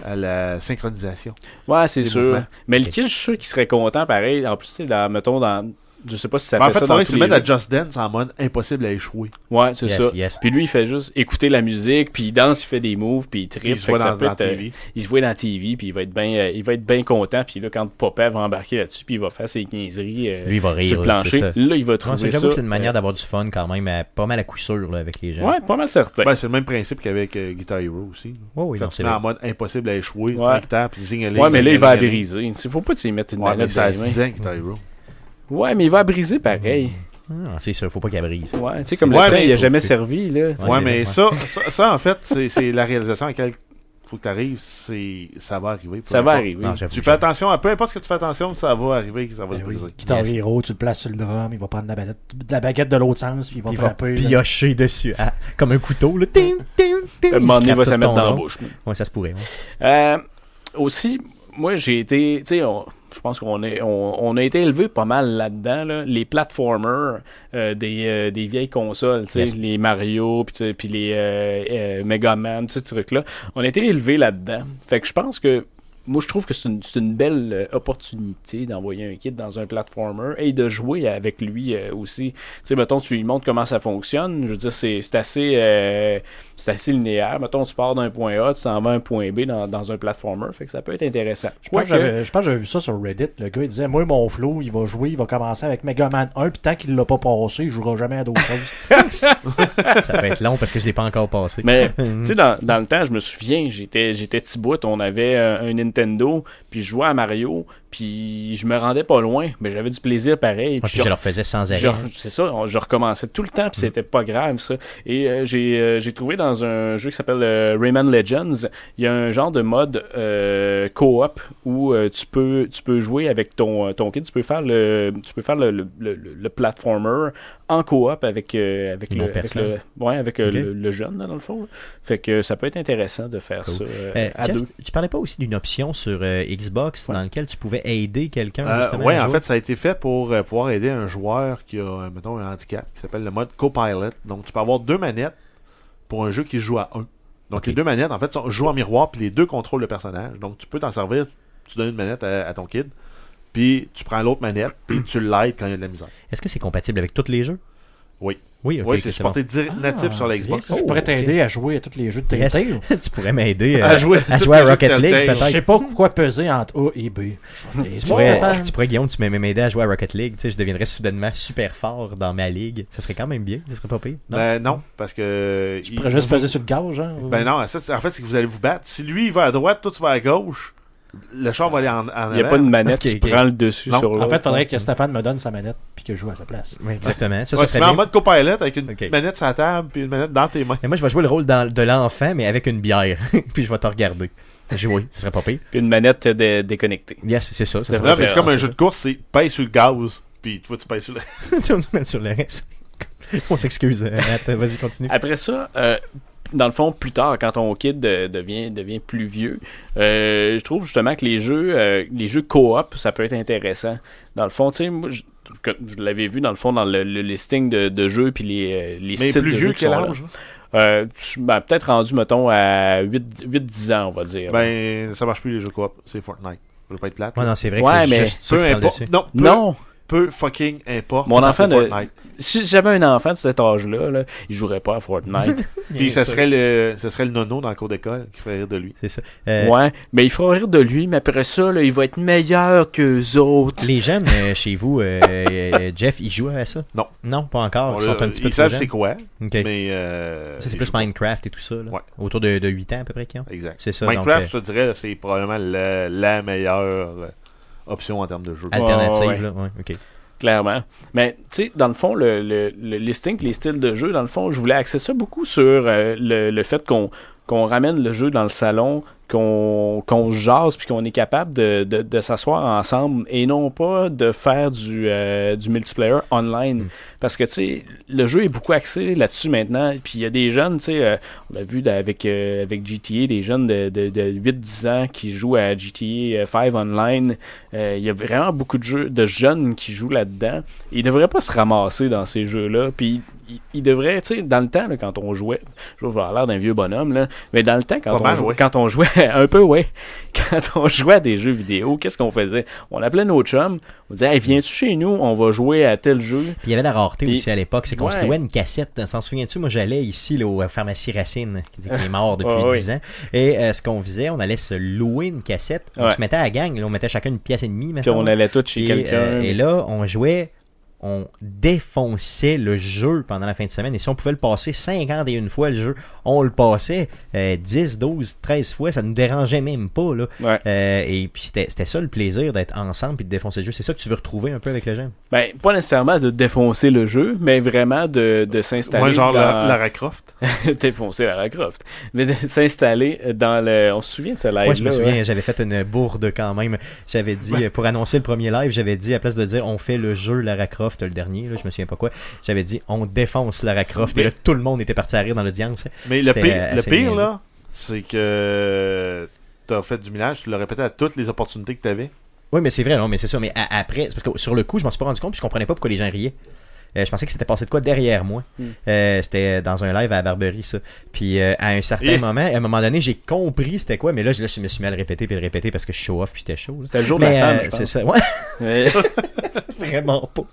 à la synchronisation. Ouais, c'est Des sûr. mouvements. Mais Ok. le kid, je suis sûr qu'il serait content, pareil. En plus, c'est dans, mettons, dans. Je sais pas si ça Mais Ben, en fait, fait, ça il dans faudrait tous que tu les mettes à jeux. Just Dance en mode impossible à échouer. Ouais, c'est Yes, ça. yes. Puis lui, il fait juste écouter la musique, puis il danse, il fait des moves, puis il tripe. Il se fait voit que ça dans, peut dans la être, euh, TV. il se voit dans la TV, puis il va être bien, euh, il va être bien content. Puis là, quand Papa va embarquer là-dessus, puis il va faire ses niaiseries euh, Lui, il va sur rire. le là, C'est plancher. ça. Là, il va Ouais, trouver c'est- ça. J'avoue que c'est une manière euh, d'avoir du fun quand même, à- pas mal à coup sûr là, avec les gens. Ouais, pas mal certain. Ben, c'est le même principe qu'avec euh, Guitar Hero aussi. Ouais, oui, Quand non, tu c'est mets vrai. en mode impossible à échouer, Ouais. tu tapes, puis zing ouais, mais là, il va briser. Il faut pas que tu lui mettes une Ouais, mais manette ça dans a les mains. 10 ans, Guitar Hero. Ouais, mais il va briser pareil. Ah, c'est sûr, faut pas qu'elle brise. Ouais, tu sais, comme Ouais, le tien, mais il je a trouve jamais que- servi, là. Ouais, Ouais, c'est mais vrai, ça, ça, ça, en fait, c'est c'est la réalisation à laquelle faut que tu arrives. C'est, ça va arriver. peu Ça va importe. arriver. Non, j'avoue. Tu fais attention, à peu importe ce que tu fais attention, ça va arriver, que ça va se Ben oui, briser. Guitar Yes. Hero, tu le places sur le drum, il va prendre la baguette, de la baguette de l'autre sens, puis il va Il va frapper. là. piocher dessus, ah, comme un couteau. Là. Tim, tim, tim, À un il moment donné, il scrape va tout se mettre ton dans la long. bouche. Ouais, ça se pourrait. ouais. Euh, aussi, moi, j'ai été. Tu sais, on- je pense qu'on est, on, on a été élevé pas mal là-dedans. là. Les platformers euh, des, euh, des vieilles consoles, tu sais, Yes. les Mario, puis tu sais, puis les euh, euh, Mega Man, tout ce truc-là. On a été élevé là-dedans. Fait que je pense que. Moi, je trouve que c'est une, c'est une belle euh, opportunité d'envoyer un kit dans un platformer et de jouer avec lui euh, aussi. Tu sais, mettons, tu lui montres comment ça fonctionne. Je veux dire, c'est c'est assez. euh, c'est assez linéaire. Mettons, tu pars d'un point A, tu t'en vas à un point B dans, dans un platformer. Fait que ça peut être intéressant. Je Je pense, crois que que. j'avais- je pense que j'avais vu ça sur Reddit. Le gars, il disait Moi, mon flow, il va jouer, il va commencer avec Mega Man 1, puis tant qu'il l'a pas passé, il jouera jamais à d'autres choses. Ça peut être long parce que je l'ai pas encore passé. Mais, tu sais, dans, dans le temps, je me souviens, j'étais, j'étais petit bout, on avait euh, un Nintendo, puis je jouais à Mario, Puis je me rendais pas loin, mais j'avais du plaisir pareil. Moi, Puis puis je leur faisais sans arrêt. je- C'est ça, on- je recommençais tout le Mm. temps, puis c'était pas grave, ça. Et euh, j'ai euh, j'ai trouvé dans un jeu qui s'appelle euh, Rayman Legends, il y a un genre de mode euh, co-op où euh, tu, peux, tu peux jouer avec ton, euh, ton kid, tu peux faire le, tu peux faire le, le, le- le platformer en co-op avec, euh, avec, Une le, autre avec, personne. le- ouais, avec euh, Ok. le, le jeune, là, dans le fond. là. Fait que ça peut être intéressant de faire Cool. ça euh, Euh, à Jeff, deux. tu parlais pas aussi d'une option sur euh, Xbox dans laquelle tu pouvais aider quelqu'un Euh, justement ouais, à en jouer? fait, ça a été fait pour euh, pouvoir aider un joueur qui a, euh, mettons, un handicap qui s'appelle le mode Copilot. Donc, tu peux avoir deux manettes pour un jeu qui se joue à un. Donc, Ok. les deux manettes, en fait, sont, jouent en miroir, puis les deux contrôlent le personnage. Donc, tu peux t'en servir, tu donnes une manette à, à ton kid, puis tu prends l'autre manette, puis tu l'aides quand il y a de la misère. Est-ce que c'est compatible avec tous les jeux Oui. Oui, ok, oui, ok, c'est c'est bon. Ah, supporté direct- Ah, natif sur la Xbox. Je pourrais t'aider à jouer à tous les jeux de Yes. Telltale. tu pourrais m'aider euh, À jouer- à jouer à Rocket Telltale. League Je sais peut-être. pas pourquoi peser entre A et B. Tu pourrais, tu pourrais, Guillaume, tu m'aimes- m'aider à jouer à Rocket League. Tu sais, je deviendrais soudainement super fort dans ma ligue. Ça serait quand même bien. Ça serait pas pire. Non? Ben non, parce que. Tu il- pourrais juste peser sur le gage, genre. Ben non, ça, c'est- en fait, c'est que vous allez vous battre. Si lui, il va à droite, toi, tu vas à gauche, le char va aller en, en Il n'y a avant. pas une manette Ok, qui ok. prend le dessus Non, sur l'autre. En fait, faudrait que Stéphane me donne sa manette puis que je joue à sa place. Oui, exactement. Ça, Ben, ça Ouais, tu serait mets en bien. mode copilot avec une Ok. manette sur la table puis une manette dans tes mains. Et moi, je vais jouer le rôle dans- de l'enfant, mais avec une bière. Puis je vais te regarder. Jouer, ce serait pas pire. Puis une manette euh, dé- déconnectée. Yes, c'est ça. ça Là, serait Là, pas mais pire. Ah, c'est comme un jeu de course, c'est pèse sur le gaz, puis toi, tu pèses sur le. Tu vas nous mettre sur le reste. On s'excuse. euh, Matt, Vas-y, continue. Après ça, euh, dans le fond, plus tard, quand ton kid euh, devient, devient plus vieux, euh, je trouve justement que les jeux, euh, les jeux coop, ça peut être intéressant. Dans le fond, tu sais, moi, je, comme je l'avais vu dans le fond dans le, le listing de, de jeux puis les, euh, les Mais styles plus de vieux jeux qui quel sont là. âge Euh, je- ben, peut-être rendu, mettons, à 8-10 ans, on va dire. Ben, ça marche plus les jeux coop, c'est Fortnite. Je veux pas être plate. Ouais, non, c'est vrai que Ouais, c'est mais- juste ça Ah. peu qui parle importe. dessus. Non, peu, non, peu fucking importe. Mon Tant enfant que de- Fortnite. si j'avais un enfant de cet âge-là, là, il jouerait pas à Fortnite. Puis ça serait, le, ça serait le nono dans le cours d'école qui ferait rire de lui. C'est ça. Euh, ouais, mais il fera rire de lui, mais après ça, là, il va être meilleur qu'eux autres. Les jeunes euh, chez vous, euh, euh, Jeff, ils jouent à ça Non. Non, pas encore. Bon, ils là, Ah, sont un petit peu ils trop savent jeunes. c'est quoi, Ok. mais. euh, ça, c'est ils plus jouent pas. Minecraft et tout ça. là. Ouais. Autour de, de 8 ans à peu près, qui ont. Exact. C'est ça, Minecraft, donc, euh, je te dirais, c'est probablement la, la meilleure euh, option en termes de jeu. Ah, euh, Alternative, ouais. là. Ouais, ok. Clairement. Mais, tu sais, dans le fond, le, le, le listing pis les styles de jeu, dans le fond, je voulais axer ça beaucoup sur euh, le, le fait qu'on qu'on ramène le jeu dans le salon, qu'on qu'on jase, puis qu'on est capable de, de, de s'asseoir ensemble et non pas de faire du, euh, du multiplayer online. Mm. Parce que, tu sais, le jeu est beaucoup axé là-dessus maintenant. Puis il y a des jeunes, tu sais, euh, on a vu d- avec, euh, avec GTA, des jeunes de, de, de 8-10 ans qui jouent à GTA 5 online. Euh, Il y a vraiment beaucoup de, jeux, de jeunes qui jouent là-dedans. Ils devraient pas se ramasser dans ces jeux-là. Puis ils, ils devraient, tu sais, dans le temps, là, quand on jouait, je vais avoir l'air d'un vieux bonhomme, là, mais dans le temps, quand, Pas on, mal, jouait, ouais. quand on jouait, un peu, ouais, quand on jouait à des jeux vidéo, qu'est-ce qu'on faisait On appelait nos chums, on disait, hey, viens-tu chez nous, on va jouer à tel jeu. Puis il y avait la rareté Puis- aussi à l'époque, c'est qu'on se Ouais. louait une cassette. S'en souviens-tu, moi j'allais ici là, au pharmacie Racine, qui dit qu'il est mort depuis Ah, oui. 10 ans. Et euh, ce qu'on faisait, on allait se louer une cassette. On Ouais. se mettait à la gang, là, on mettait chacun une pièce et demie. Puis mettons. on allait tous chez Et, quelqu'un. euh, et là, on jouait, on défonçait le jeu pendant la fin de semaine. Et si on pouvait le passer 51 fois, le jeu, on le passait euh, 10, 12, 13 fois. Ça ne nous dérangeait même pas. Là. Ouais. Euh, et puis c'était c'était ça le plaisir d'être ensemble puis de défoncer le jeu. C'est ça que tu veux retrouver un peu avec le jeu. Ben, pas nécessairement de défoncer le jeu, mais vraiment de, de s'installer. Ouais, genre la, dans... Lara Croft. défoncer Lara Croft. Mais de s'installer dans le. On se souvient de ce live-là. Moi, je me souviens, hein? j'avais fait une bourde quand même. J'avais dit, euh, pour annoncer le premier live, j'avais dit, à place de dire on fait le jeu Lara Croft, le dernier, là, je me souviens pas quoi, j'avais dit on défonce Lara Croft. Et là, tout le monde était parti à rire dans l'audience. Mais le C'était, pire, euh, le assez pire bien, là, c'est que t'as fait du millage, tu l'as répété à toutes les opportunités que t'avais. Oui, mais c'est vrai, non, mais c'est ça. Mais a- après, c'est parce que sur le coup, je m'en suis pas rendu compte, puis je comprenais pas pourquoi les gens riaient. Euh, je pensais que c'était passé de quoi derrière moi. Euh, c'était dans un live à la Barberie, ça. Puis euh, à un certain Eh. moment, à un moment donné, j'ai compris c'était quoi, mais là, je, là, je me suis mis à le répéter puis le répéter parce que je suis show off puis j'étais chaud. là. C'était le jour de Mais la femme, euh, je c'est pense. ça, ouais, Ouais. vraiment pas.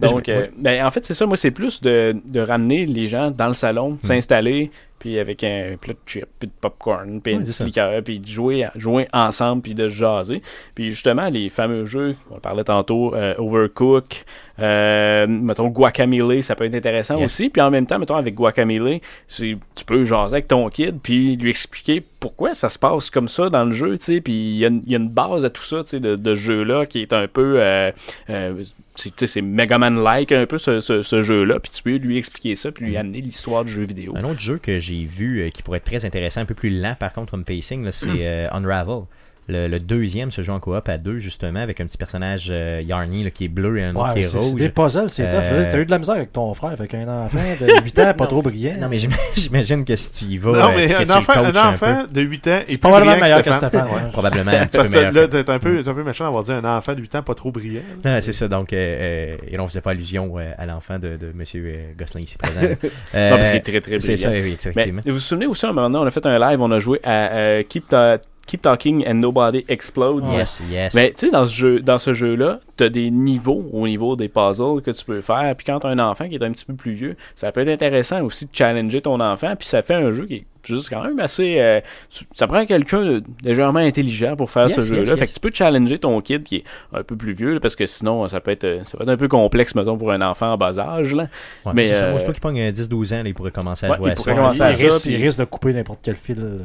Donc, Je- euh, ben, en fait, c'est ça. Moi, c'est plus de, de ramener les gens dans le salon, Mm. s'installer, puis avec un plat de chips, puis de popcorn, puis Ouais, c'est une petite ça. liqueur, puis de jouer, jouer ensemble, puis de se jaser. Puis justement, les fameux jeux, on parlait tantôt, euh, Overcook, euh, mettons Guacamole, ça peut être intéressant Yes. aussi. Puis en même temps, mettons avec Guacamole, c'est- tu peux jaser avec ton kid, puis lui expliquer pourquoi ça se passe comme ça dans le jeu, tu sais, puis il y, a une- il y a une base à tout ça, tu sais, de, de jeu-là qui est un peu... euh, euh, c'est- tu sais, c'est Mega Man-like un peu ce, ce- ce jeu-là, puis tu peux lui expliquer ça, puis lui amener l'histoire du jeu vidéo. Un autre jeu que j'ai vu euh, qui pourrait être très intéressant, un peu plus lent par contre comme pacing, là, Hmm. c'est euh, Unravel. Le, le deuxième se joue en coop à deux, justement, avec un petit personnage euh, Yarny là, qui est bleu et un autre qui Ouais, est c'est- c'est des rouge. puzzles, c'est Euh, tough. T'as eu de la misère avec ton frère, avec un enfant de 8 ans, pas trop brillant. Euh, Non, mais j'im- j'imagine que si tu y vas, non, euh, mais puis que tu un le enfant, coaches un peu, enfant de 8 ans c'est est probablement plus brillant meilleur que Stéphane. Stéphane. ouais. probablement un petit Ça, peu meilleur. là, que- t'es un peu, t'es un peu méchant d'avoir dit un enfant de 8 ans pas trop brillant. Non, non, c'est ça. Donc, euh, euh, et on ne faisait pas allusion euh, à l'enfant de, de M. Gosselin ici présent. Euh, non, parce qu'il est très, très c'est brillant. ça, oui, Mais effectivement. vous vous souvenez aussi, à un moment donné, on a fait un live, on a joué à euh, Keep, Ta- Keep Talking and Nobody Explodes. Yes, yes. Mais tu sais, dans ce jeu, dans ce jeu-là, t'as des niveaux au niveau des puzzles que tu peux faire. Puis quand t'as un enfant qui est un petit peu plus vieux, ça peut être intéressant aussi de challenger ton enfant. Puis ça fait un jeu qui est juste quand même assez. euh, tu- ça prend quelqu'un de légèrement intelligent pour faire Yes, ce yes, jeu-là. yes. Fait que tu peux challenger ton kid qui est un peu plus vieux, là, parce que sinon ça peut être, euh, ça peut être un peu complexe, mettons, pour un enfant en bas âge. Là. Ouais, mais, c'est ça. Moi, euh, je trouve qu'il pogne euh, 10-12 ans, là, il pourrait commencer à Ouais, jouer il à pourrait ça. commencer à Il risque, ça, puis- il risque de couper n'importe quel fil. euh,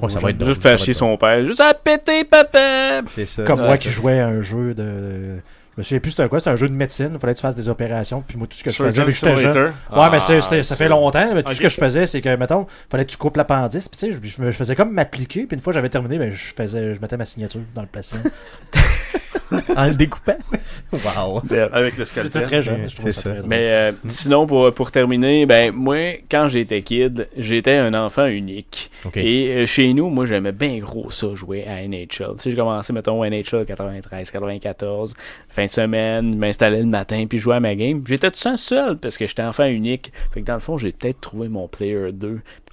Ouais, ça va être drôle, Juste ça va faire être chier drôle. son père. Juste à péter, papa! C'est ça. Comme Ouais. moi qui jouais à un jeu de. Je me souviens plus c'était quoi, c'était un jeu de médecine, il fallait que tu fasses des opérations, puis moi tout ce que je faisais, vu que j'étais jeune. Ouais, mais Ah, c'est- c'était- ça fait longtemps, mais tout ce Ok. que je faisais, c'est que, mettons, fallait que tu coupes l'appendice, puis tu sais, je, je me- je faisais comme m'appliquer, puis une fois j'avais terminé, ben, je faisais, je mettais ma signature dans le placement. En le découpant. Wow. Avec le J'étais scalpel. très jeune, je trouvais C'est ça. ça. très drôle. Mais euh, sinon, pour, pour terminer, ben moi, quand j'étais kid, j'étais un enfant unique. OK. Et euh, chez nous, moi, j'aimais bien gros ça, jouer à NHL. Tu sais, j'ai commencé, mettons, NHL 93, 94, fin de semaine, je m'installais le matin, puis jouais à ma game. J'étais tout seul, seul, parce que j'étais enfant unique. Fait que dans le fond, j'ai peut-être trouvé mon player 2.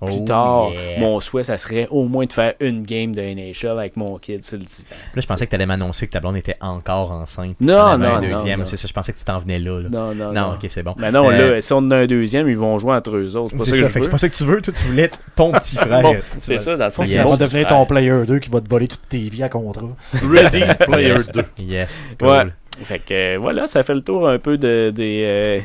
Plus Oh tard, yeah. mon souhait, ça serait au moins de faire une game de NHL avec mon kid sur le divan. Là, je pensais que tu allais m'annoncer que ta blonde était encore enceinte. Non, T'en avais non, un non, deuxième. non. C'est ça, je pensais que tu t'en venais là. là. Non, non, non. ok, c'est bon. Mais non, Euh, là, si on en a un deuxième, ils vont jouer entre eux autres. C'est pas c'est ça que ça, je fait que veux. c'est pas ça que tu veux. Toi, tu voulais ton petit frère. Bon, Tu c'est vois. ça, dans le fond, Yes. c'est Ça mon va Yes. petit devenir frère. ton player 2 qui va te voler toutes tes vies à contrat. Ready Player yes. 2. Yes. Ouais. Cool. Fait que euh, voilà, ça fait le tour un peu de, des, euh,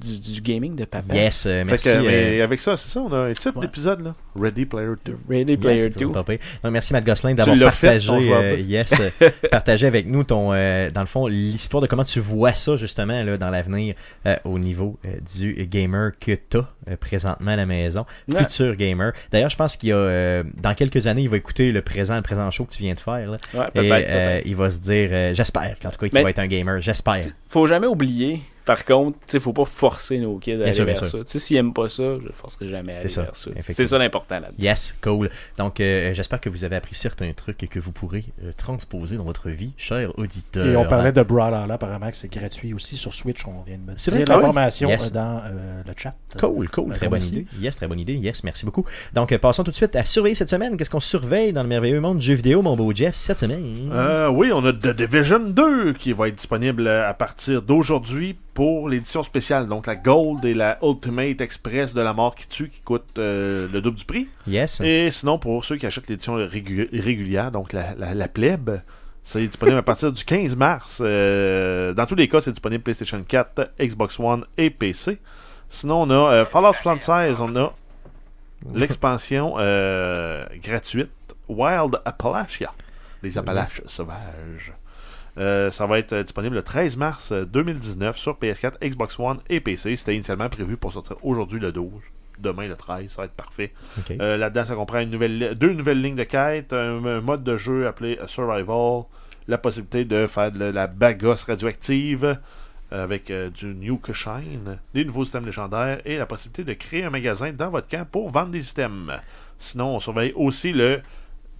du, du gaming de papa. Yes, euh, Fait merci. que, euh, mais avec ça, c'est ça, on a un titre Ouais. d'épisode, là. Ready Player 2. Ready Yes, Player ça, 2. c'est pas pire. Donc, merci Matt Gosselin d'avoir l'as fait, partagé, on le voit euh, pas. yes, euh, partagé avec nous ton, euh, dans le fond, l'histoire de comment tu vois ça justement là, dans l'avenir euh, au niveau euh, du gamer que t'as euh, présentement à la maison, Ouais. futur gamer. D'ailleurs, je pense qu'il y a, euh, dans quelques années, il va écouter le présent, le présent show que tu viens de faire là, Ouais, et peut-être, euh, peut-être. il va se dire, euh, j'espère, qu'en tout cas, qu'il Mais- va être un gamer, j'espère. Faut jamais oublier, par contre, tu sais, faut pas forcer nos kids à aller sûr, bien vers ça. sûr. Tu sais, s'ils aiment pas ça, je le forcerai jamais à aller ça, vers ça. C'est effectivement. ça l'important là-dedans. Yes, cool. Donc, euh, j'espère que vous avez appris certains trucs et que vous pourrez euh, transposer dans votre vie, cher auditeur. Et on parlait de Brawler là, apparemment que c'est gratuit aussi sur Switch, on vient de me C'est dire vrai? l'information Ah oui? Yes. euh, dans euh, le chat. Hein? Cool, cool. Très bonne Merci. idée. Yes, très bonne idée. Yes, merci beaucoup. Donc, euh, passons tout de suite à surveiller cette semaine. Qu'est-ce qu'on surveille dans le merveilleux monde du jeu vidéo, mon beau Jeff, cette semaine? Euh, oui, on a The Division 2 qui va être disponible euh, à partir d'aujourd'hui pour l'édition spéciale. Donc la Gold et la Ultimate Express de la mort qui tue qui coûte euh, le double du prix. Yes. Et sinon, pour ceux qui achètent l'édition régu- régulière, donc la, la, la plèbe, c'est disponible à partir du 15 mars. Euh, dans tous les cas, c'est disponible PlayStation 4, Xbox One et PC. Sinon, on a euh, Fallout 76, on a l'expansion euh, gratuite Wild Appalachia, les Appalaches sauvages. Euh, ça va être euh, disponible le 13 mars euh, 2019 sur PS4, Xbox One et PC. C'était initialement prévu pour sortir aujourd'hui le 12, demain le 13, ça va être parfait. Ok. Euh, Là-dedans, ça comprend une nouvelle, deux nouvelles lignes de quête, un, un mode de jeu appelé Survival, la possibilité de faire de la bagasse radioactive euh, avec euh, du New Shine, des nouveaux systèmes légendaires et la possibilité de créer un magasin dans votre camp pour vendre des items. Sinon, on surveille aussi le,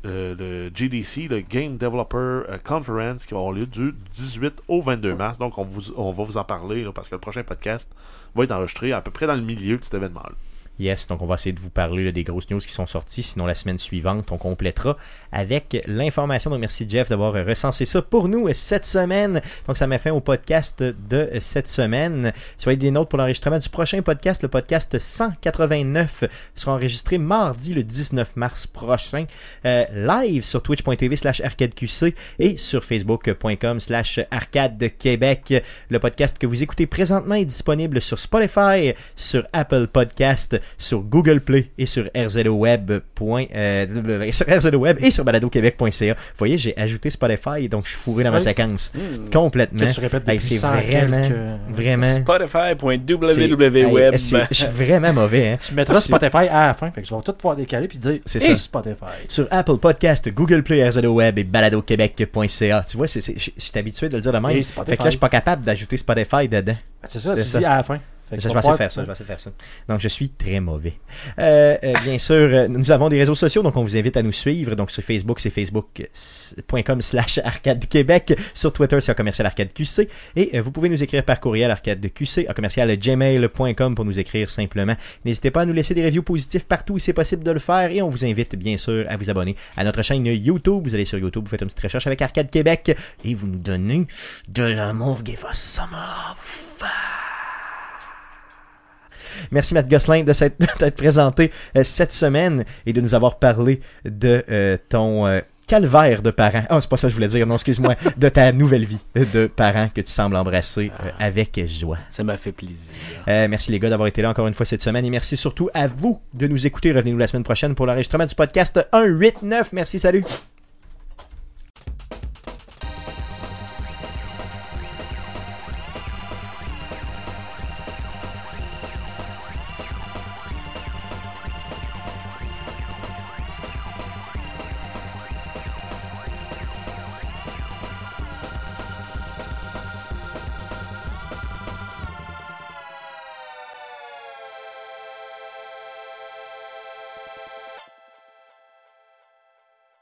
euh, le GDC, le Game Developer euh, Conference, qui va avoir lieu du 18 au 22 mars. Donc, on, vous- on va vous en parler là, parce que le prochain podcast va être enregistré à peu près dans le milieu de cet événement-là. Yes. Donc, on va essayer de vous parler là, des grosses news qui sont sorties. Sinon, la semaine suivante, on complétera avec l'information. Donc, merci Jeff d'avoir euh, recensé ça pour nous euh, cette semaine. Donc, ça met fin au podcast de euh, cette semaine. Soyez des notes pour l'enregistrement du prochain podcast. Le podcast 189 sera enregistré mardi le 19 mars prochain. euh, live sur twitch.tv slash arcadeqc et sur facebook.com slash arcade québec. Le podcast que vous écoutez présentement est disponible sur Spotify, sur Apple Podcast, sur Google Play et sur RZOWeb. point, euh, sur RZOWeb et sur baladoquebec.ca. Vous voyez, j'ai ajouté Spotify, donc je suis fourré dans ma Oui. séquence. Complètement. hmm, Que tu répètes Hey, depuis c'est cent vraiment, quelques- vraiment... c'est- Spotify.www.web. hey, c'est- Je suis vraiment mauvais, hein. Tu mettras Spotify à la fin, fait que je vais tout pouvoir décaler puis dire C'est Hey, ça. Spotify. Sur Apple Podcast, Google Play, RZO Web et baladoquebec.ca. Tu vois, c'est- c'est- je je suis habitué de le dire de même. Et Fait Spotify. que là, je suis pas capable d'ajouter Spotify dedans. C'est ça, C'est tu ça. dis à la fin. Fait que Je tu vais vas essayer de pouvoir- faire ça, je vais essayer de faire ça. Donc, je suis très mauvais. Euh, euh, bien sûr, euh, nous avons des réseaux sociaux, donc on vous invite à nous suivre. Donc, sur Facebook, c'est facebook.com slash arcade québec. Sur Twitter, c'est un commercial arcade QC. Et euh, vous pouvez nous écrire par courriel arcade QC, à commercial gmail.com pour nous écrire simplement. N'hésitez pas à nous laisser des reviews positifs partout où c'est possible de le faire. Et on vous invite, bien sûr, à vous abonner à notre chaîne YouTube. Vous allez sur YouTube, vous faites une petite recherche avec Arcade Québec et vous nous donnez de l'amour. Give us some love. Merci Matt Gosselin de s'être de t'être présenté euh, cette semaine et de nous avoir parlé de euh, ton euh, calvaire de parents. Ah, c'est pas ça que je voulais dire, non, excuse-moi. de ta nouvelle vie de parents que tu sembles embrasser euh, avec joie. Ça m'a fait plaisir. Euh, merci les gars d'avoir été là encore une fois cette semaine et merci surtout à vous de nous écouter. Revenez-nous la semaine prochaine pour l'enregistrement du podcast 189. Merci, salut.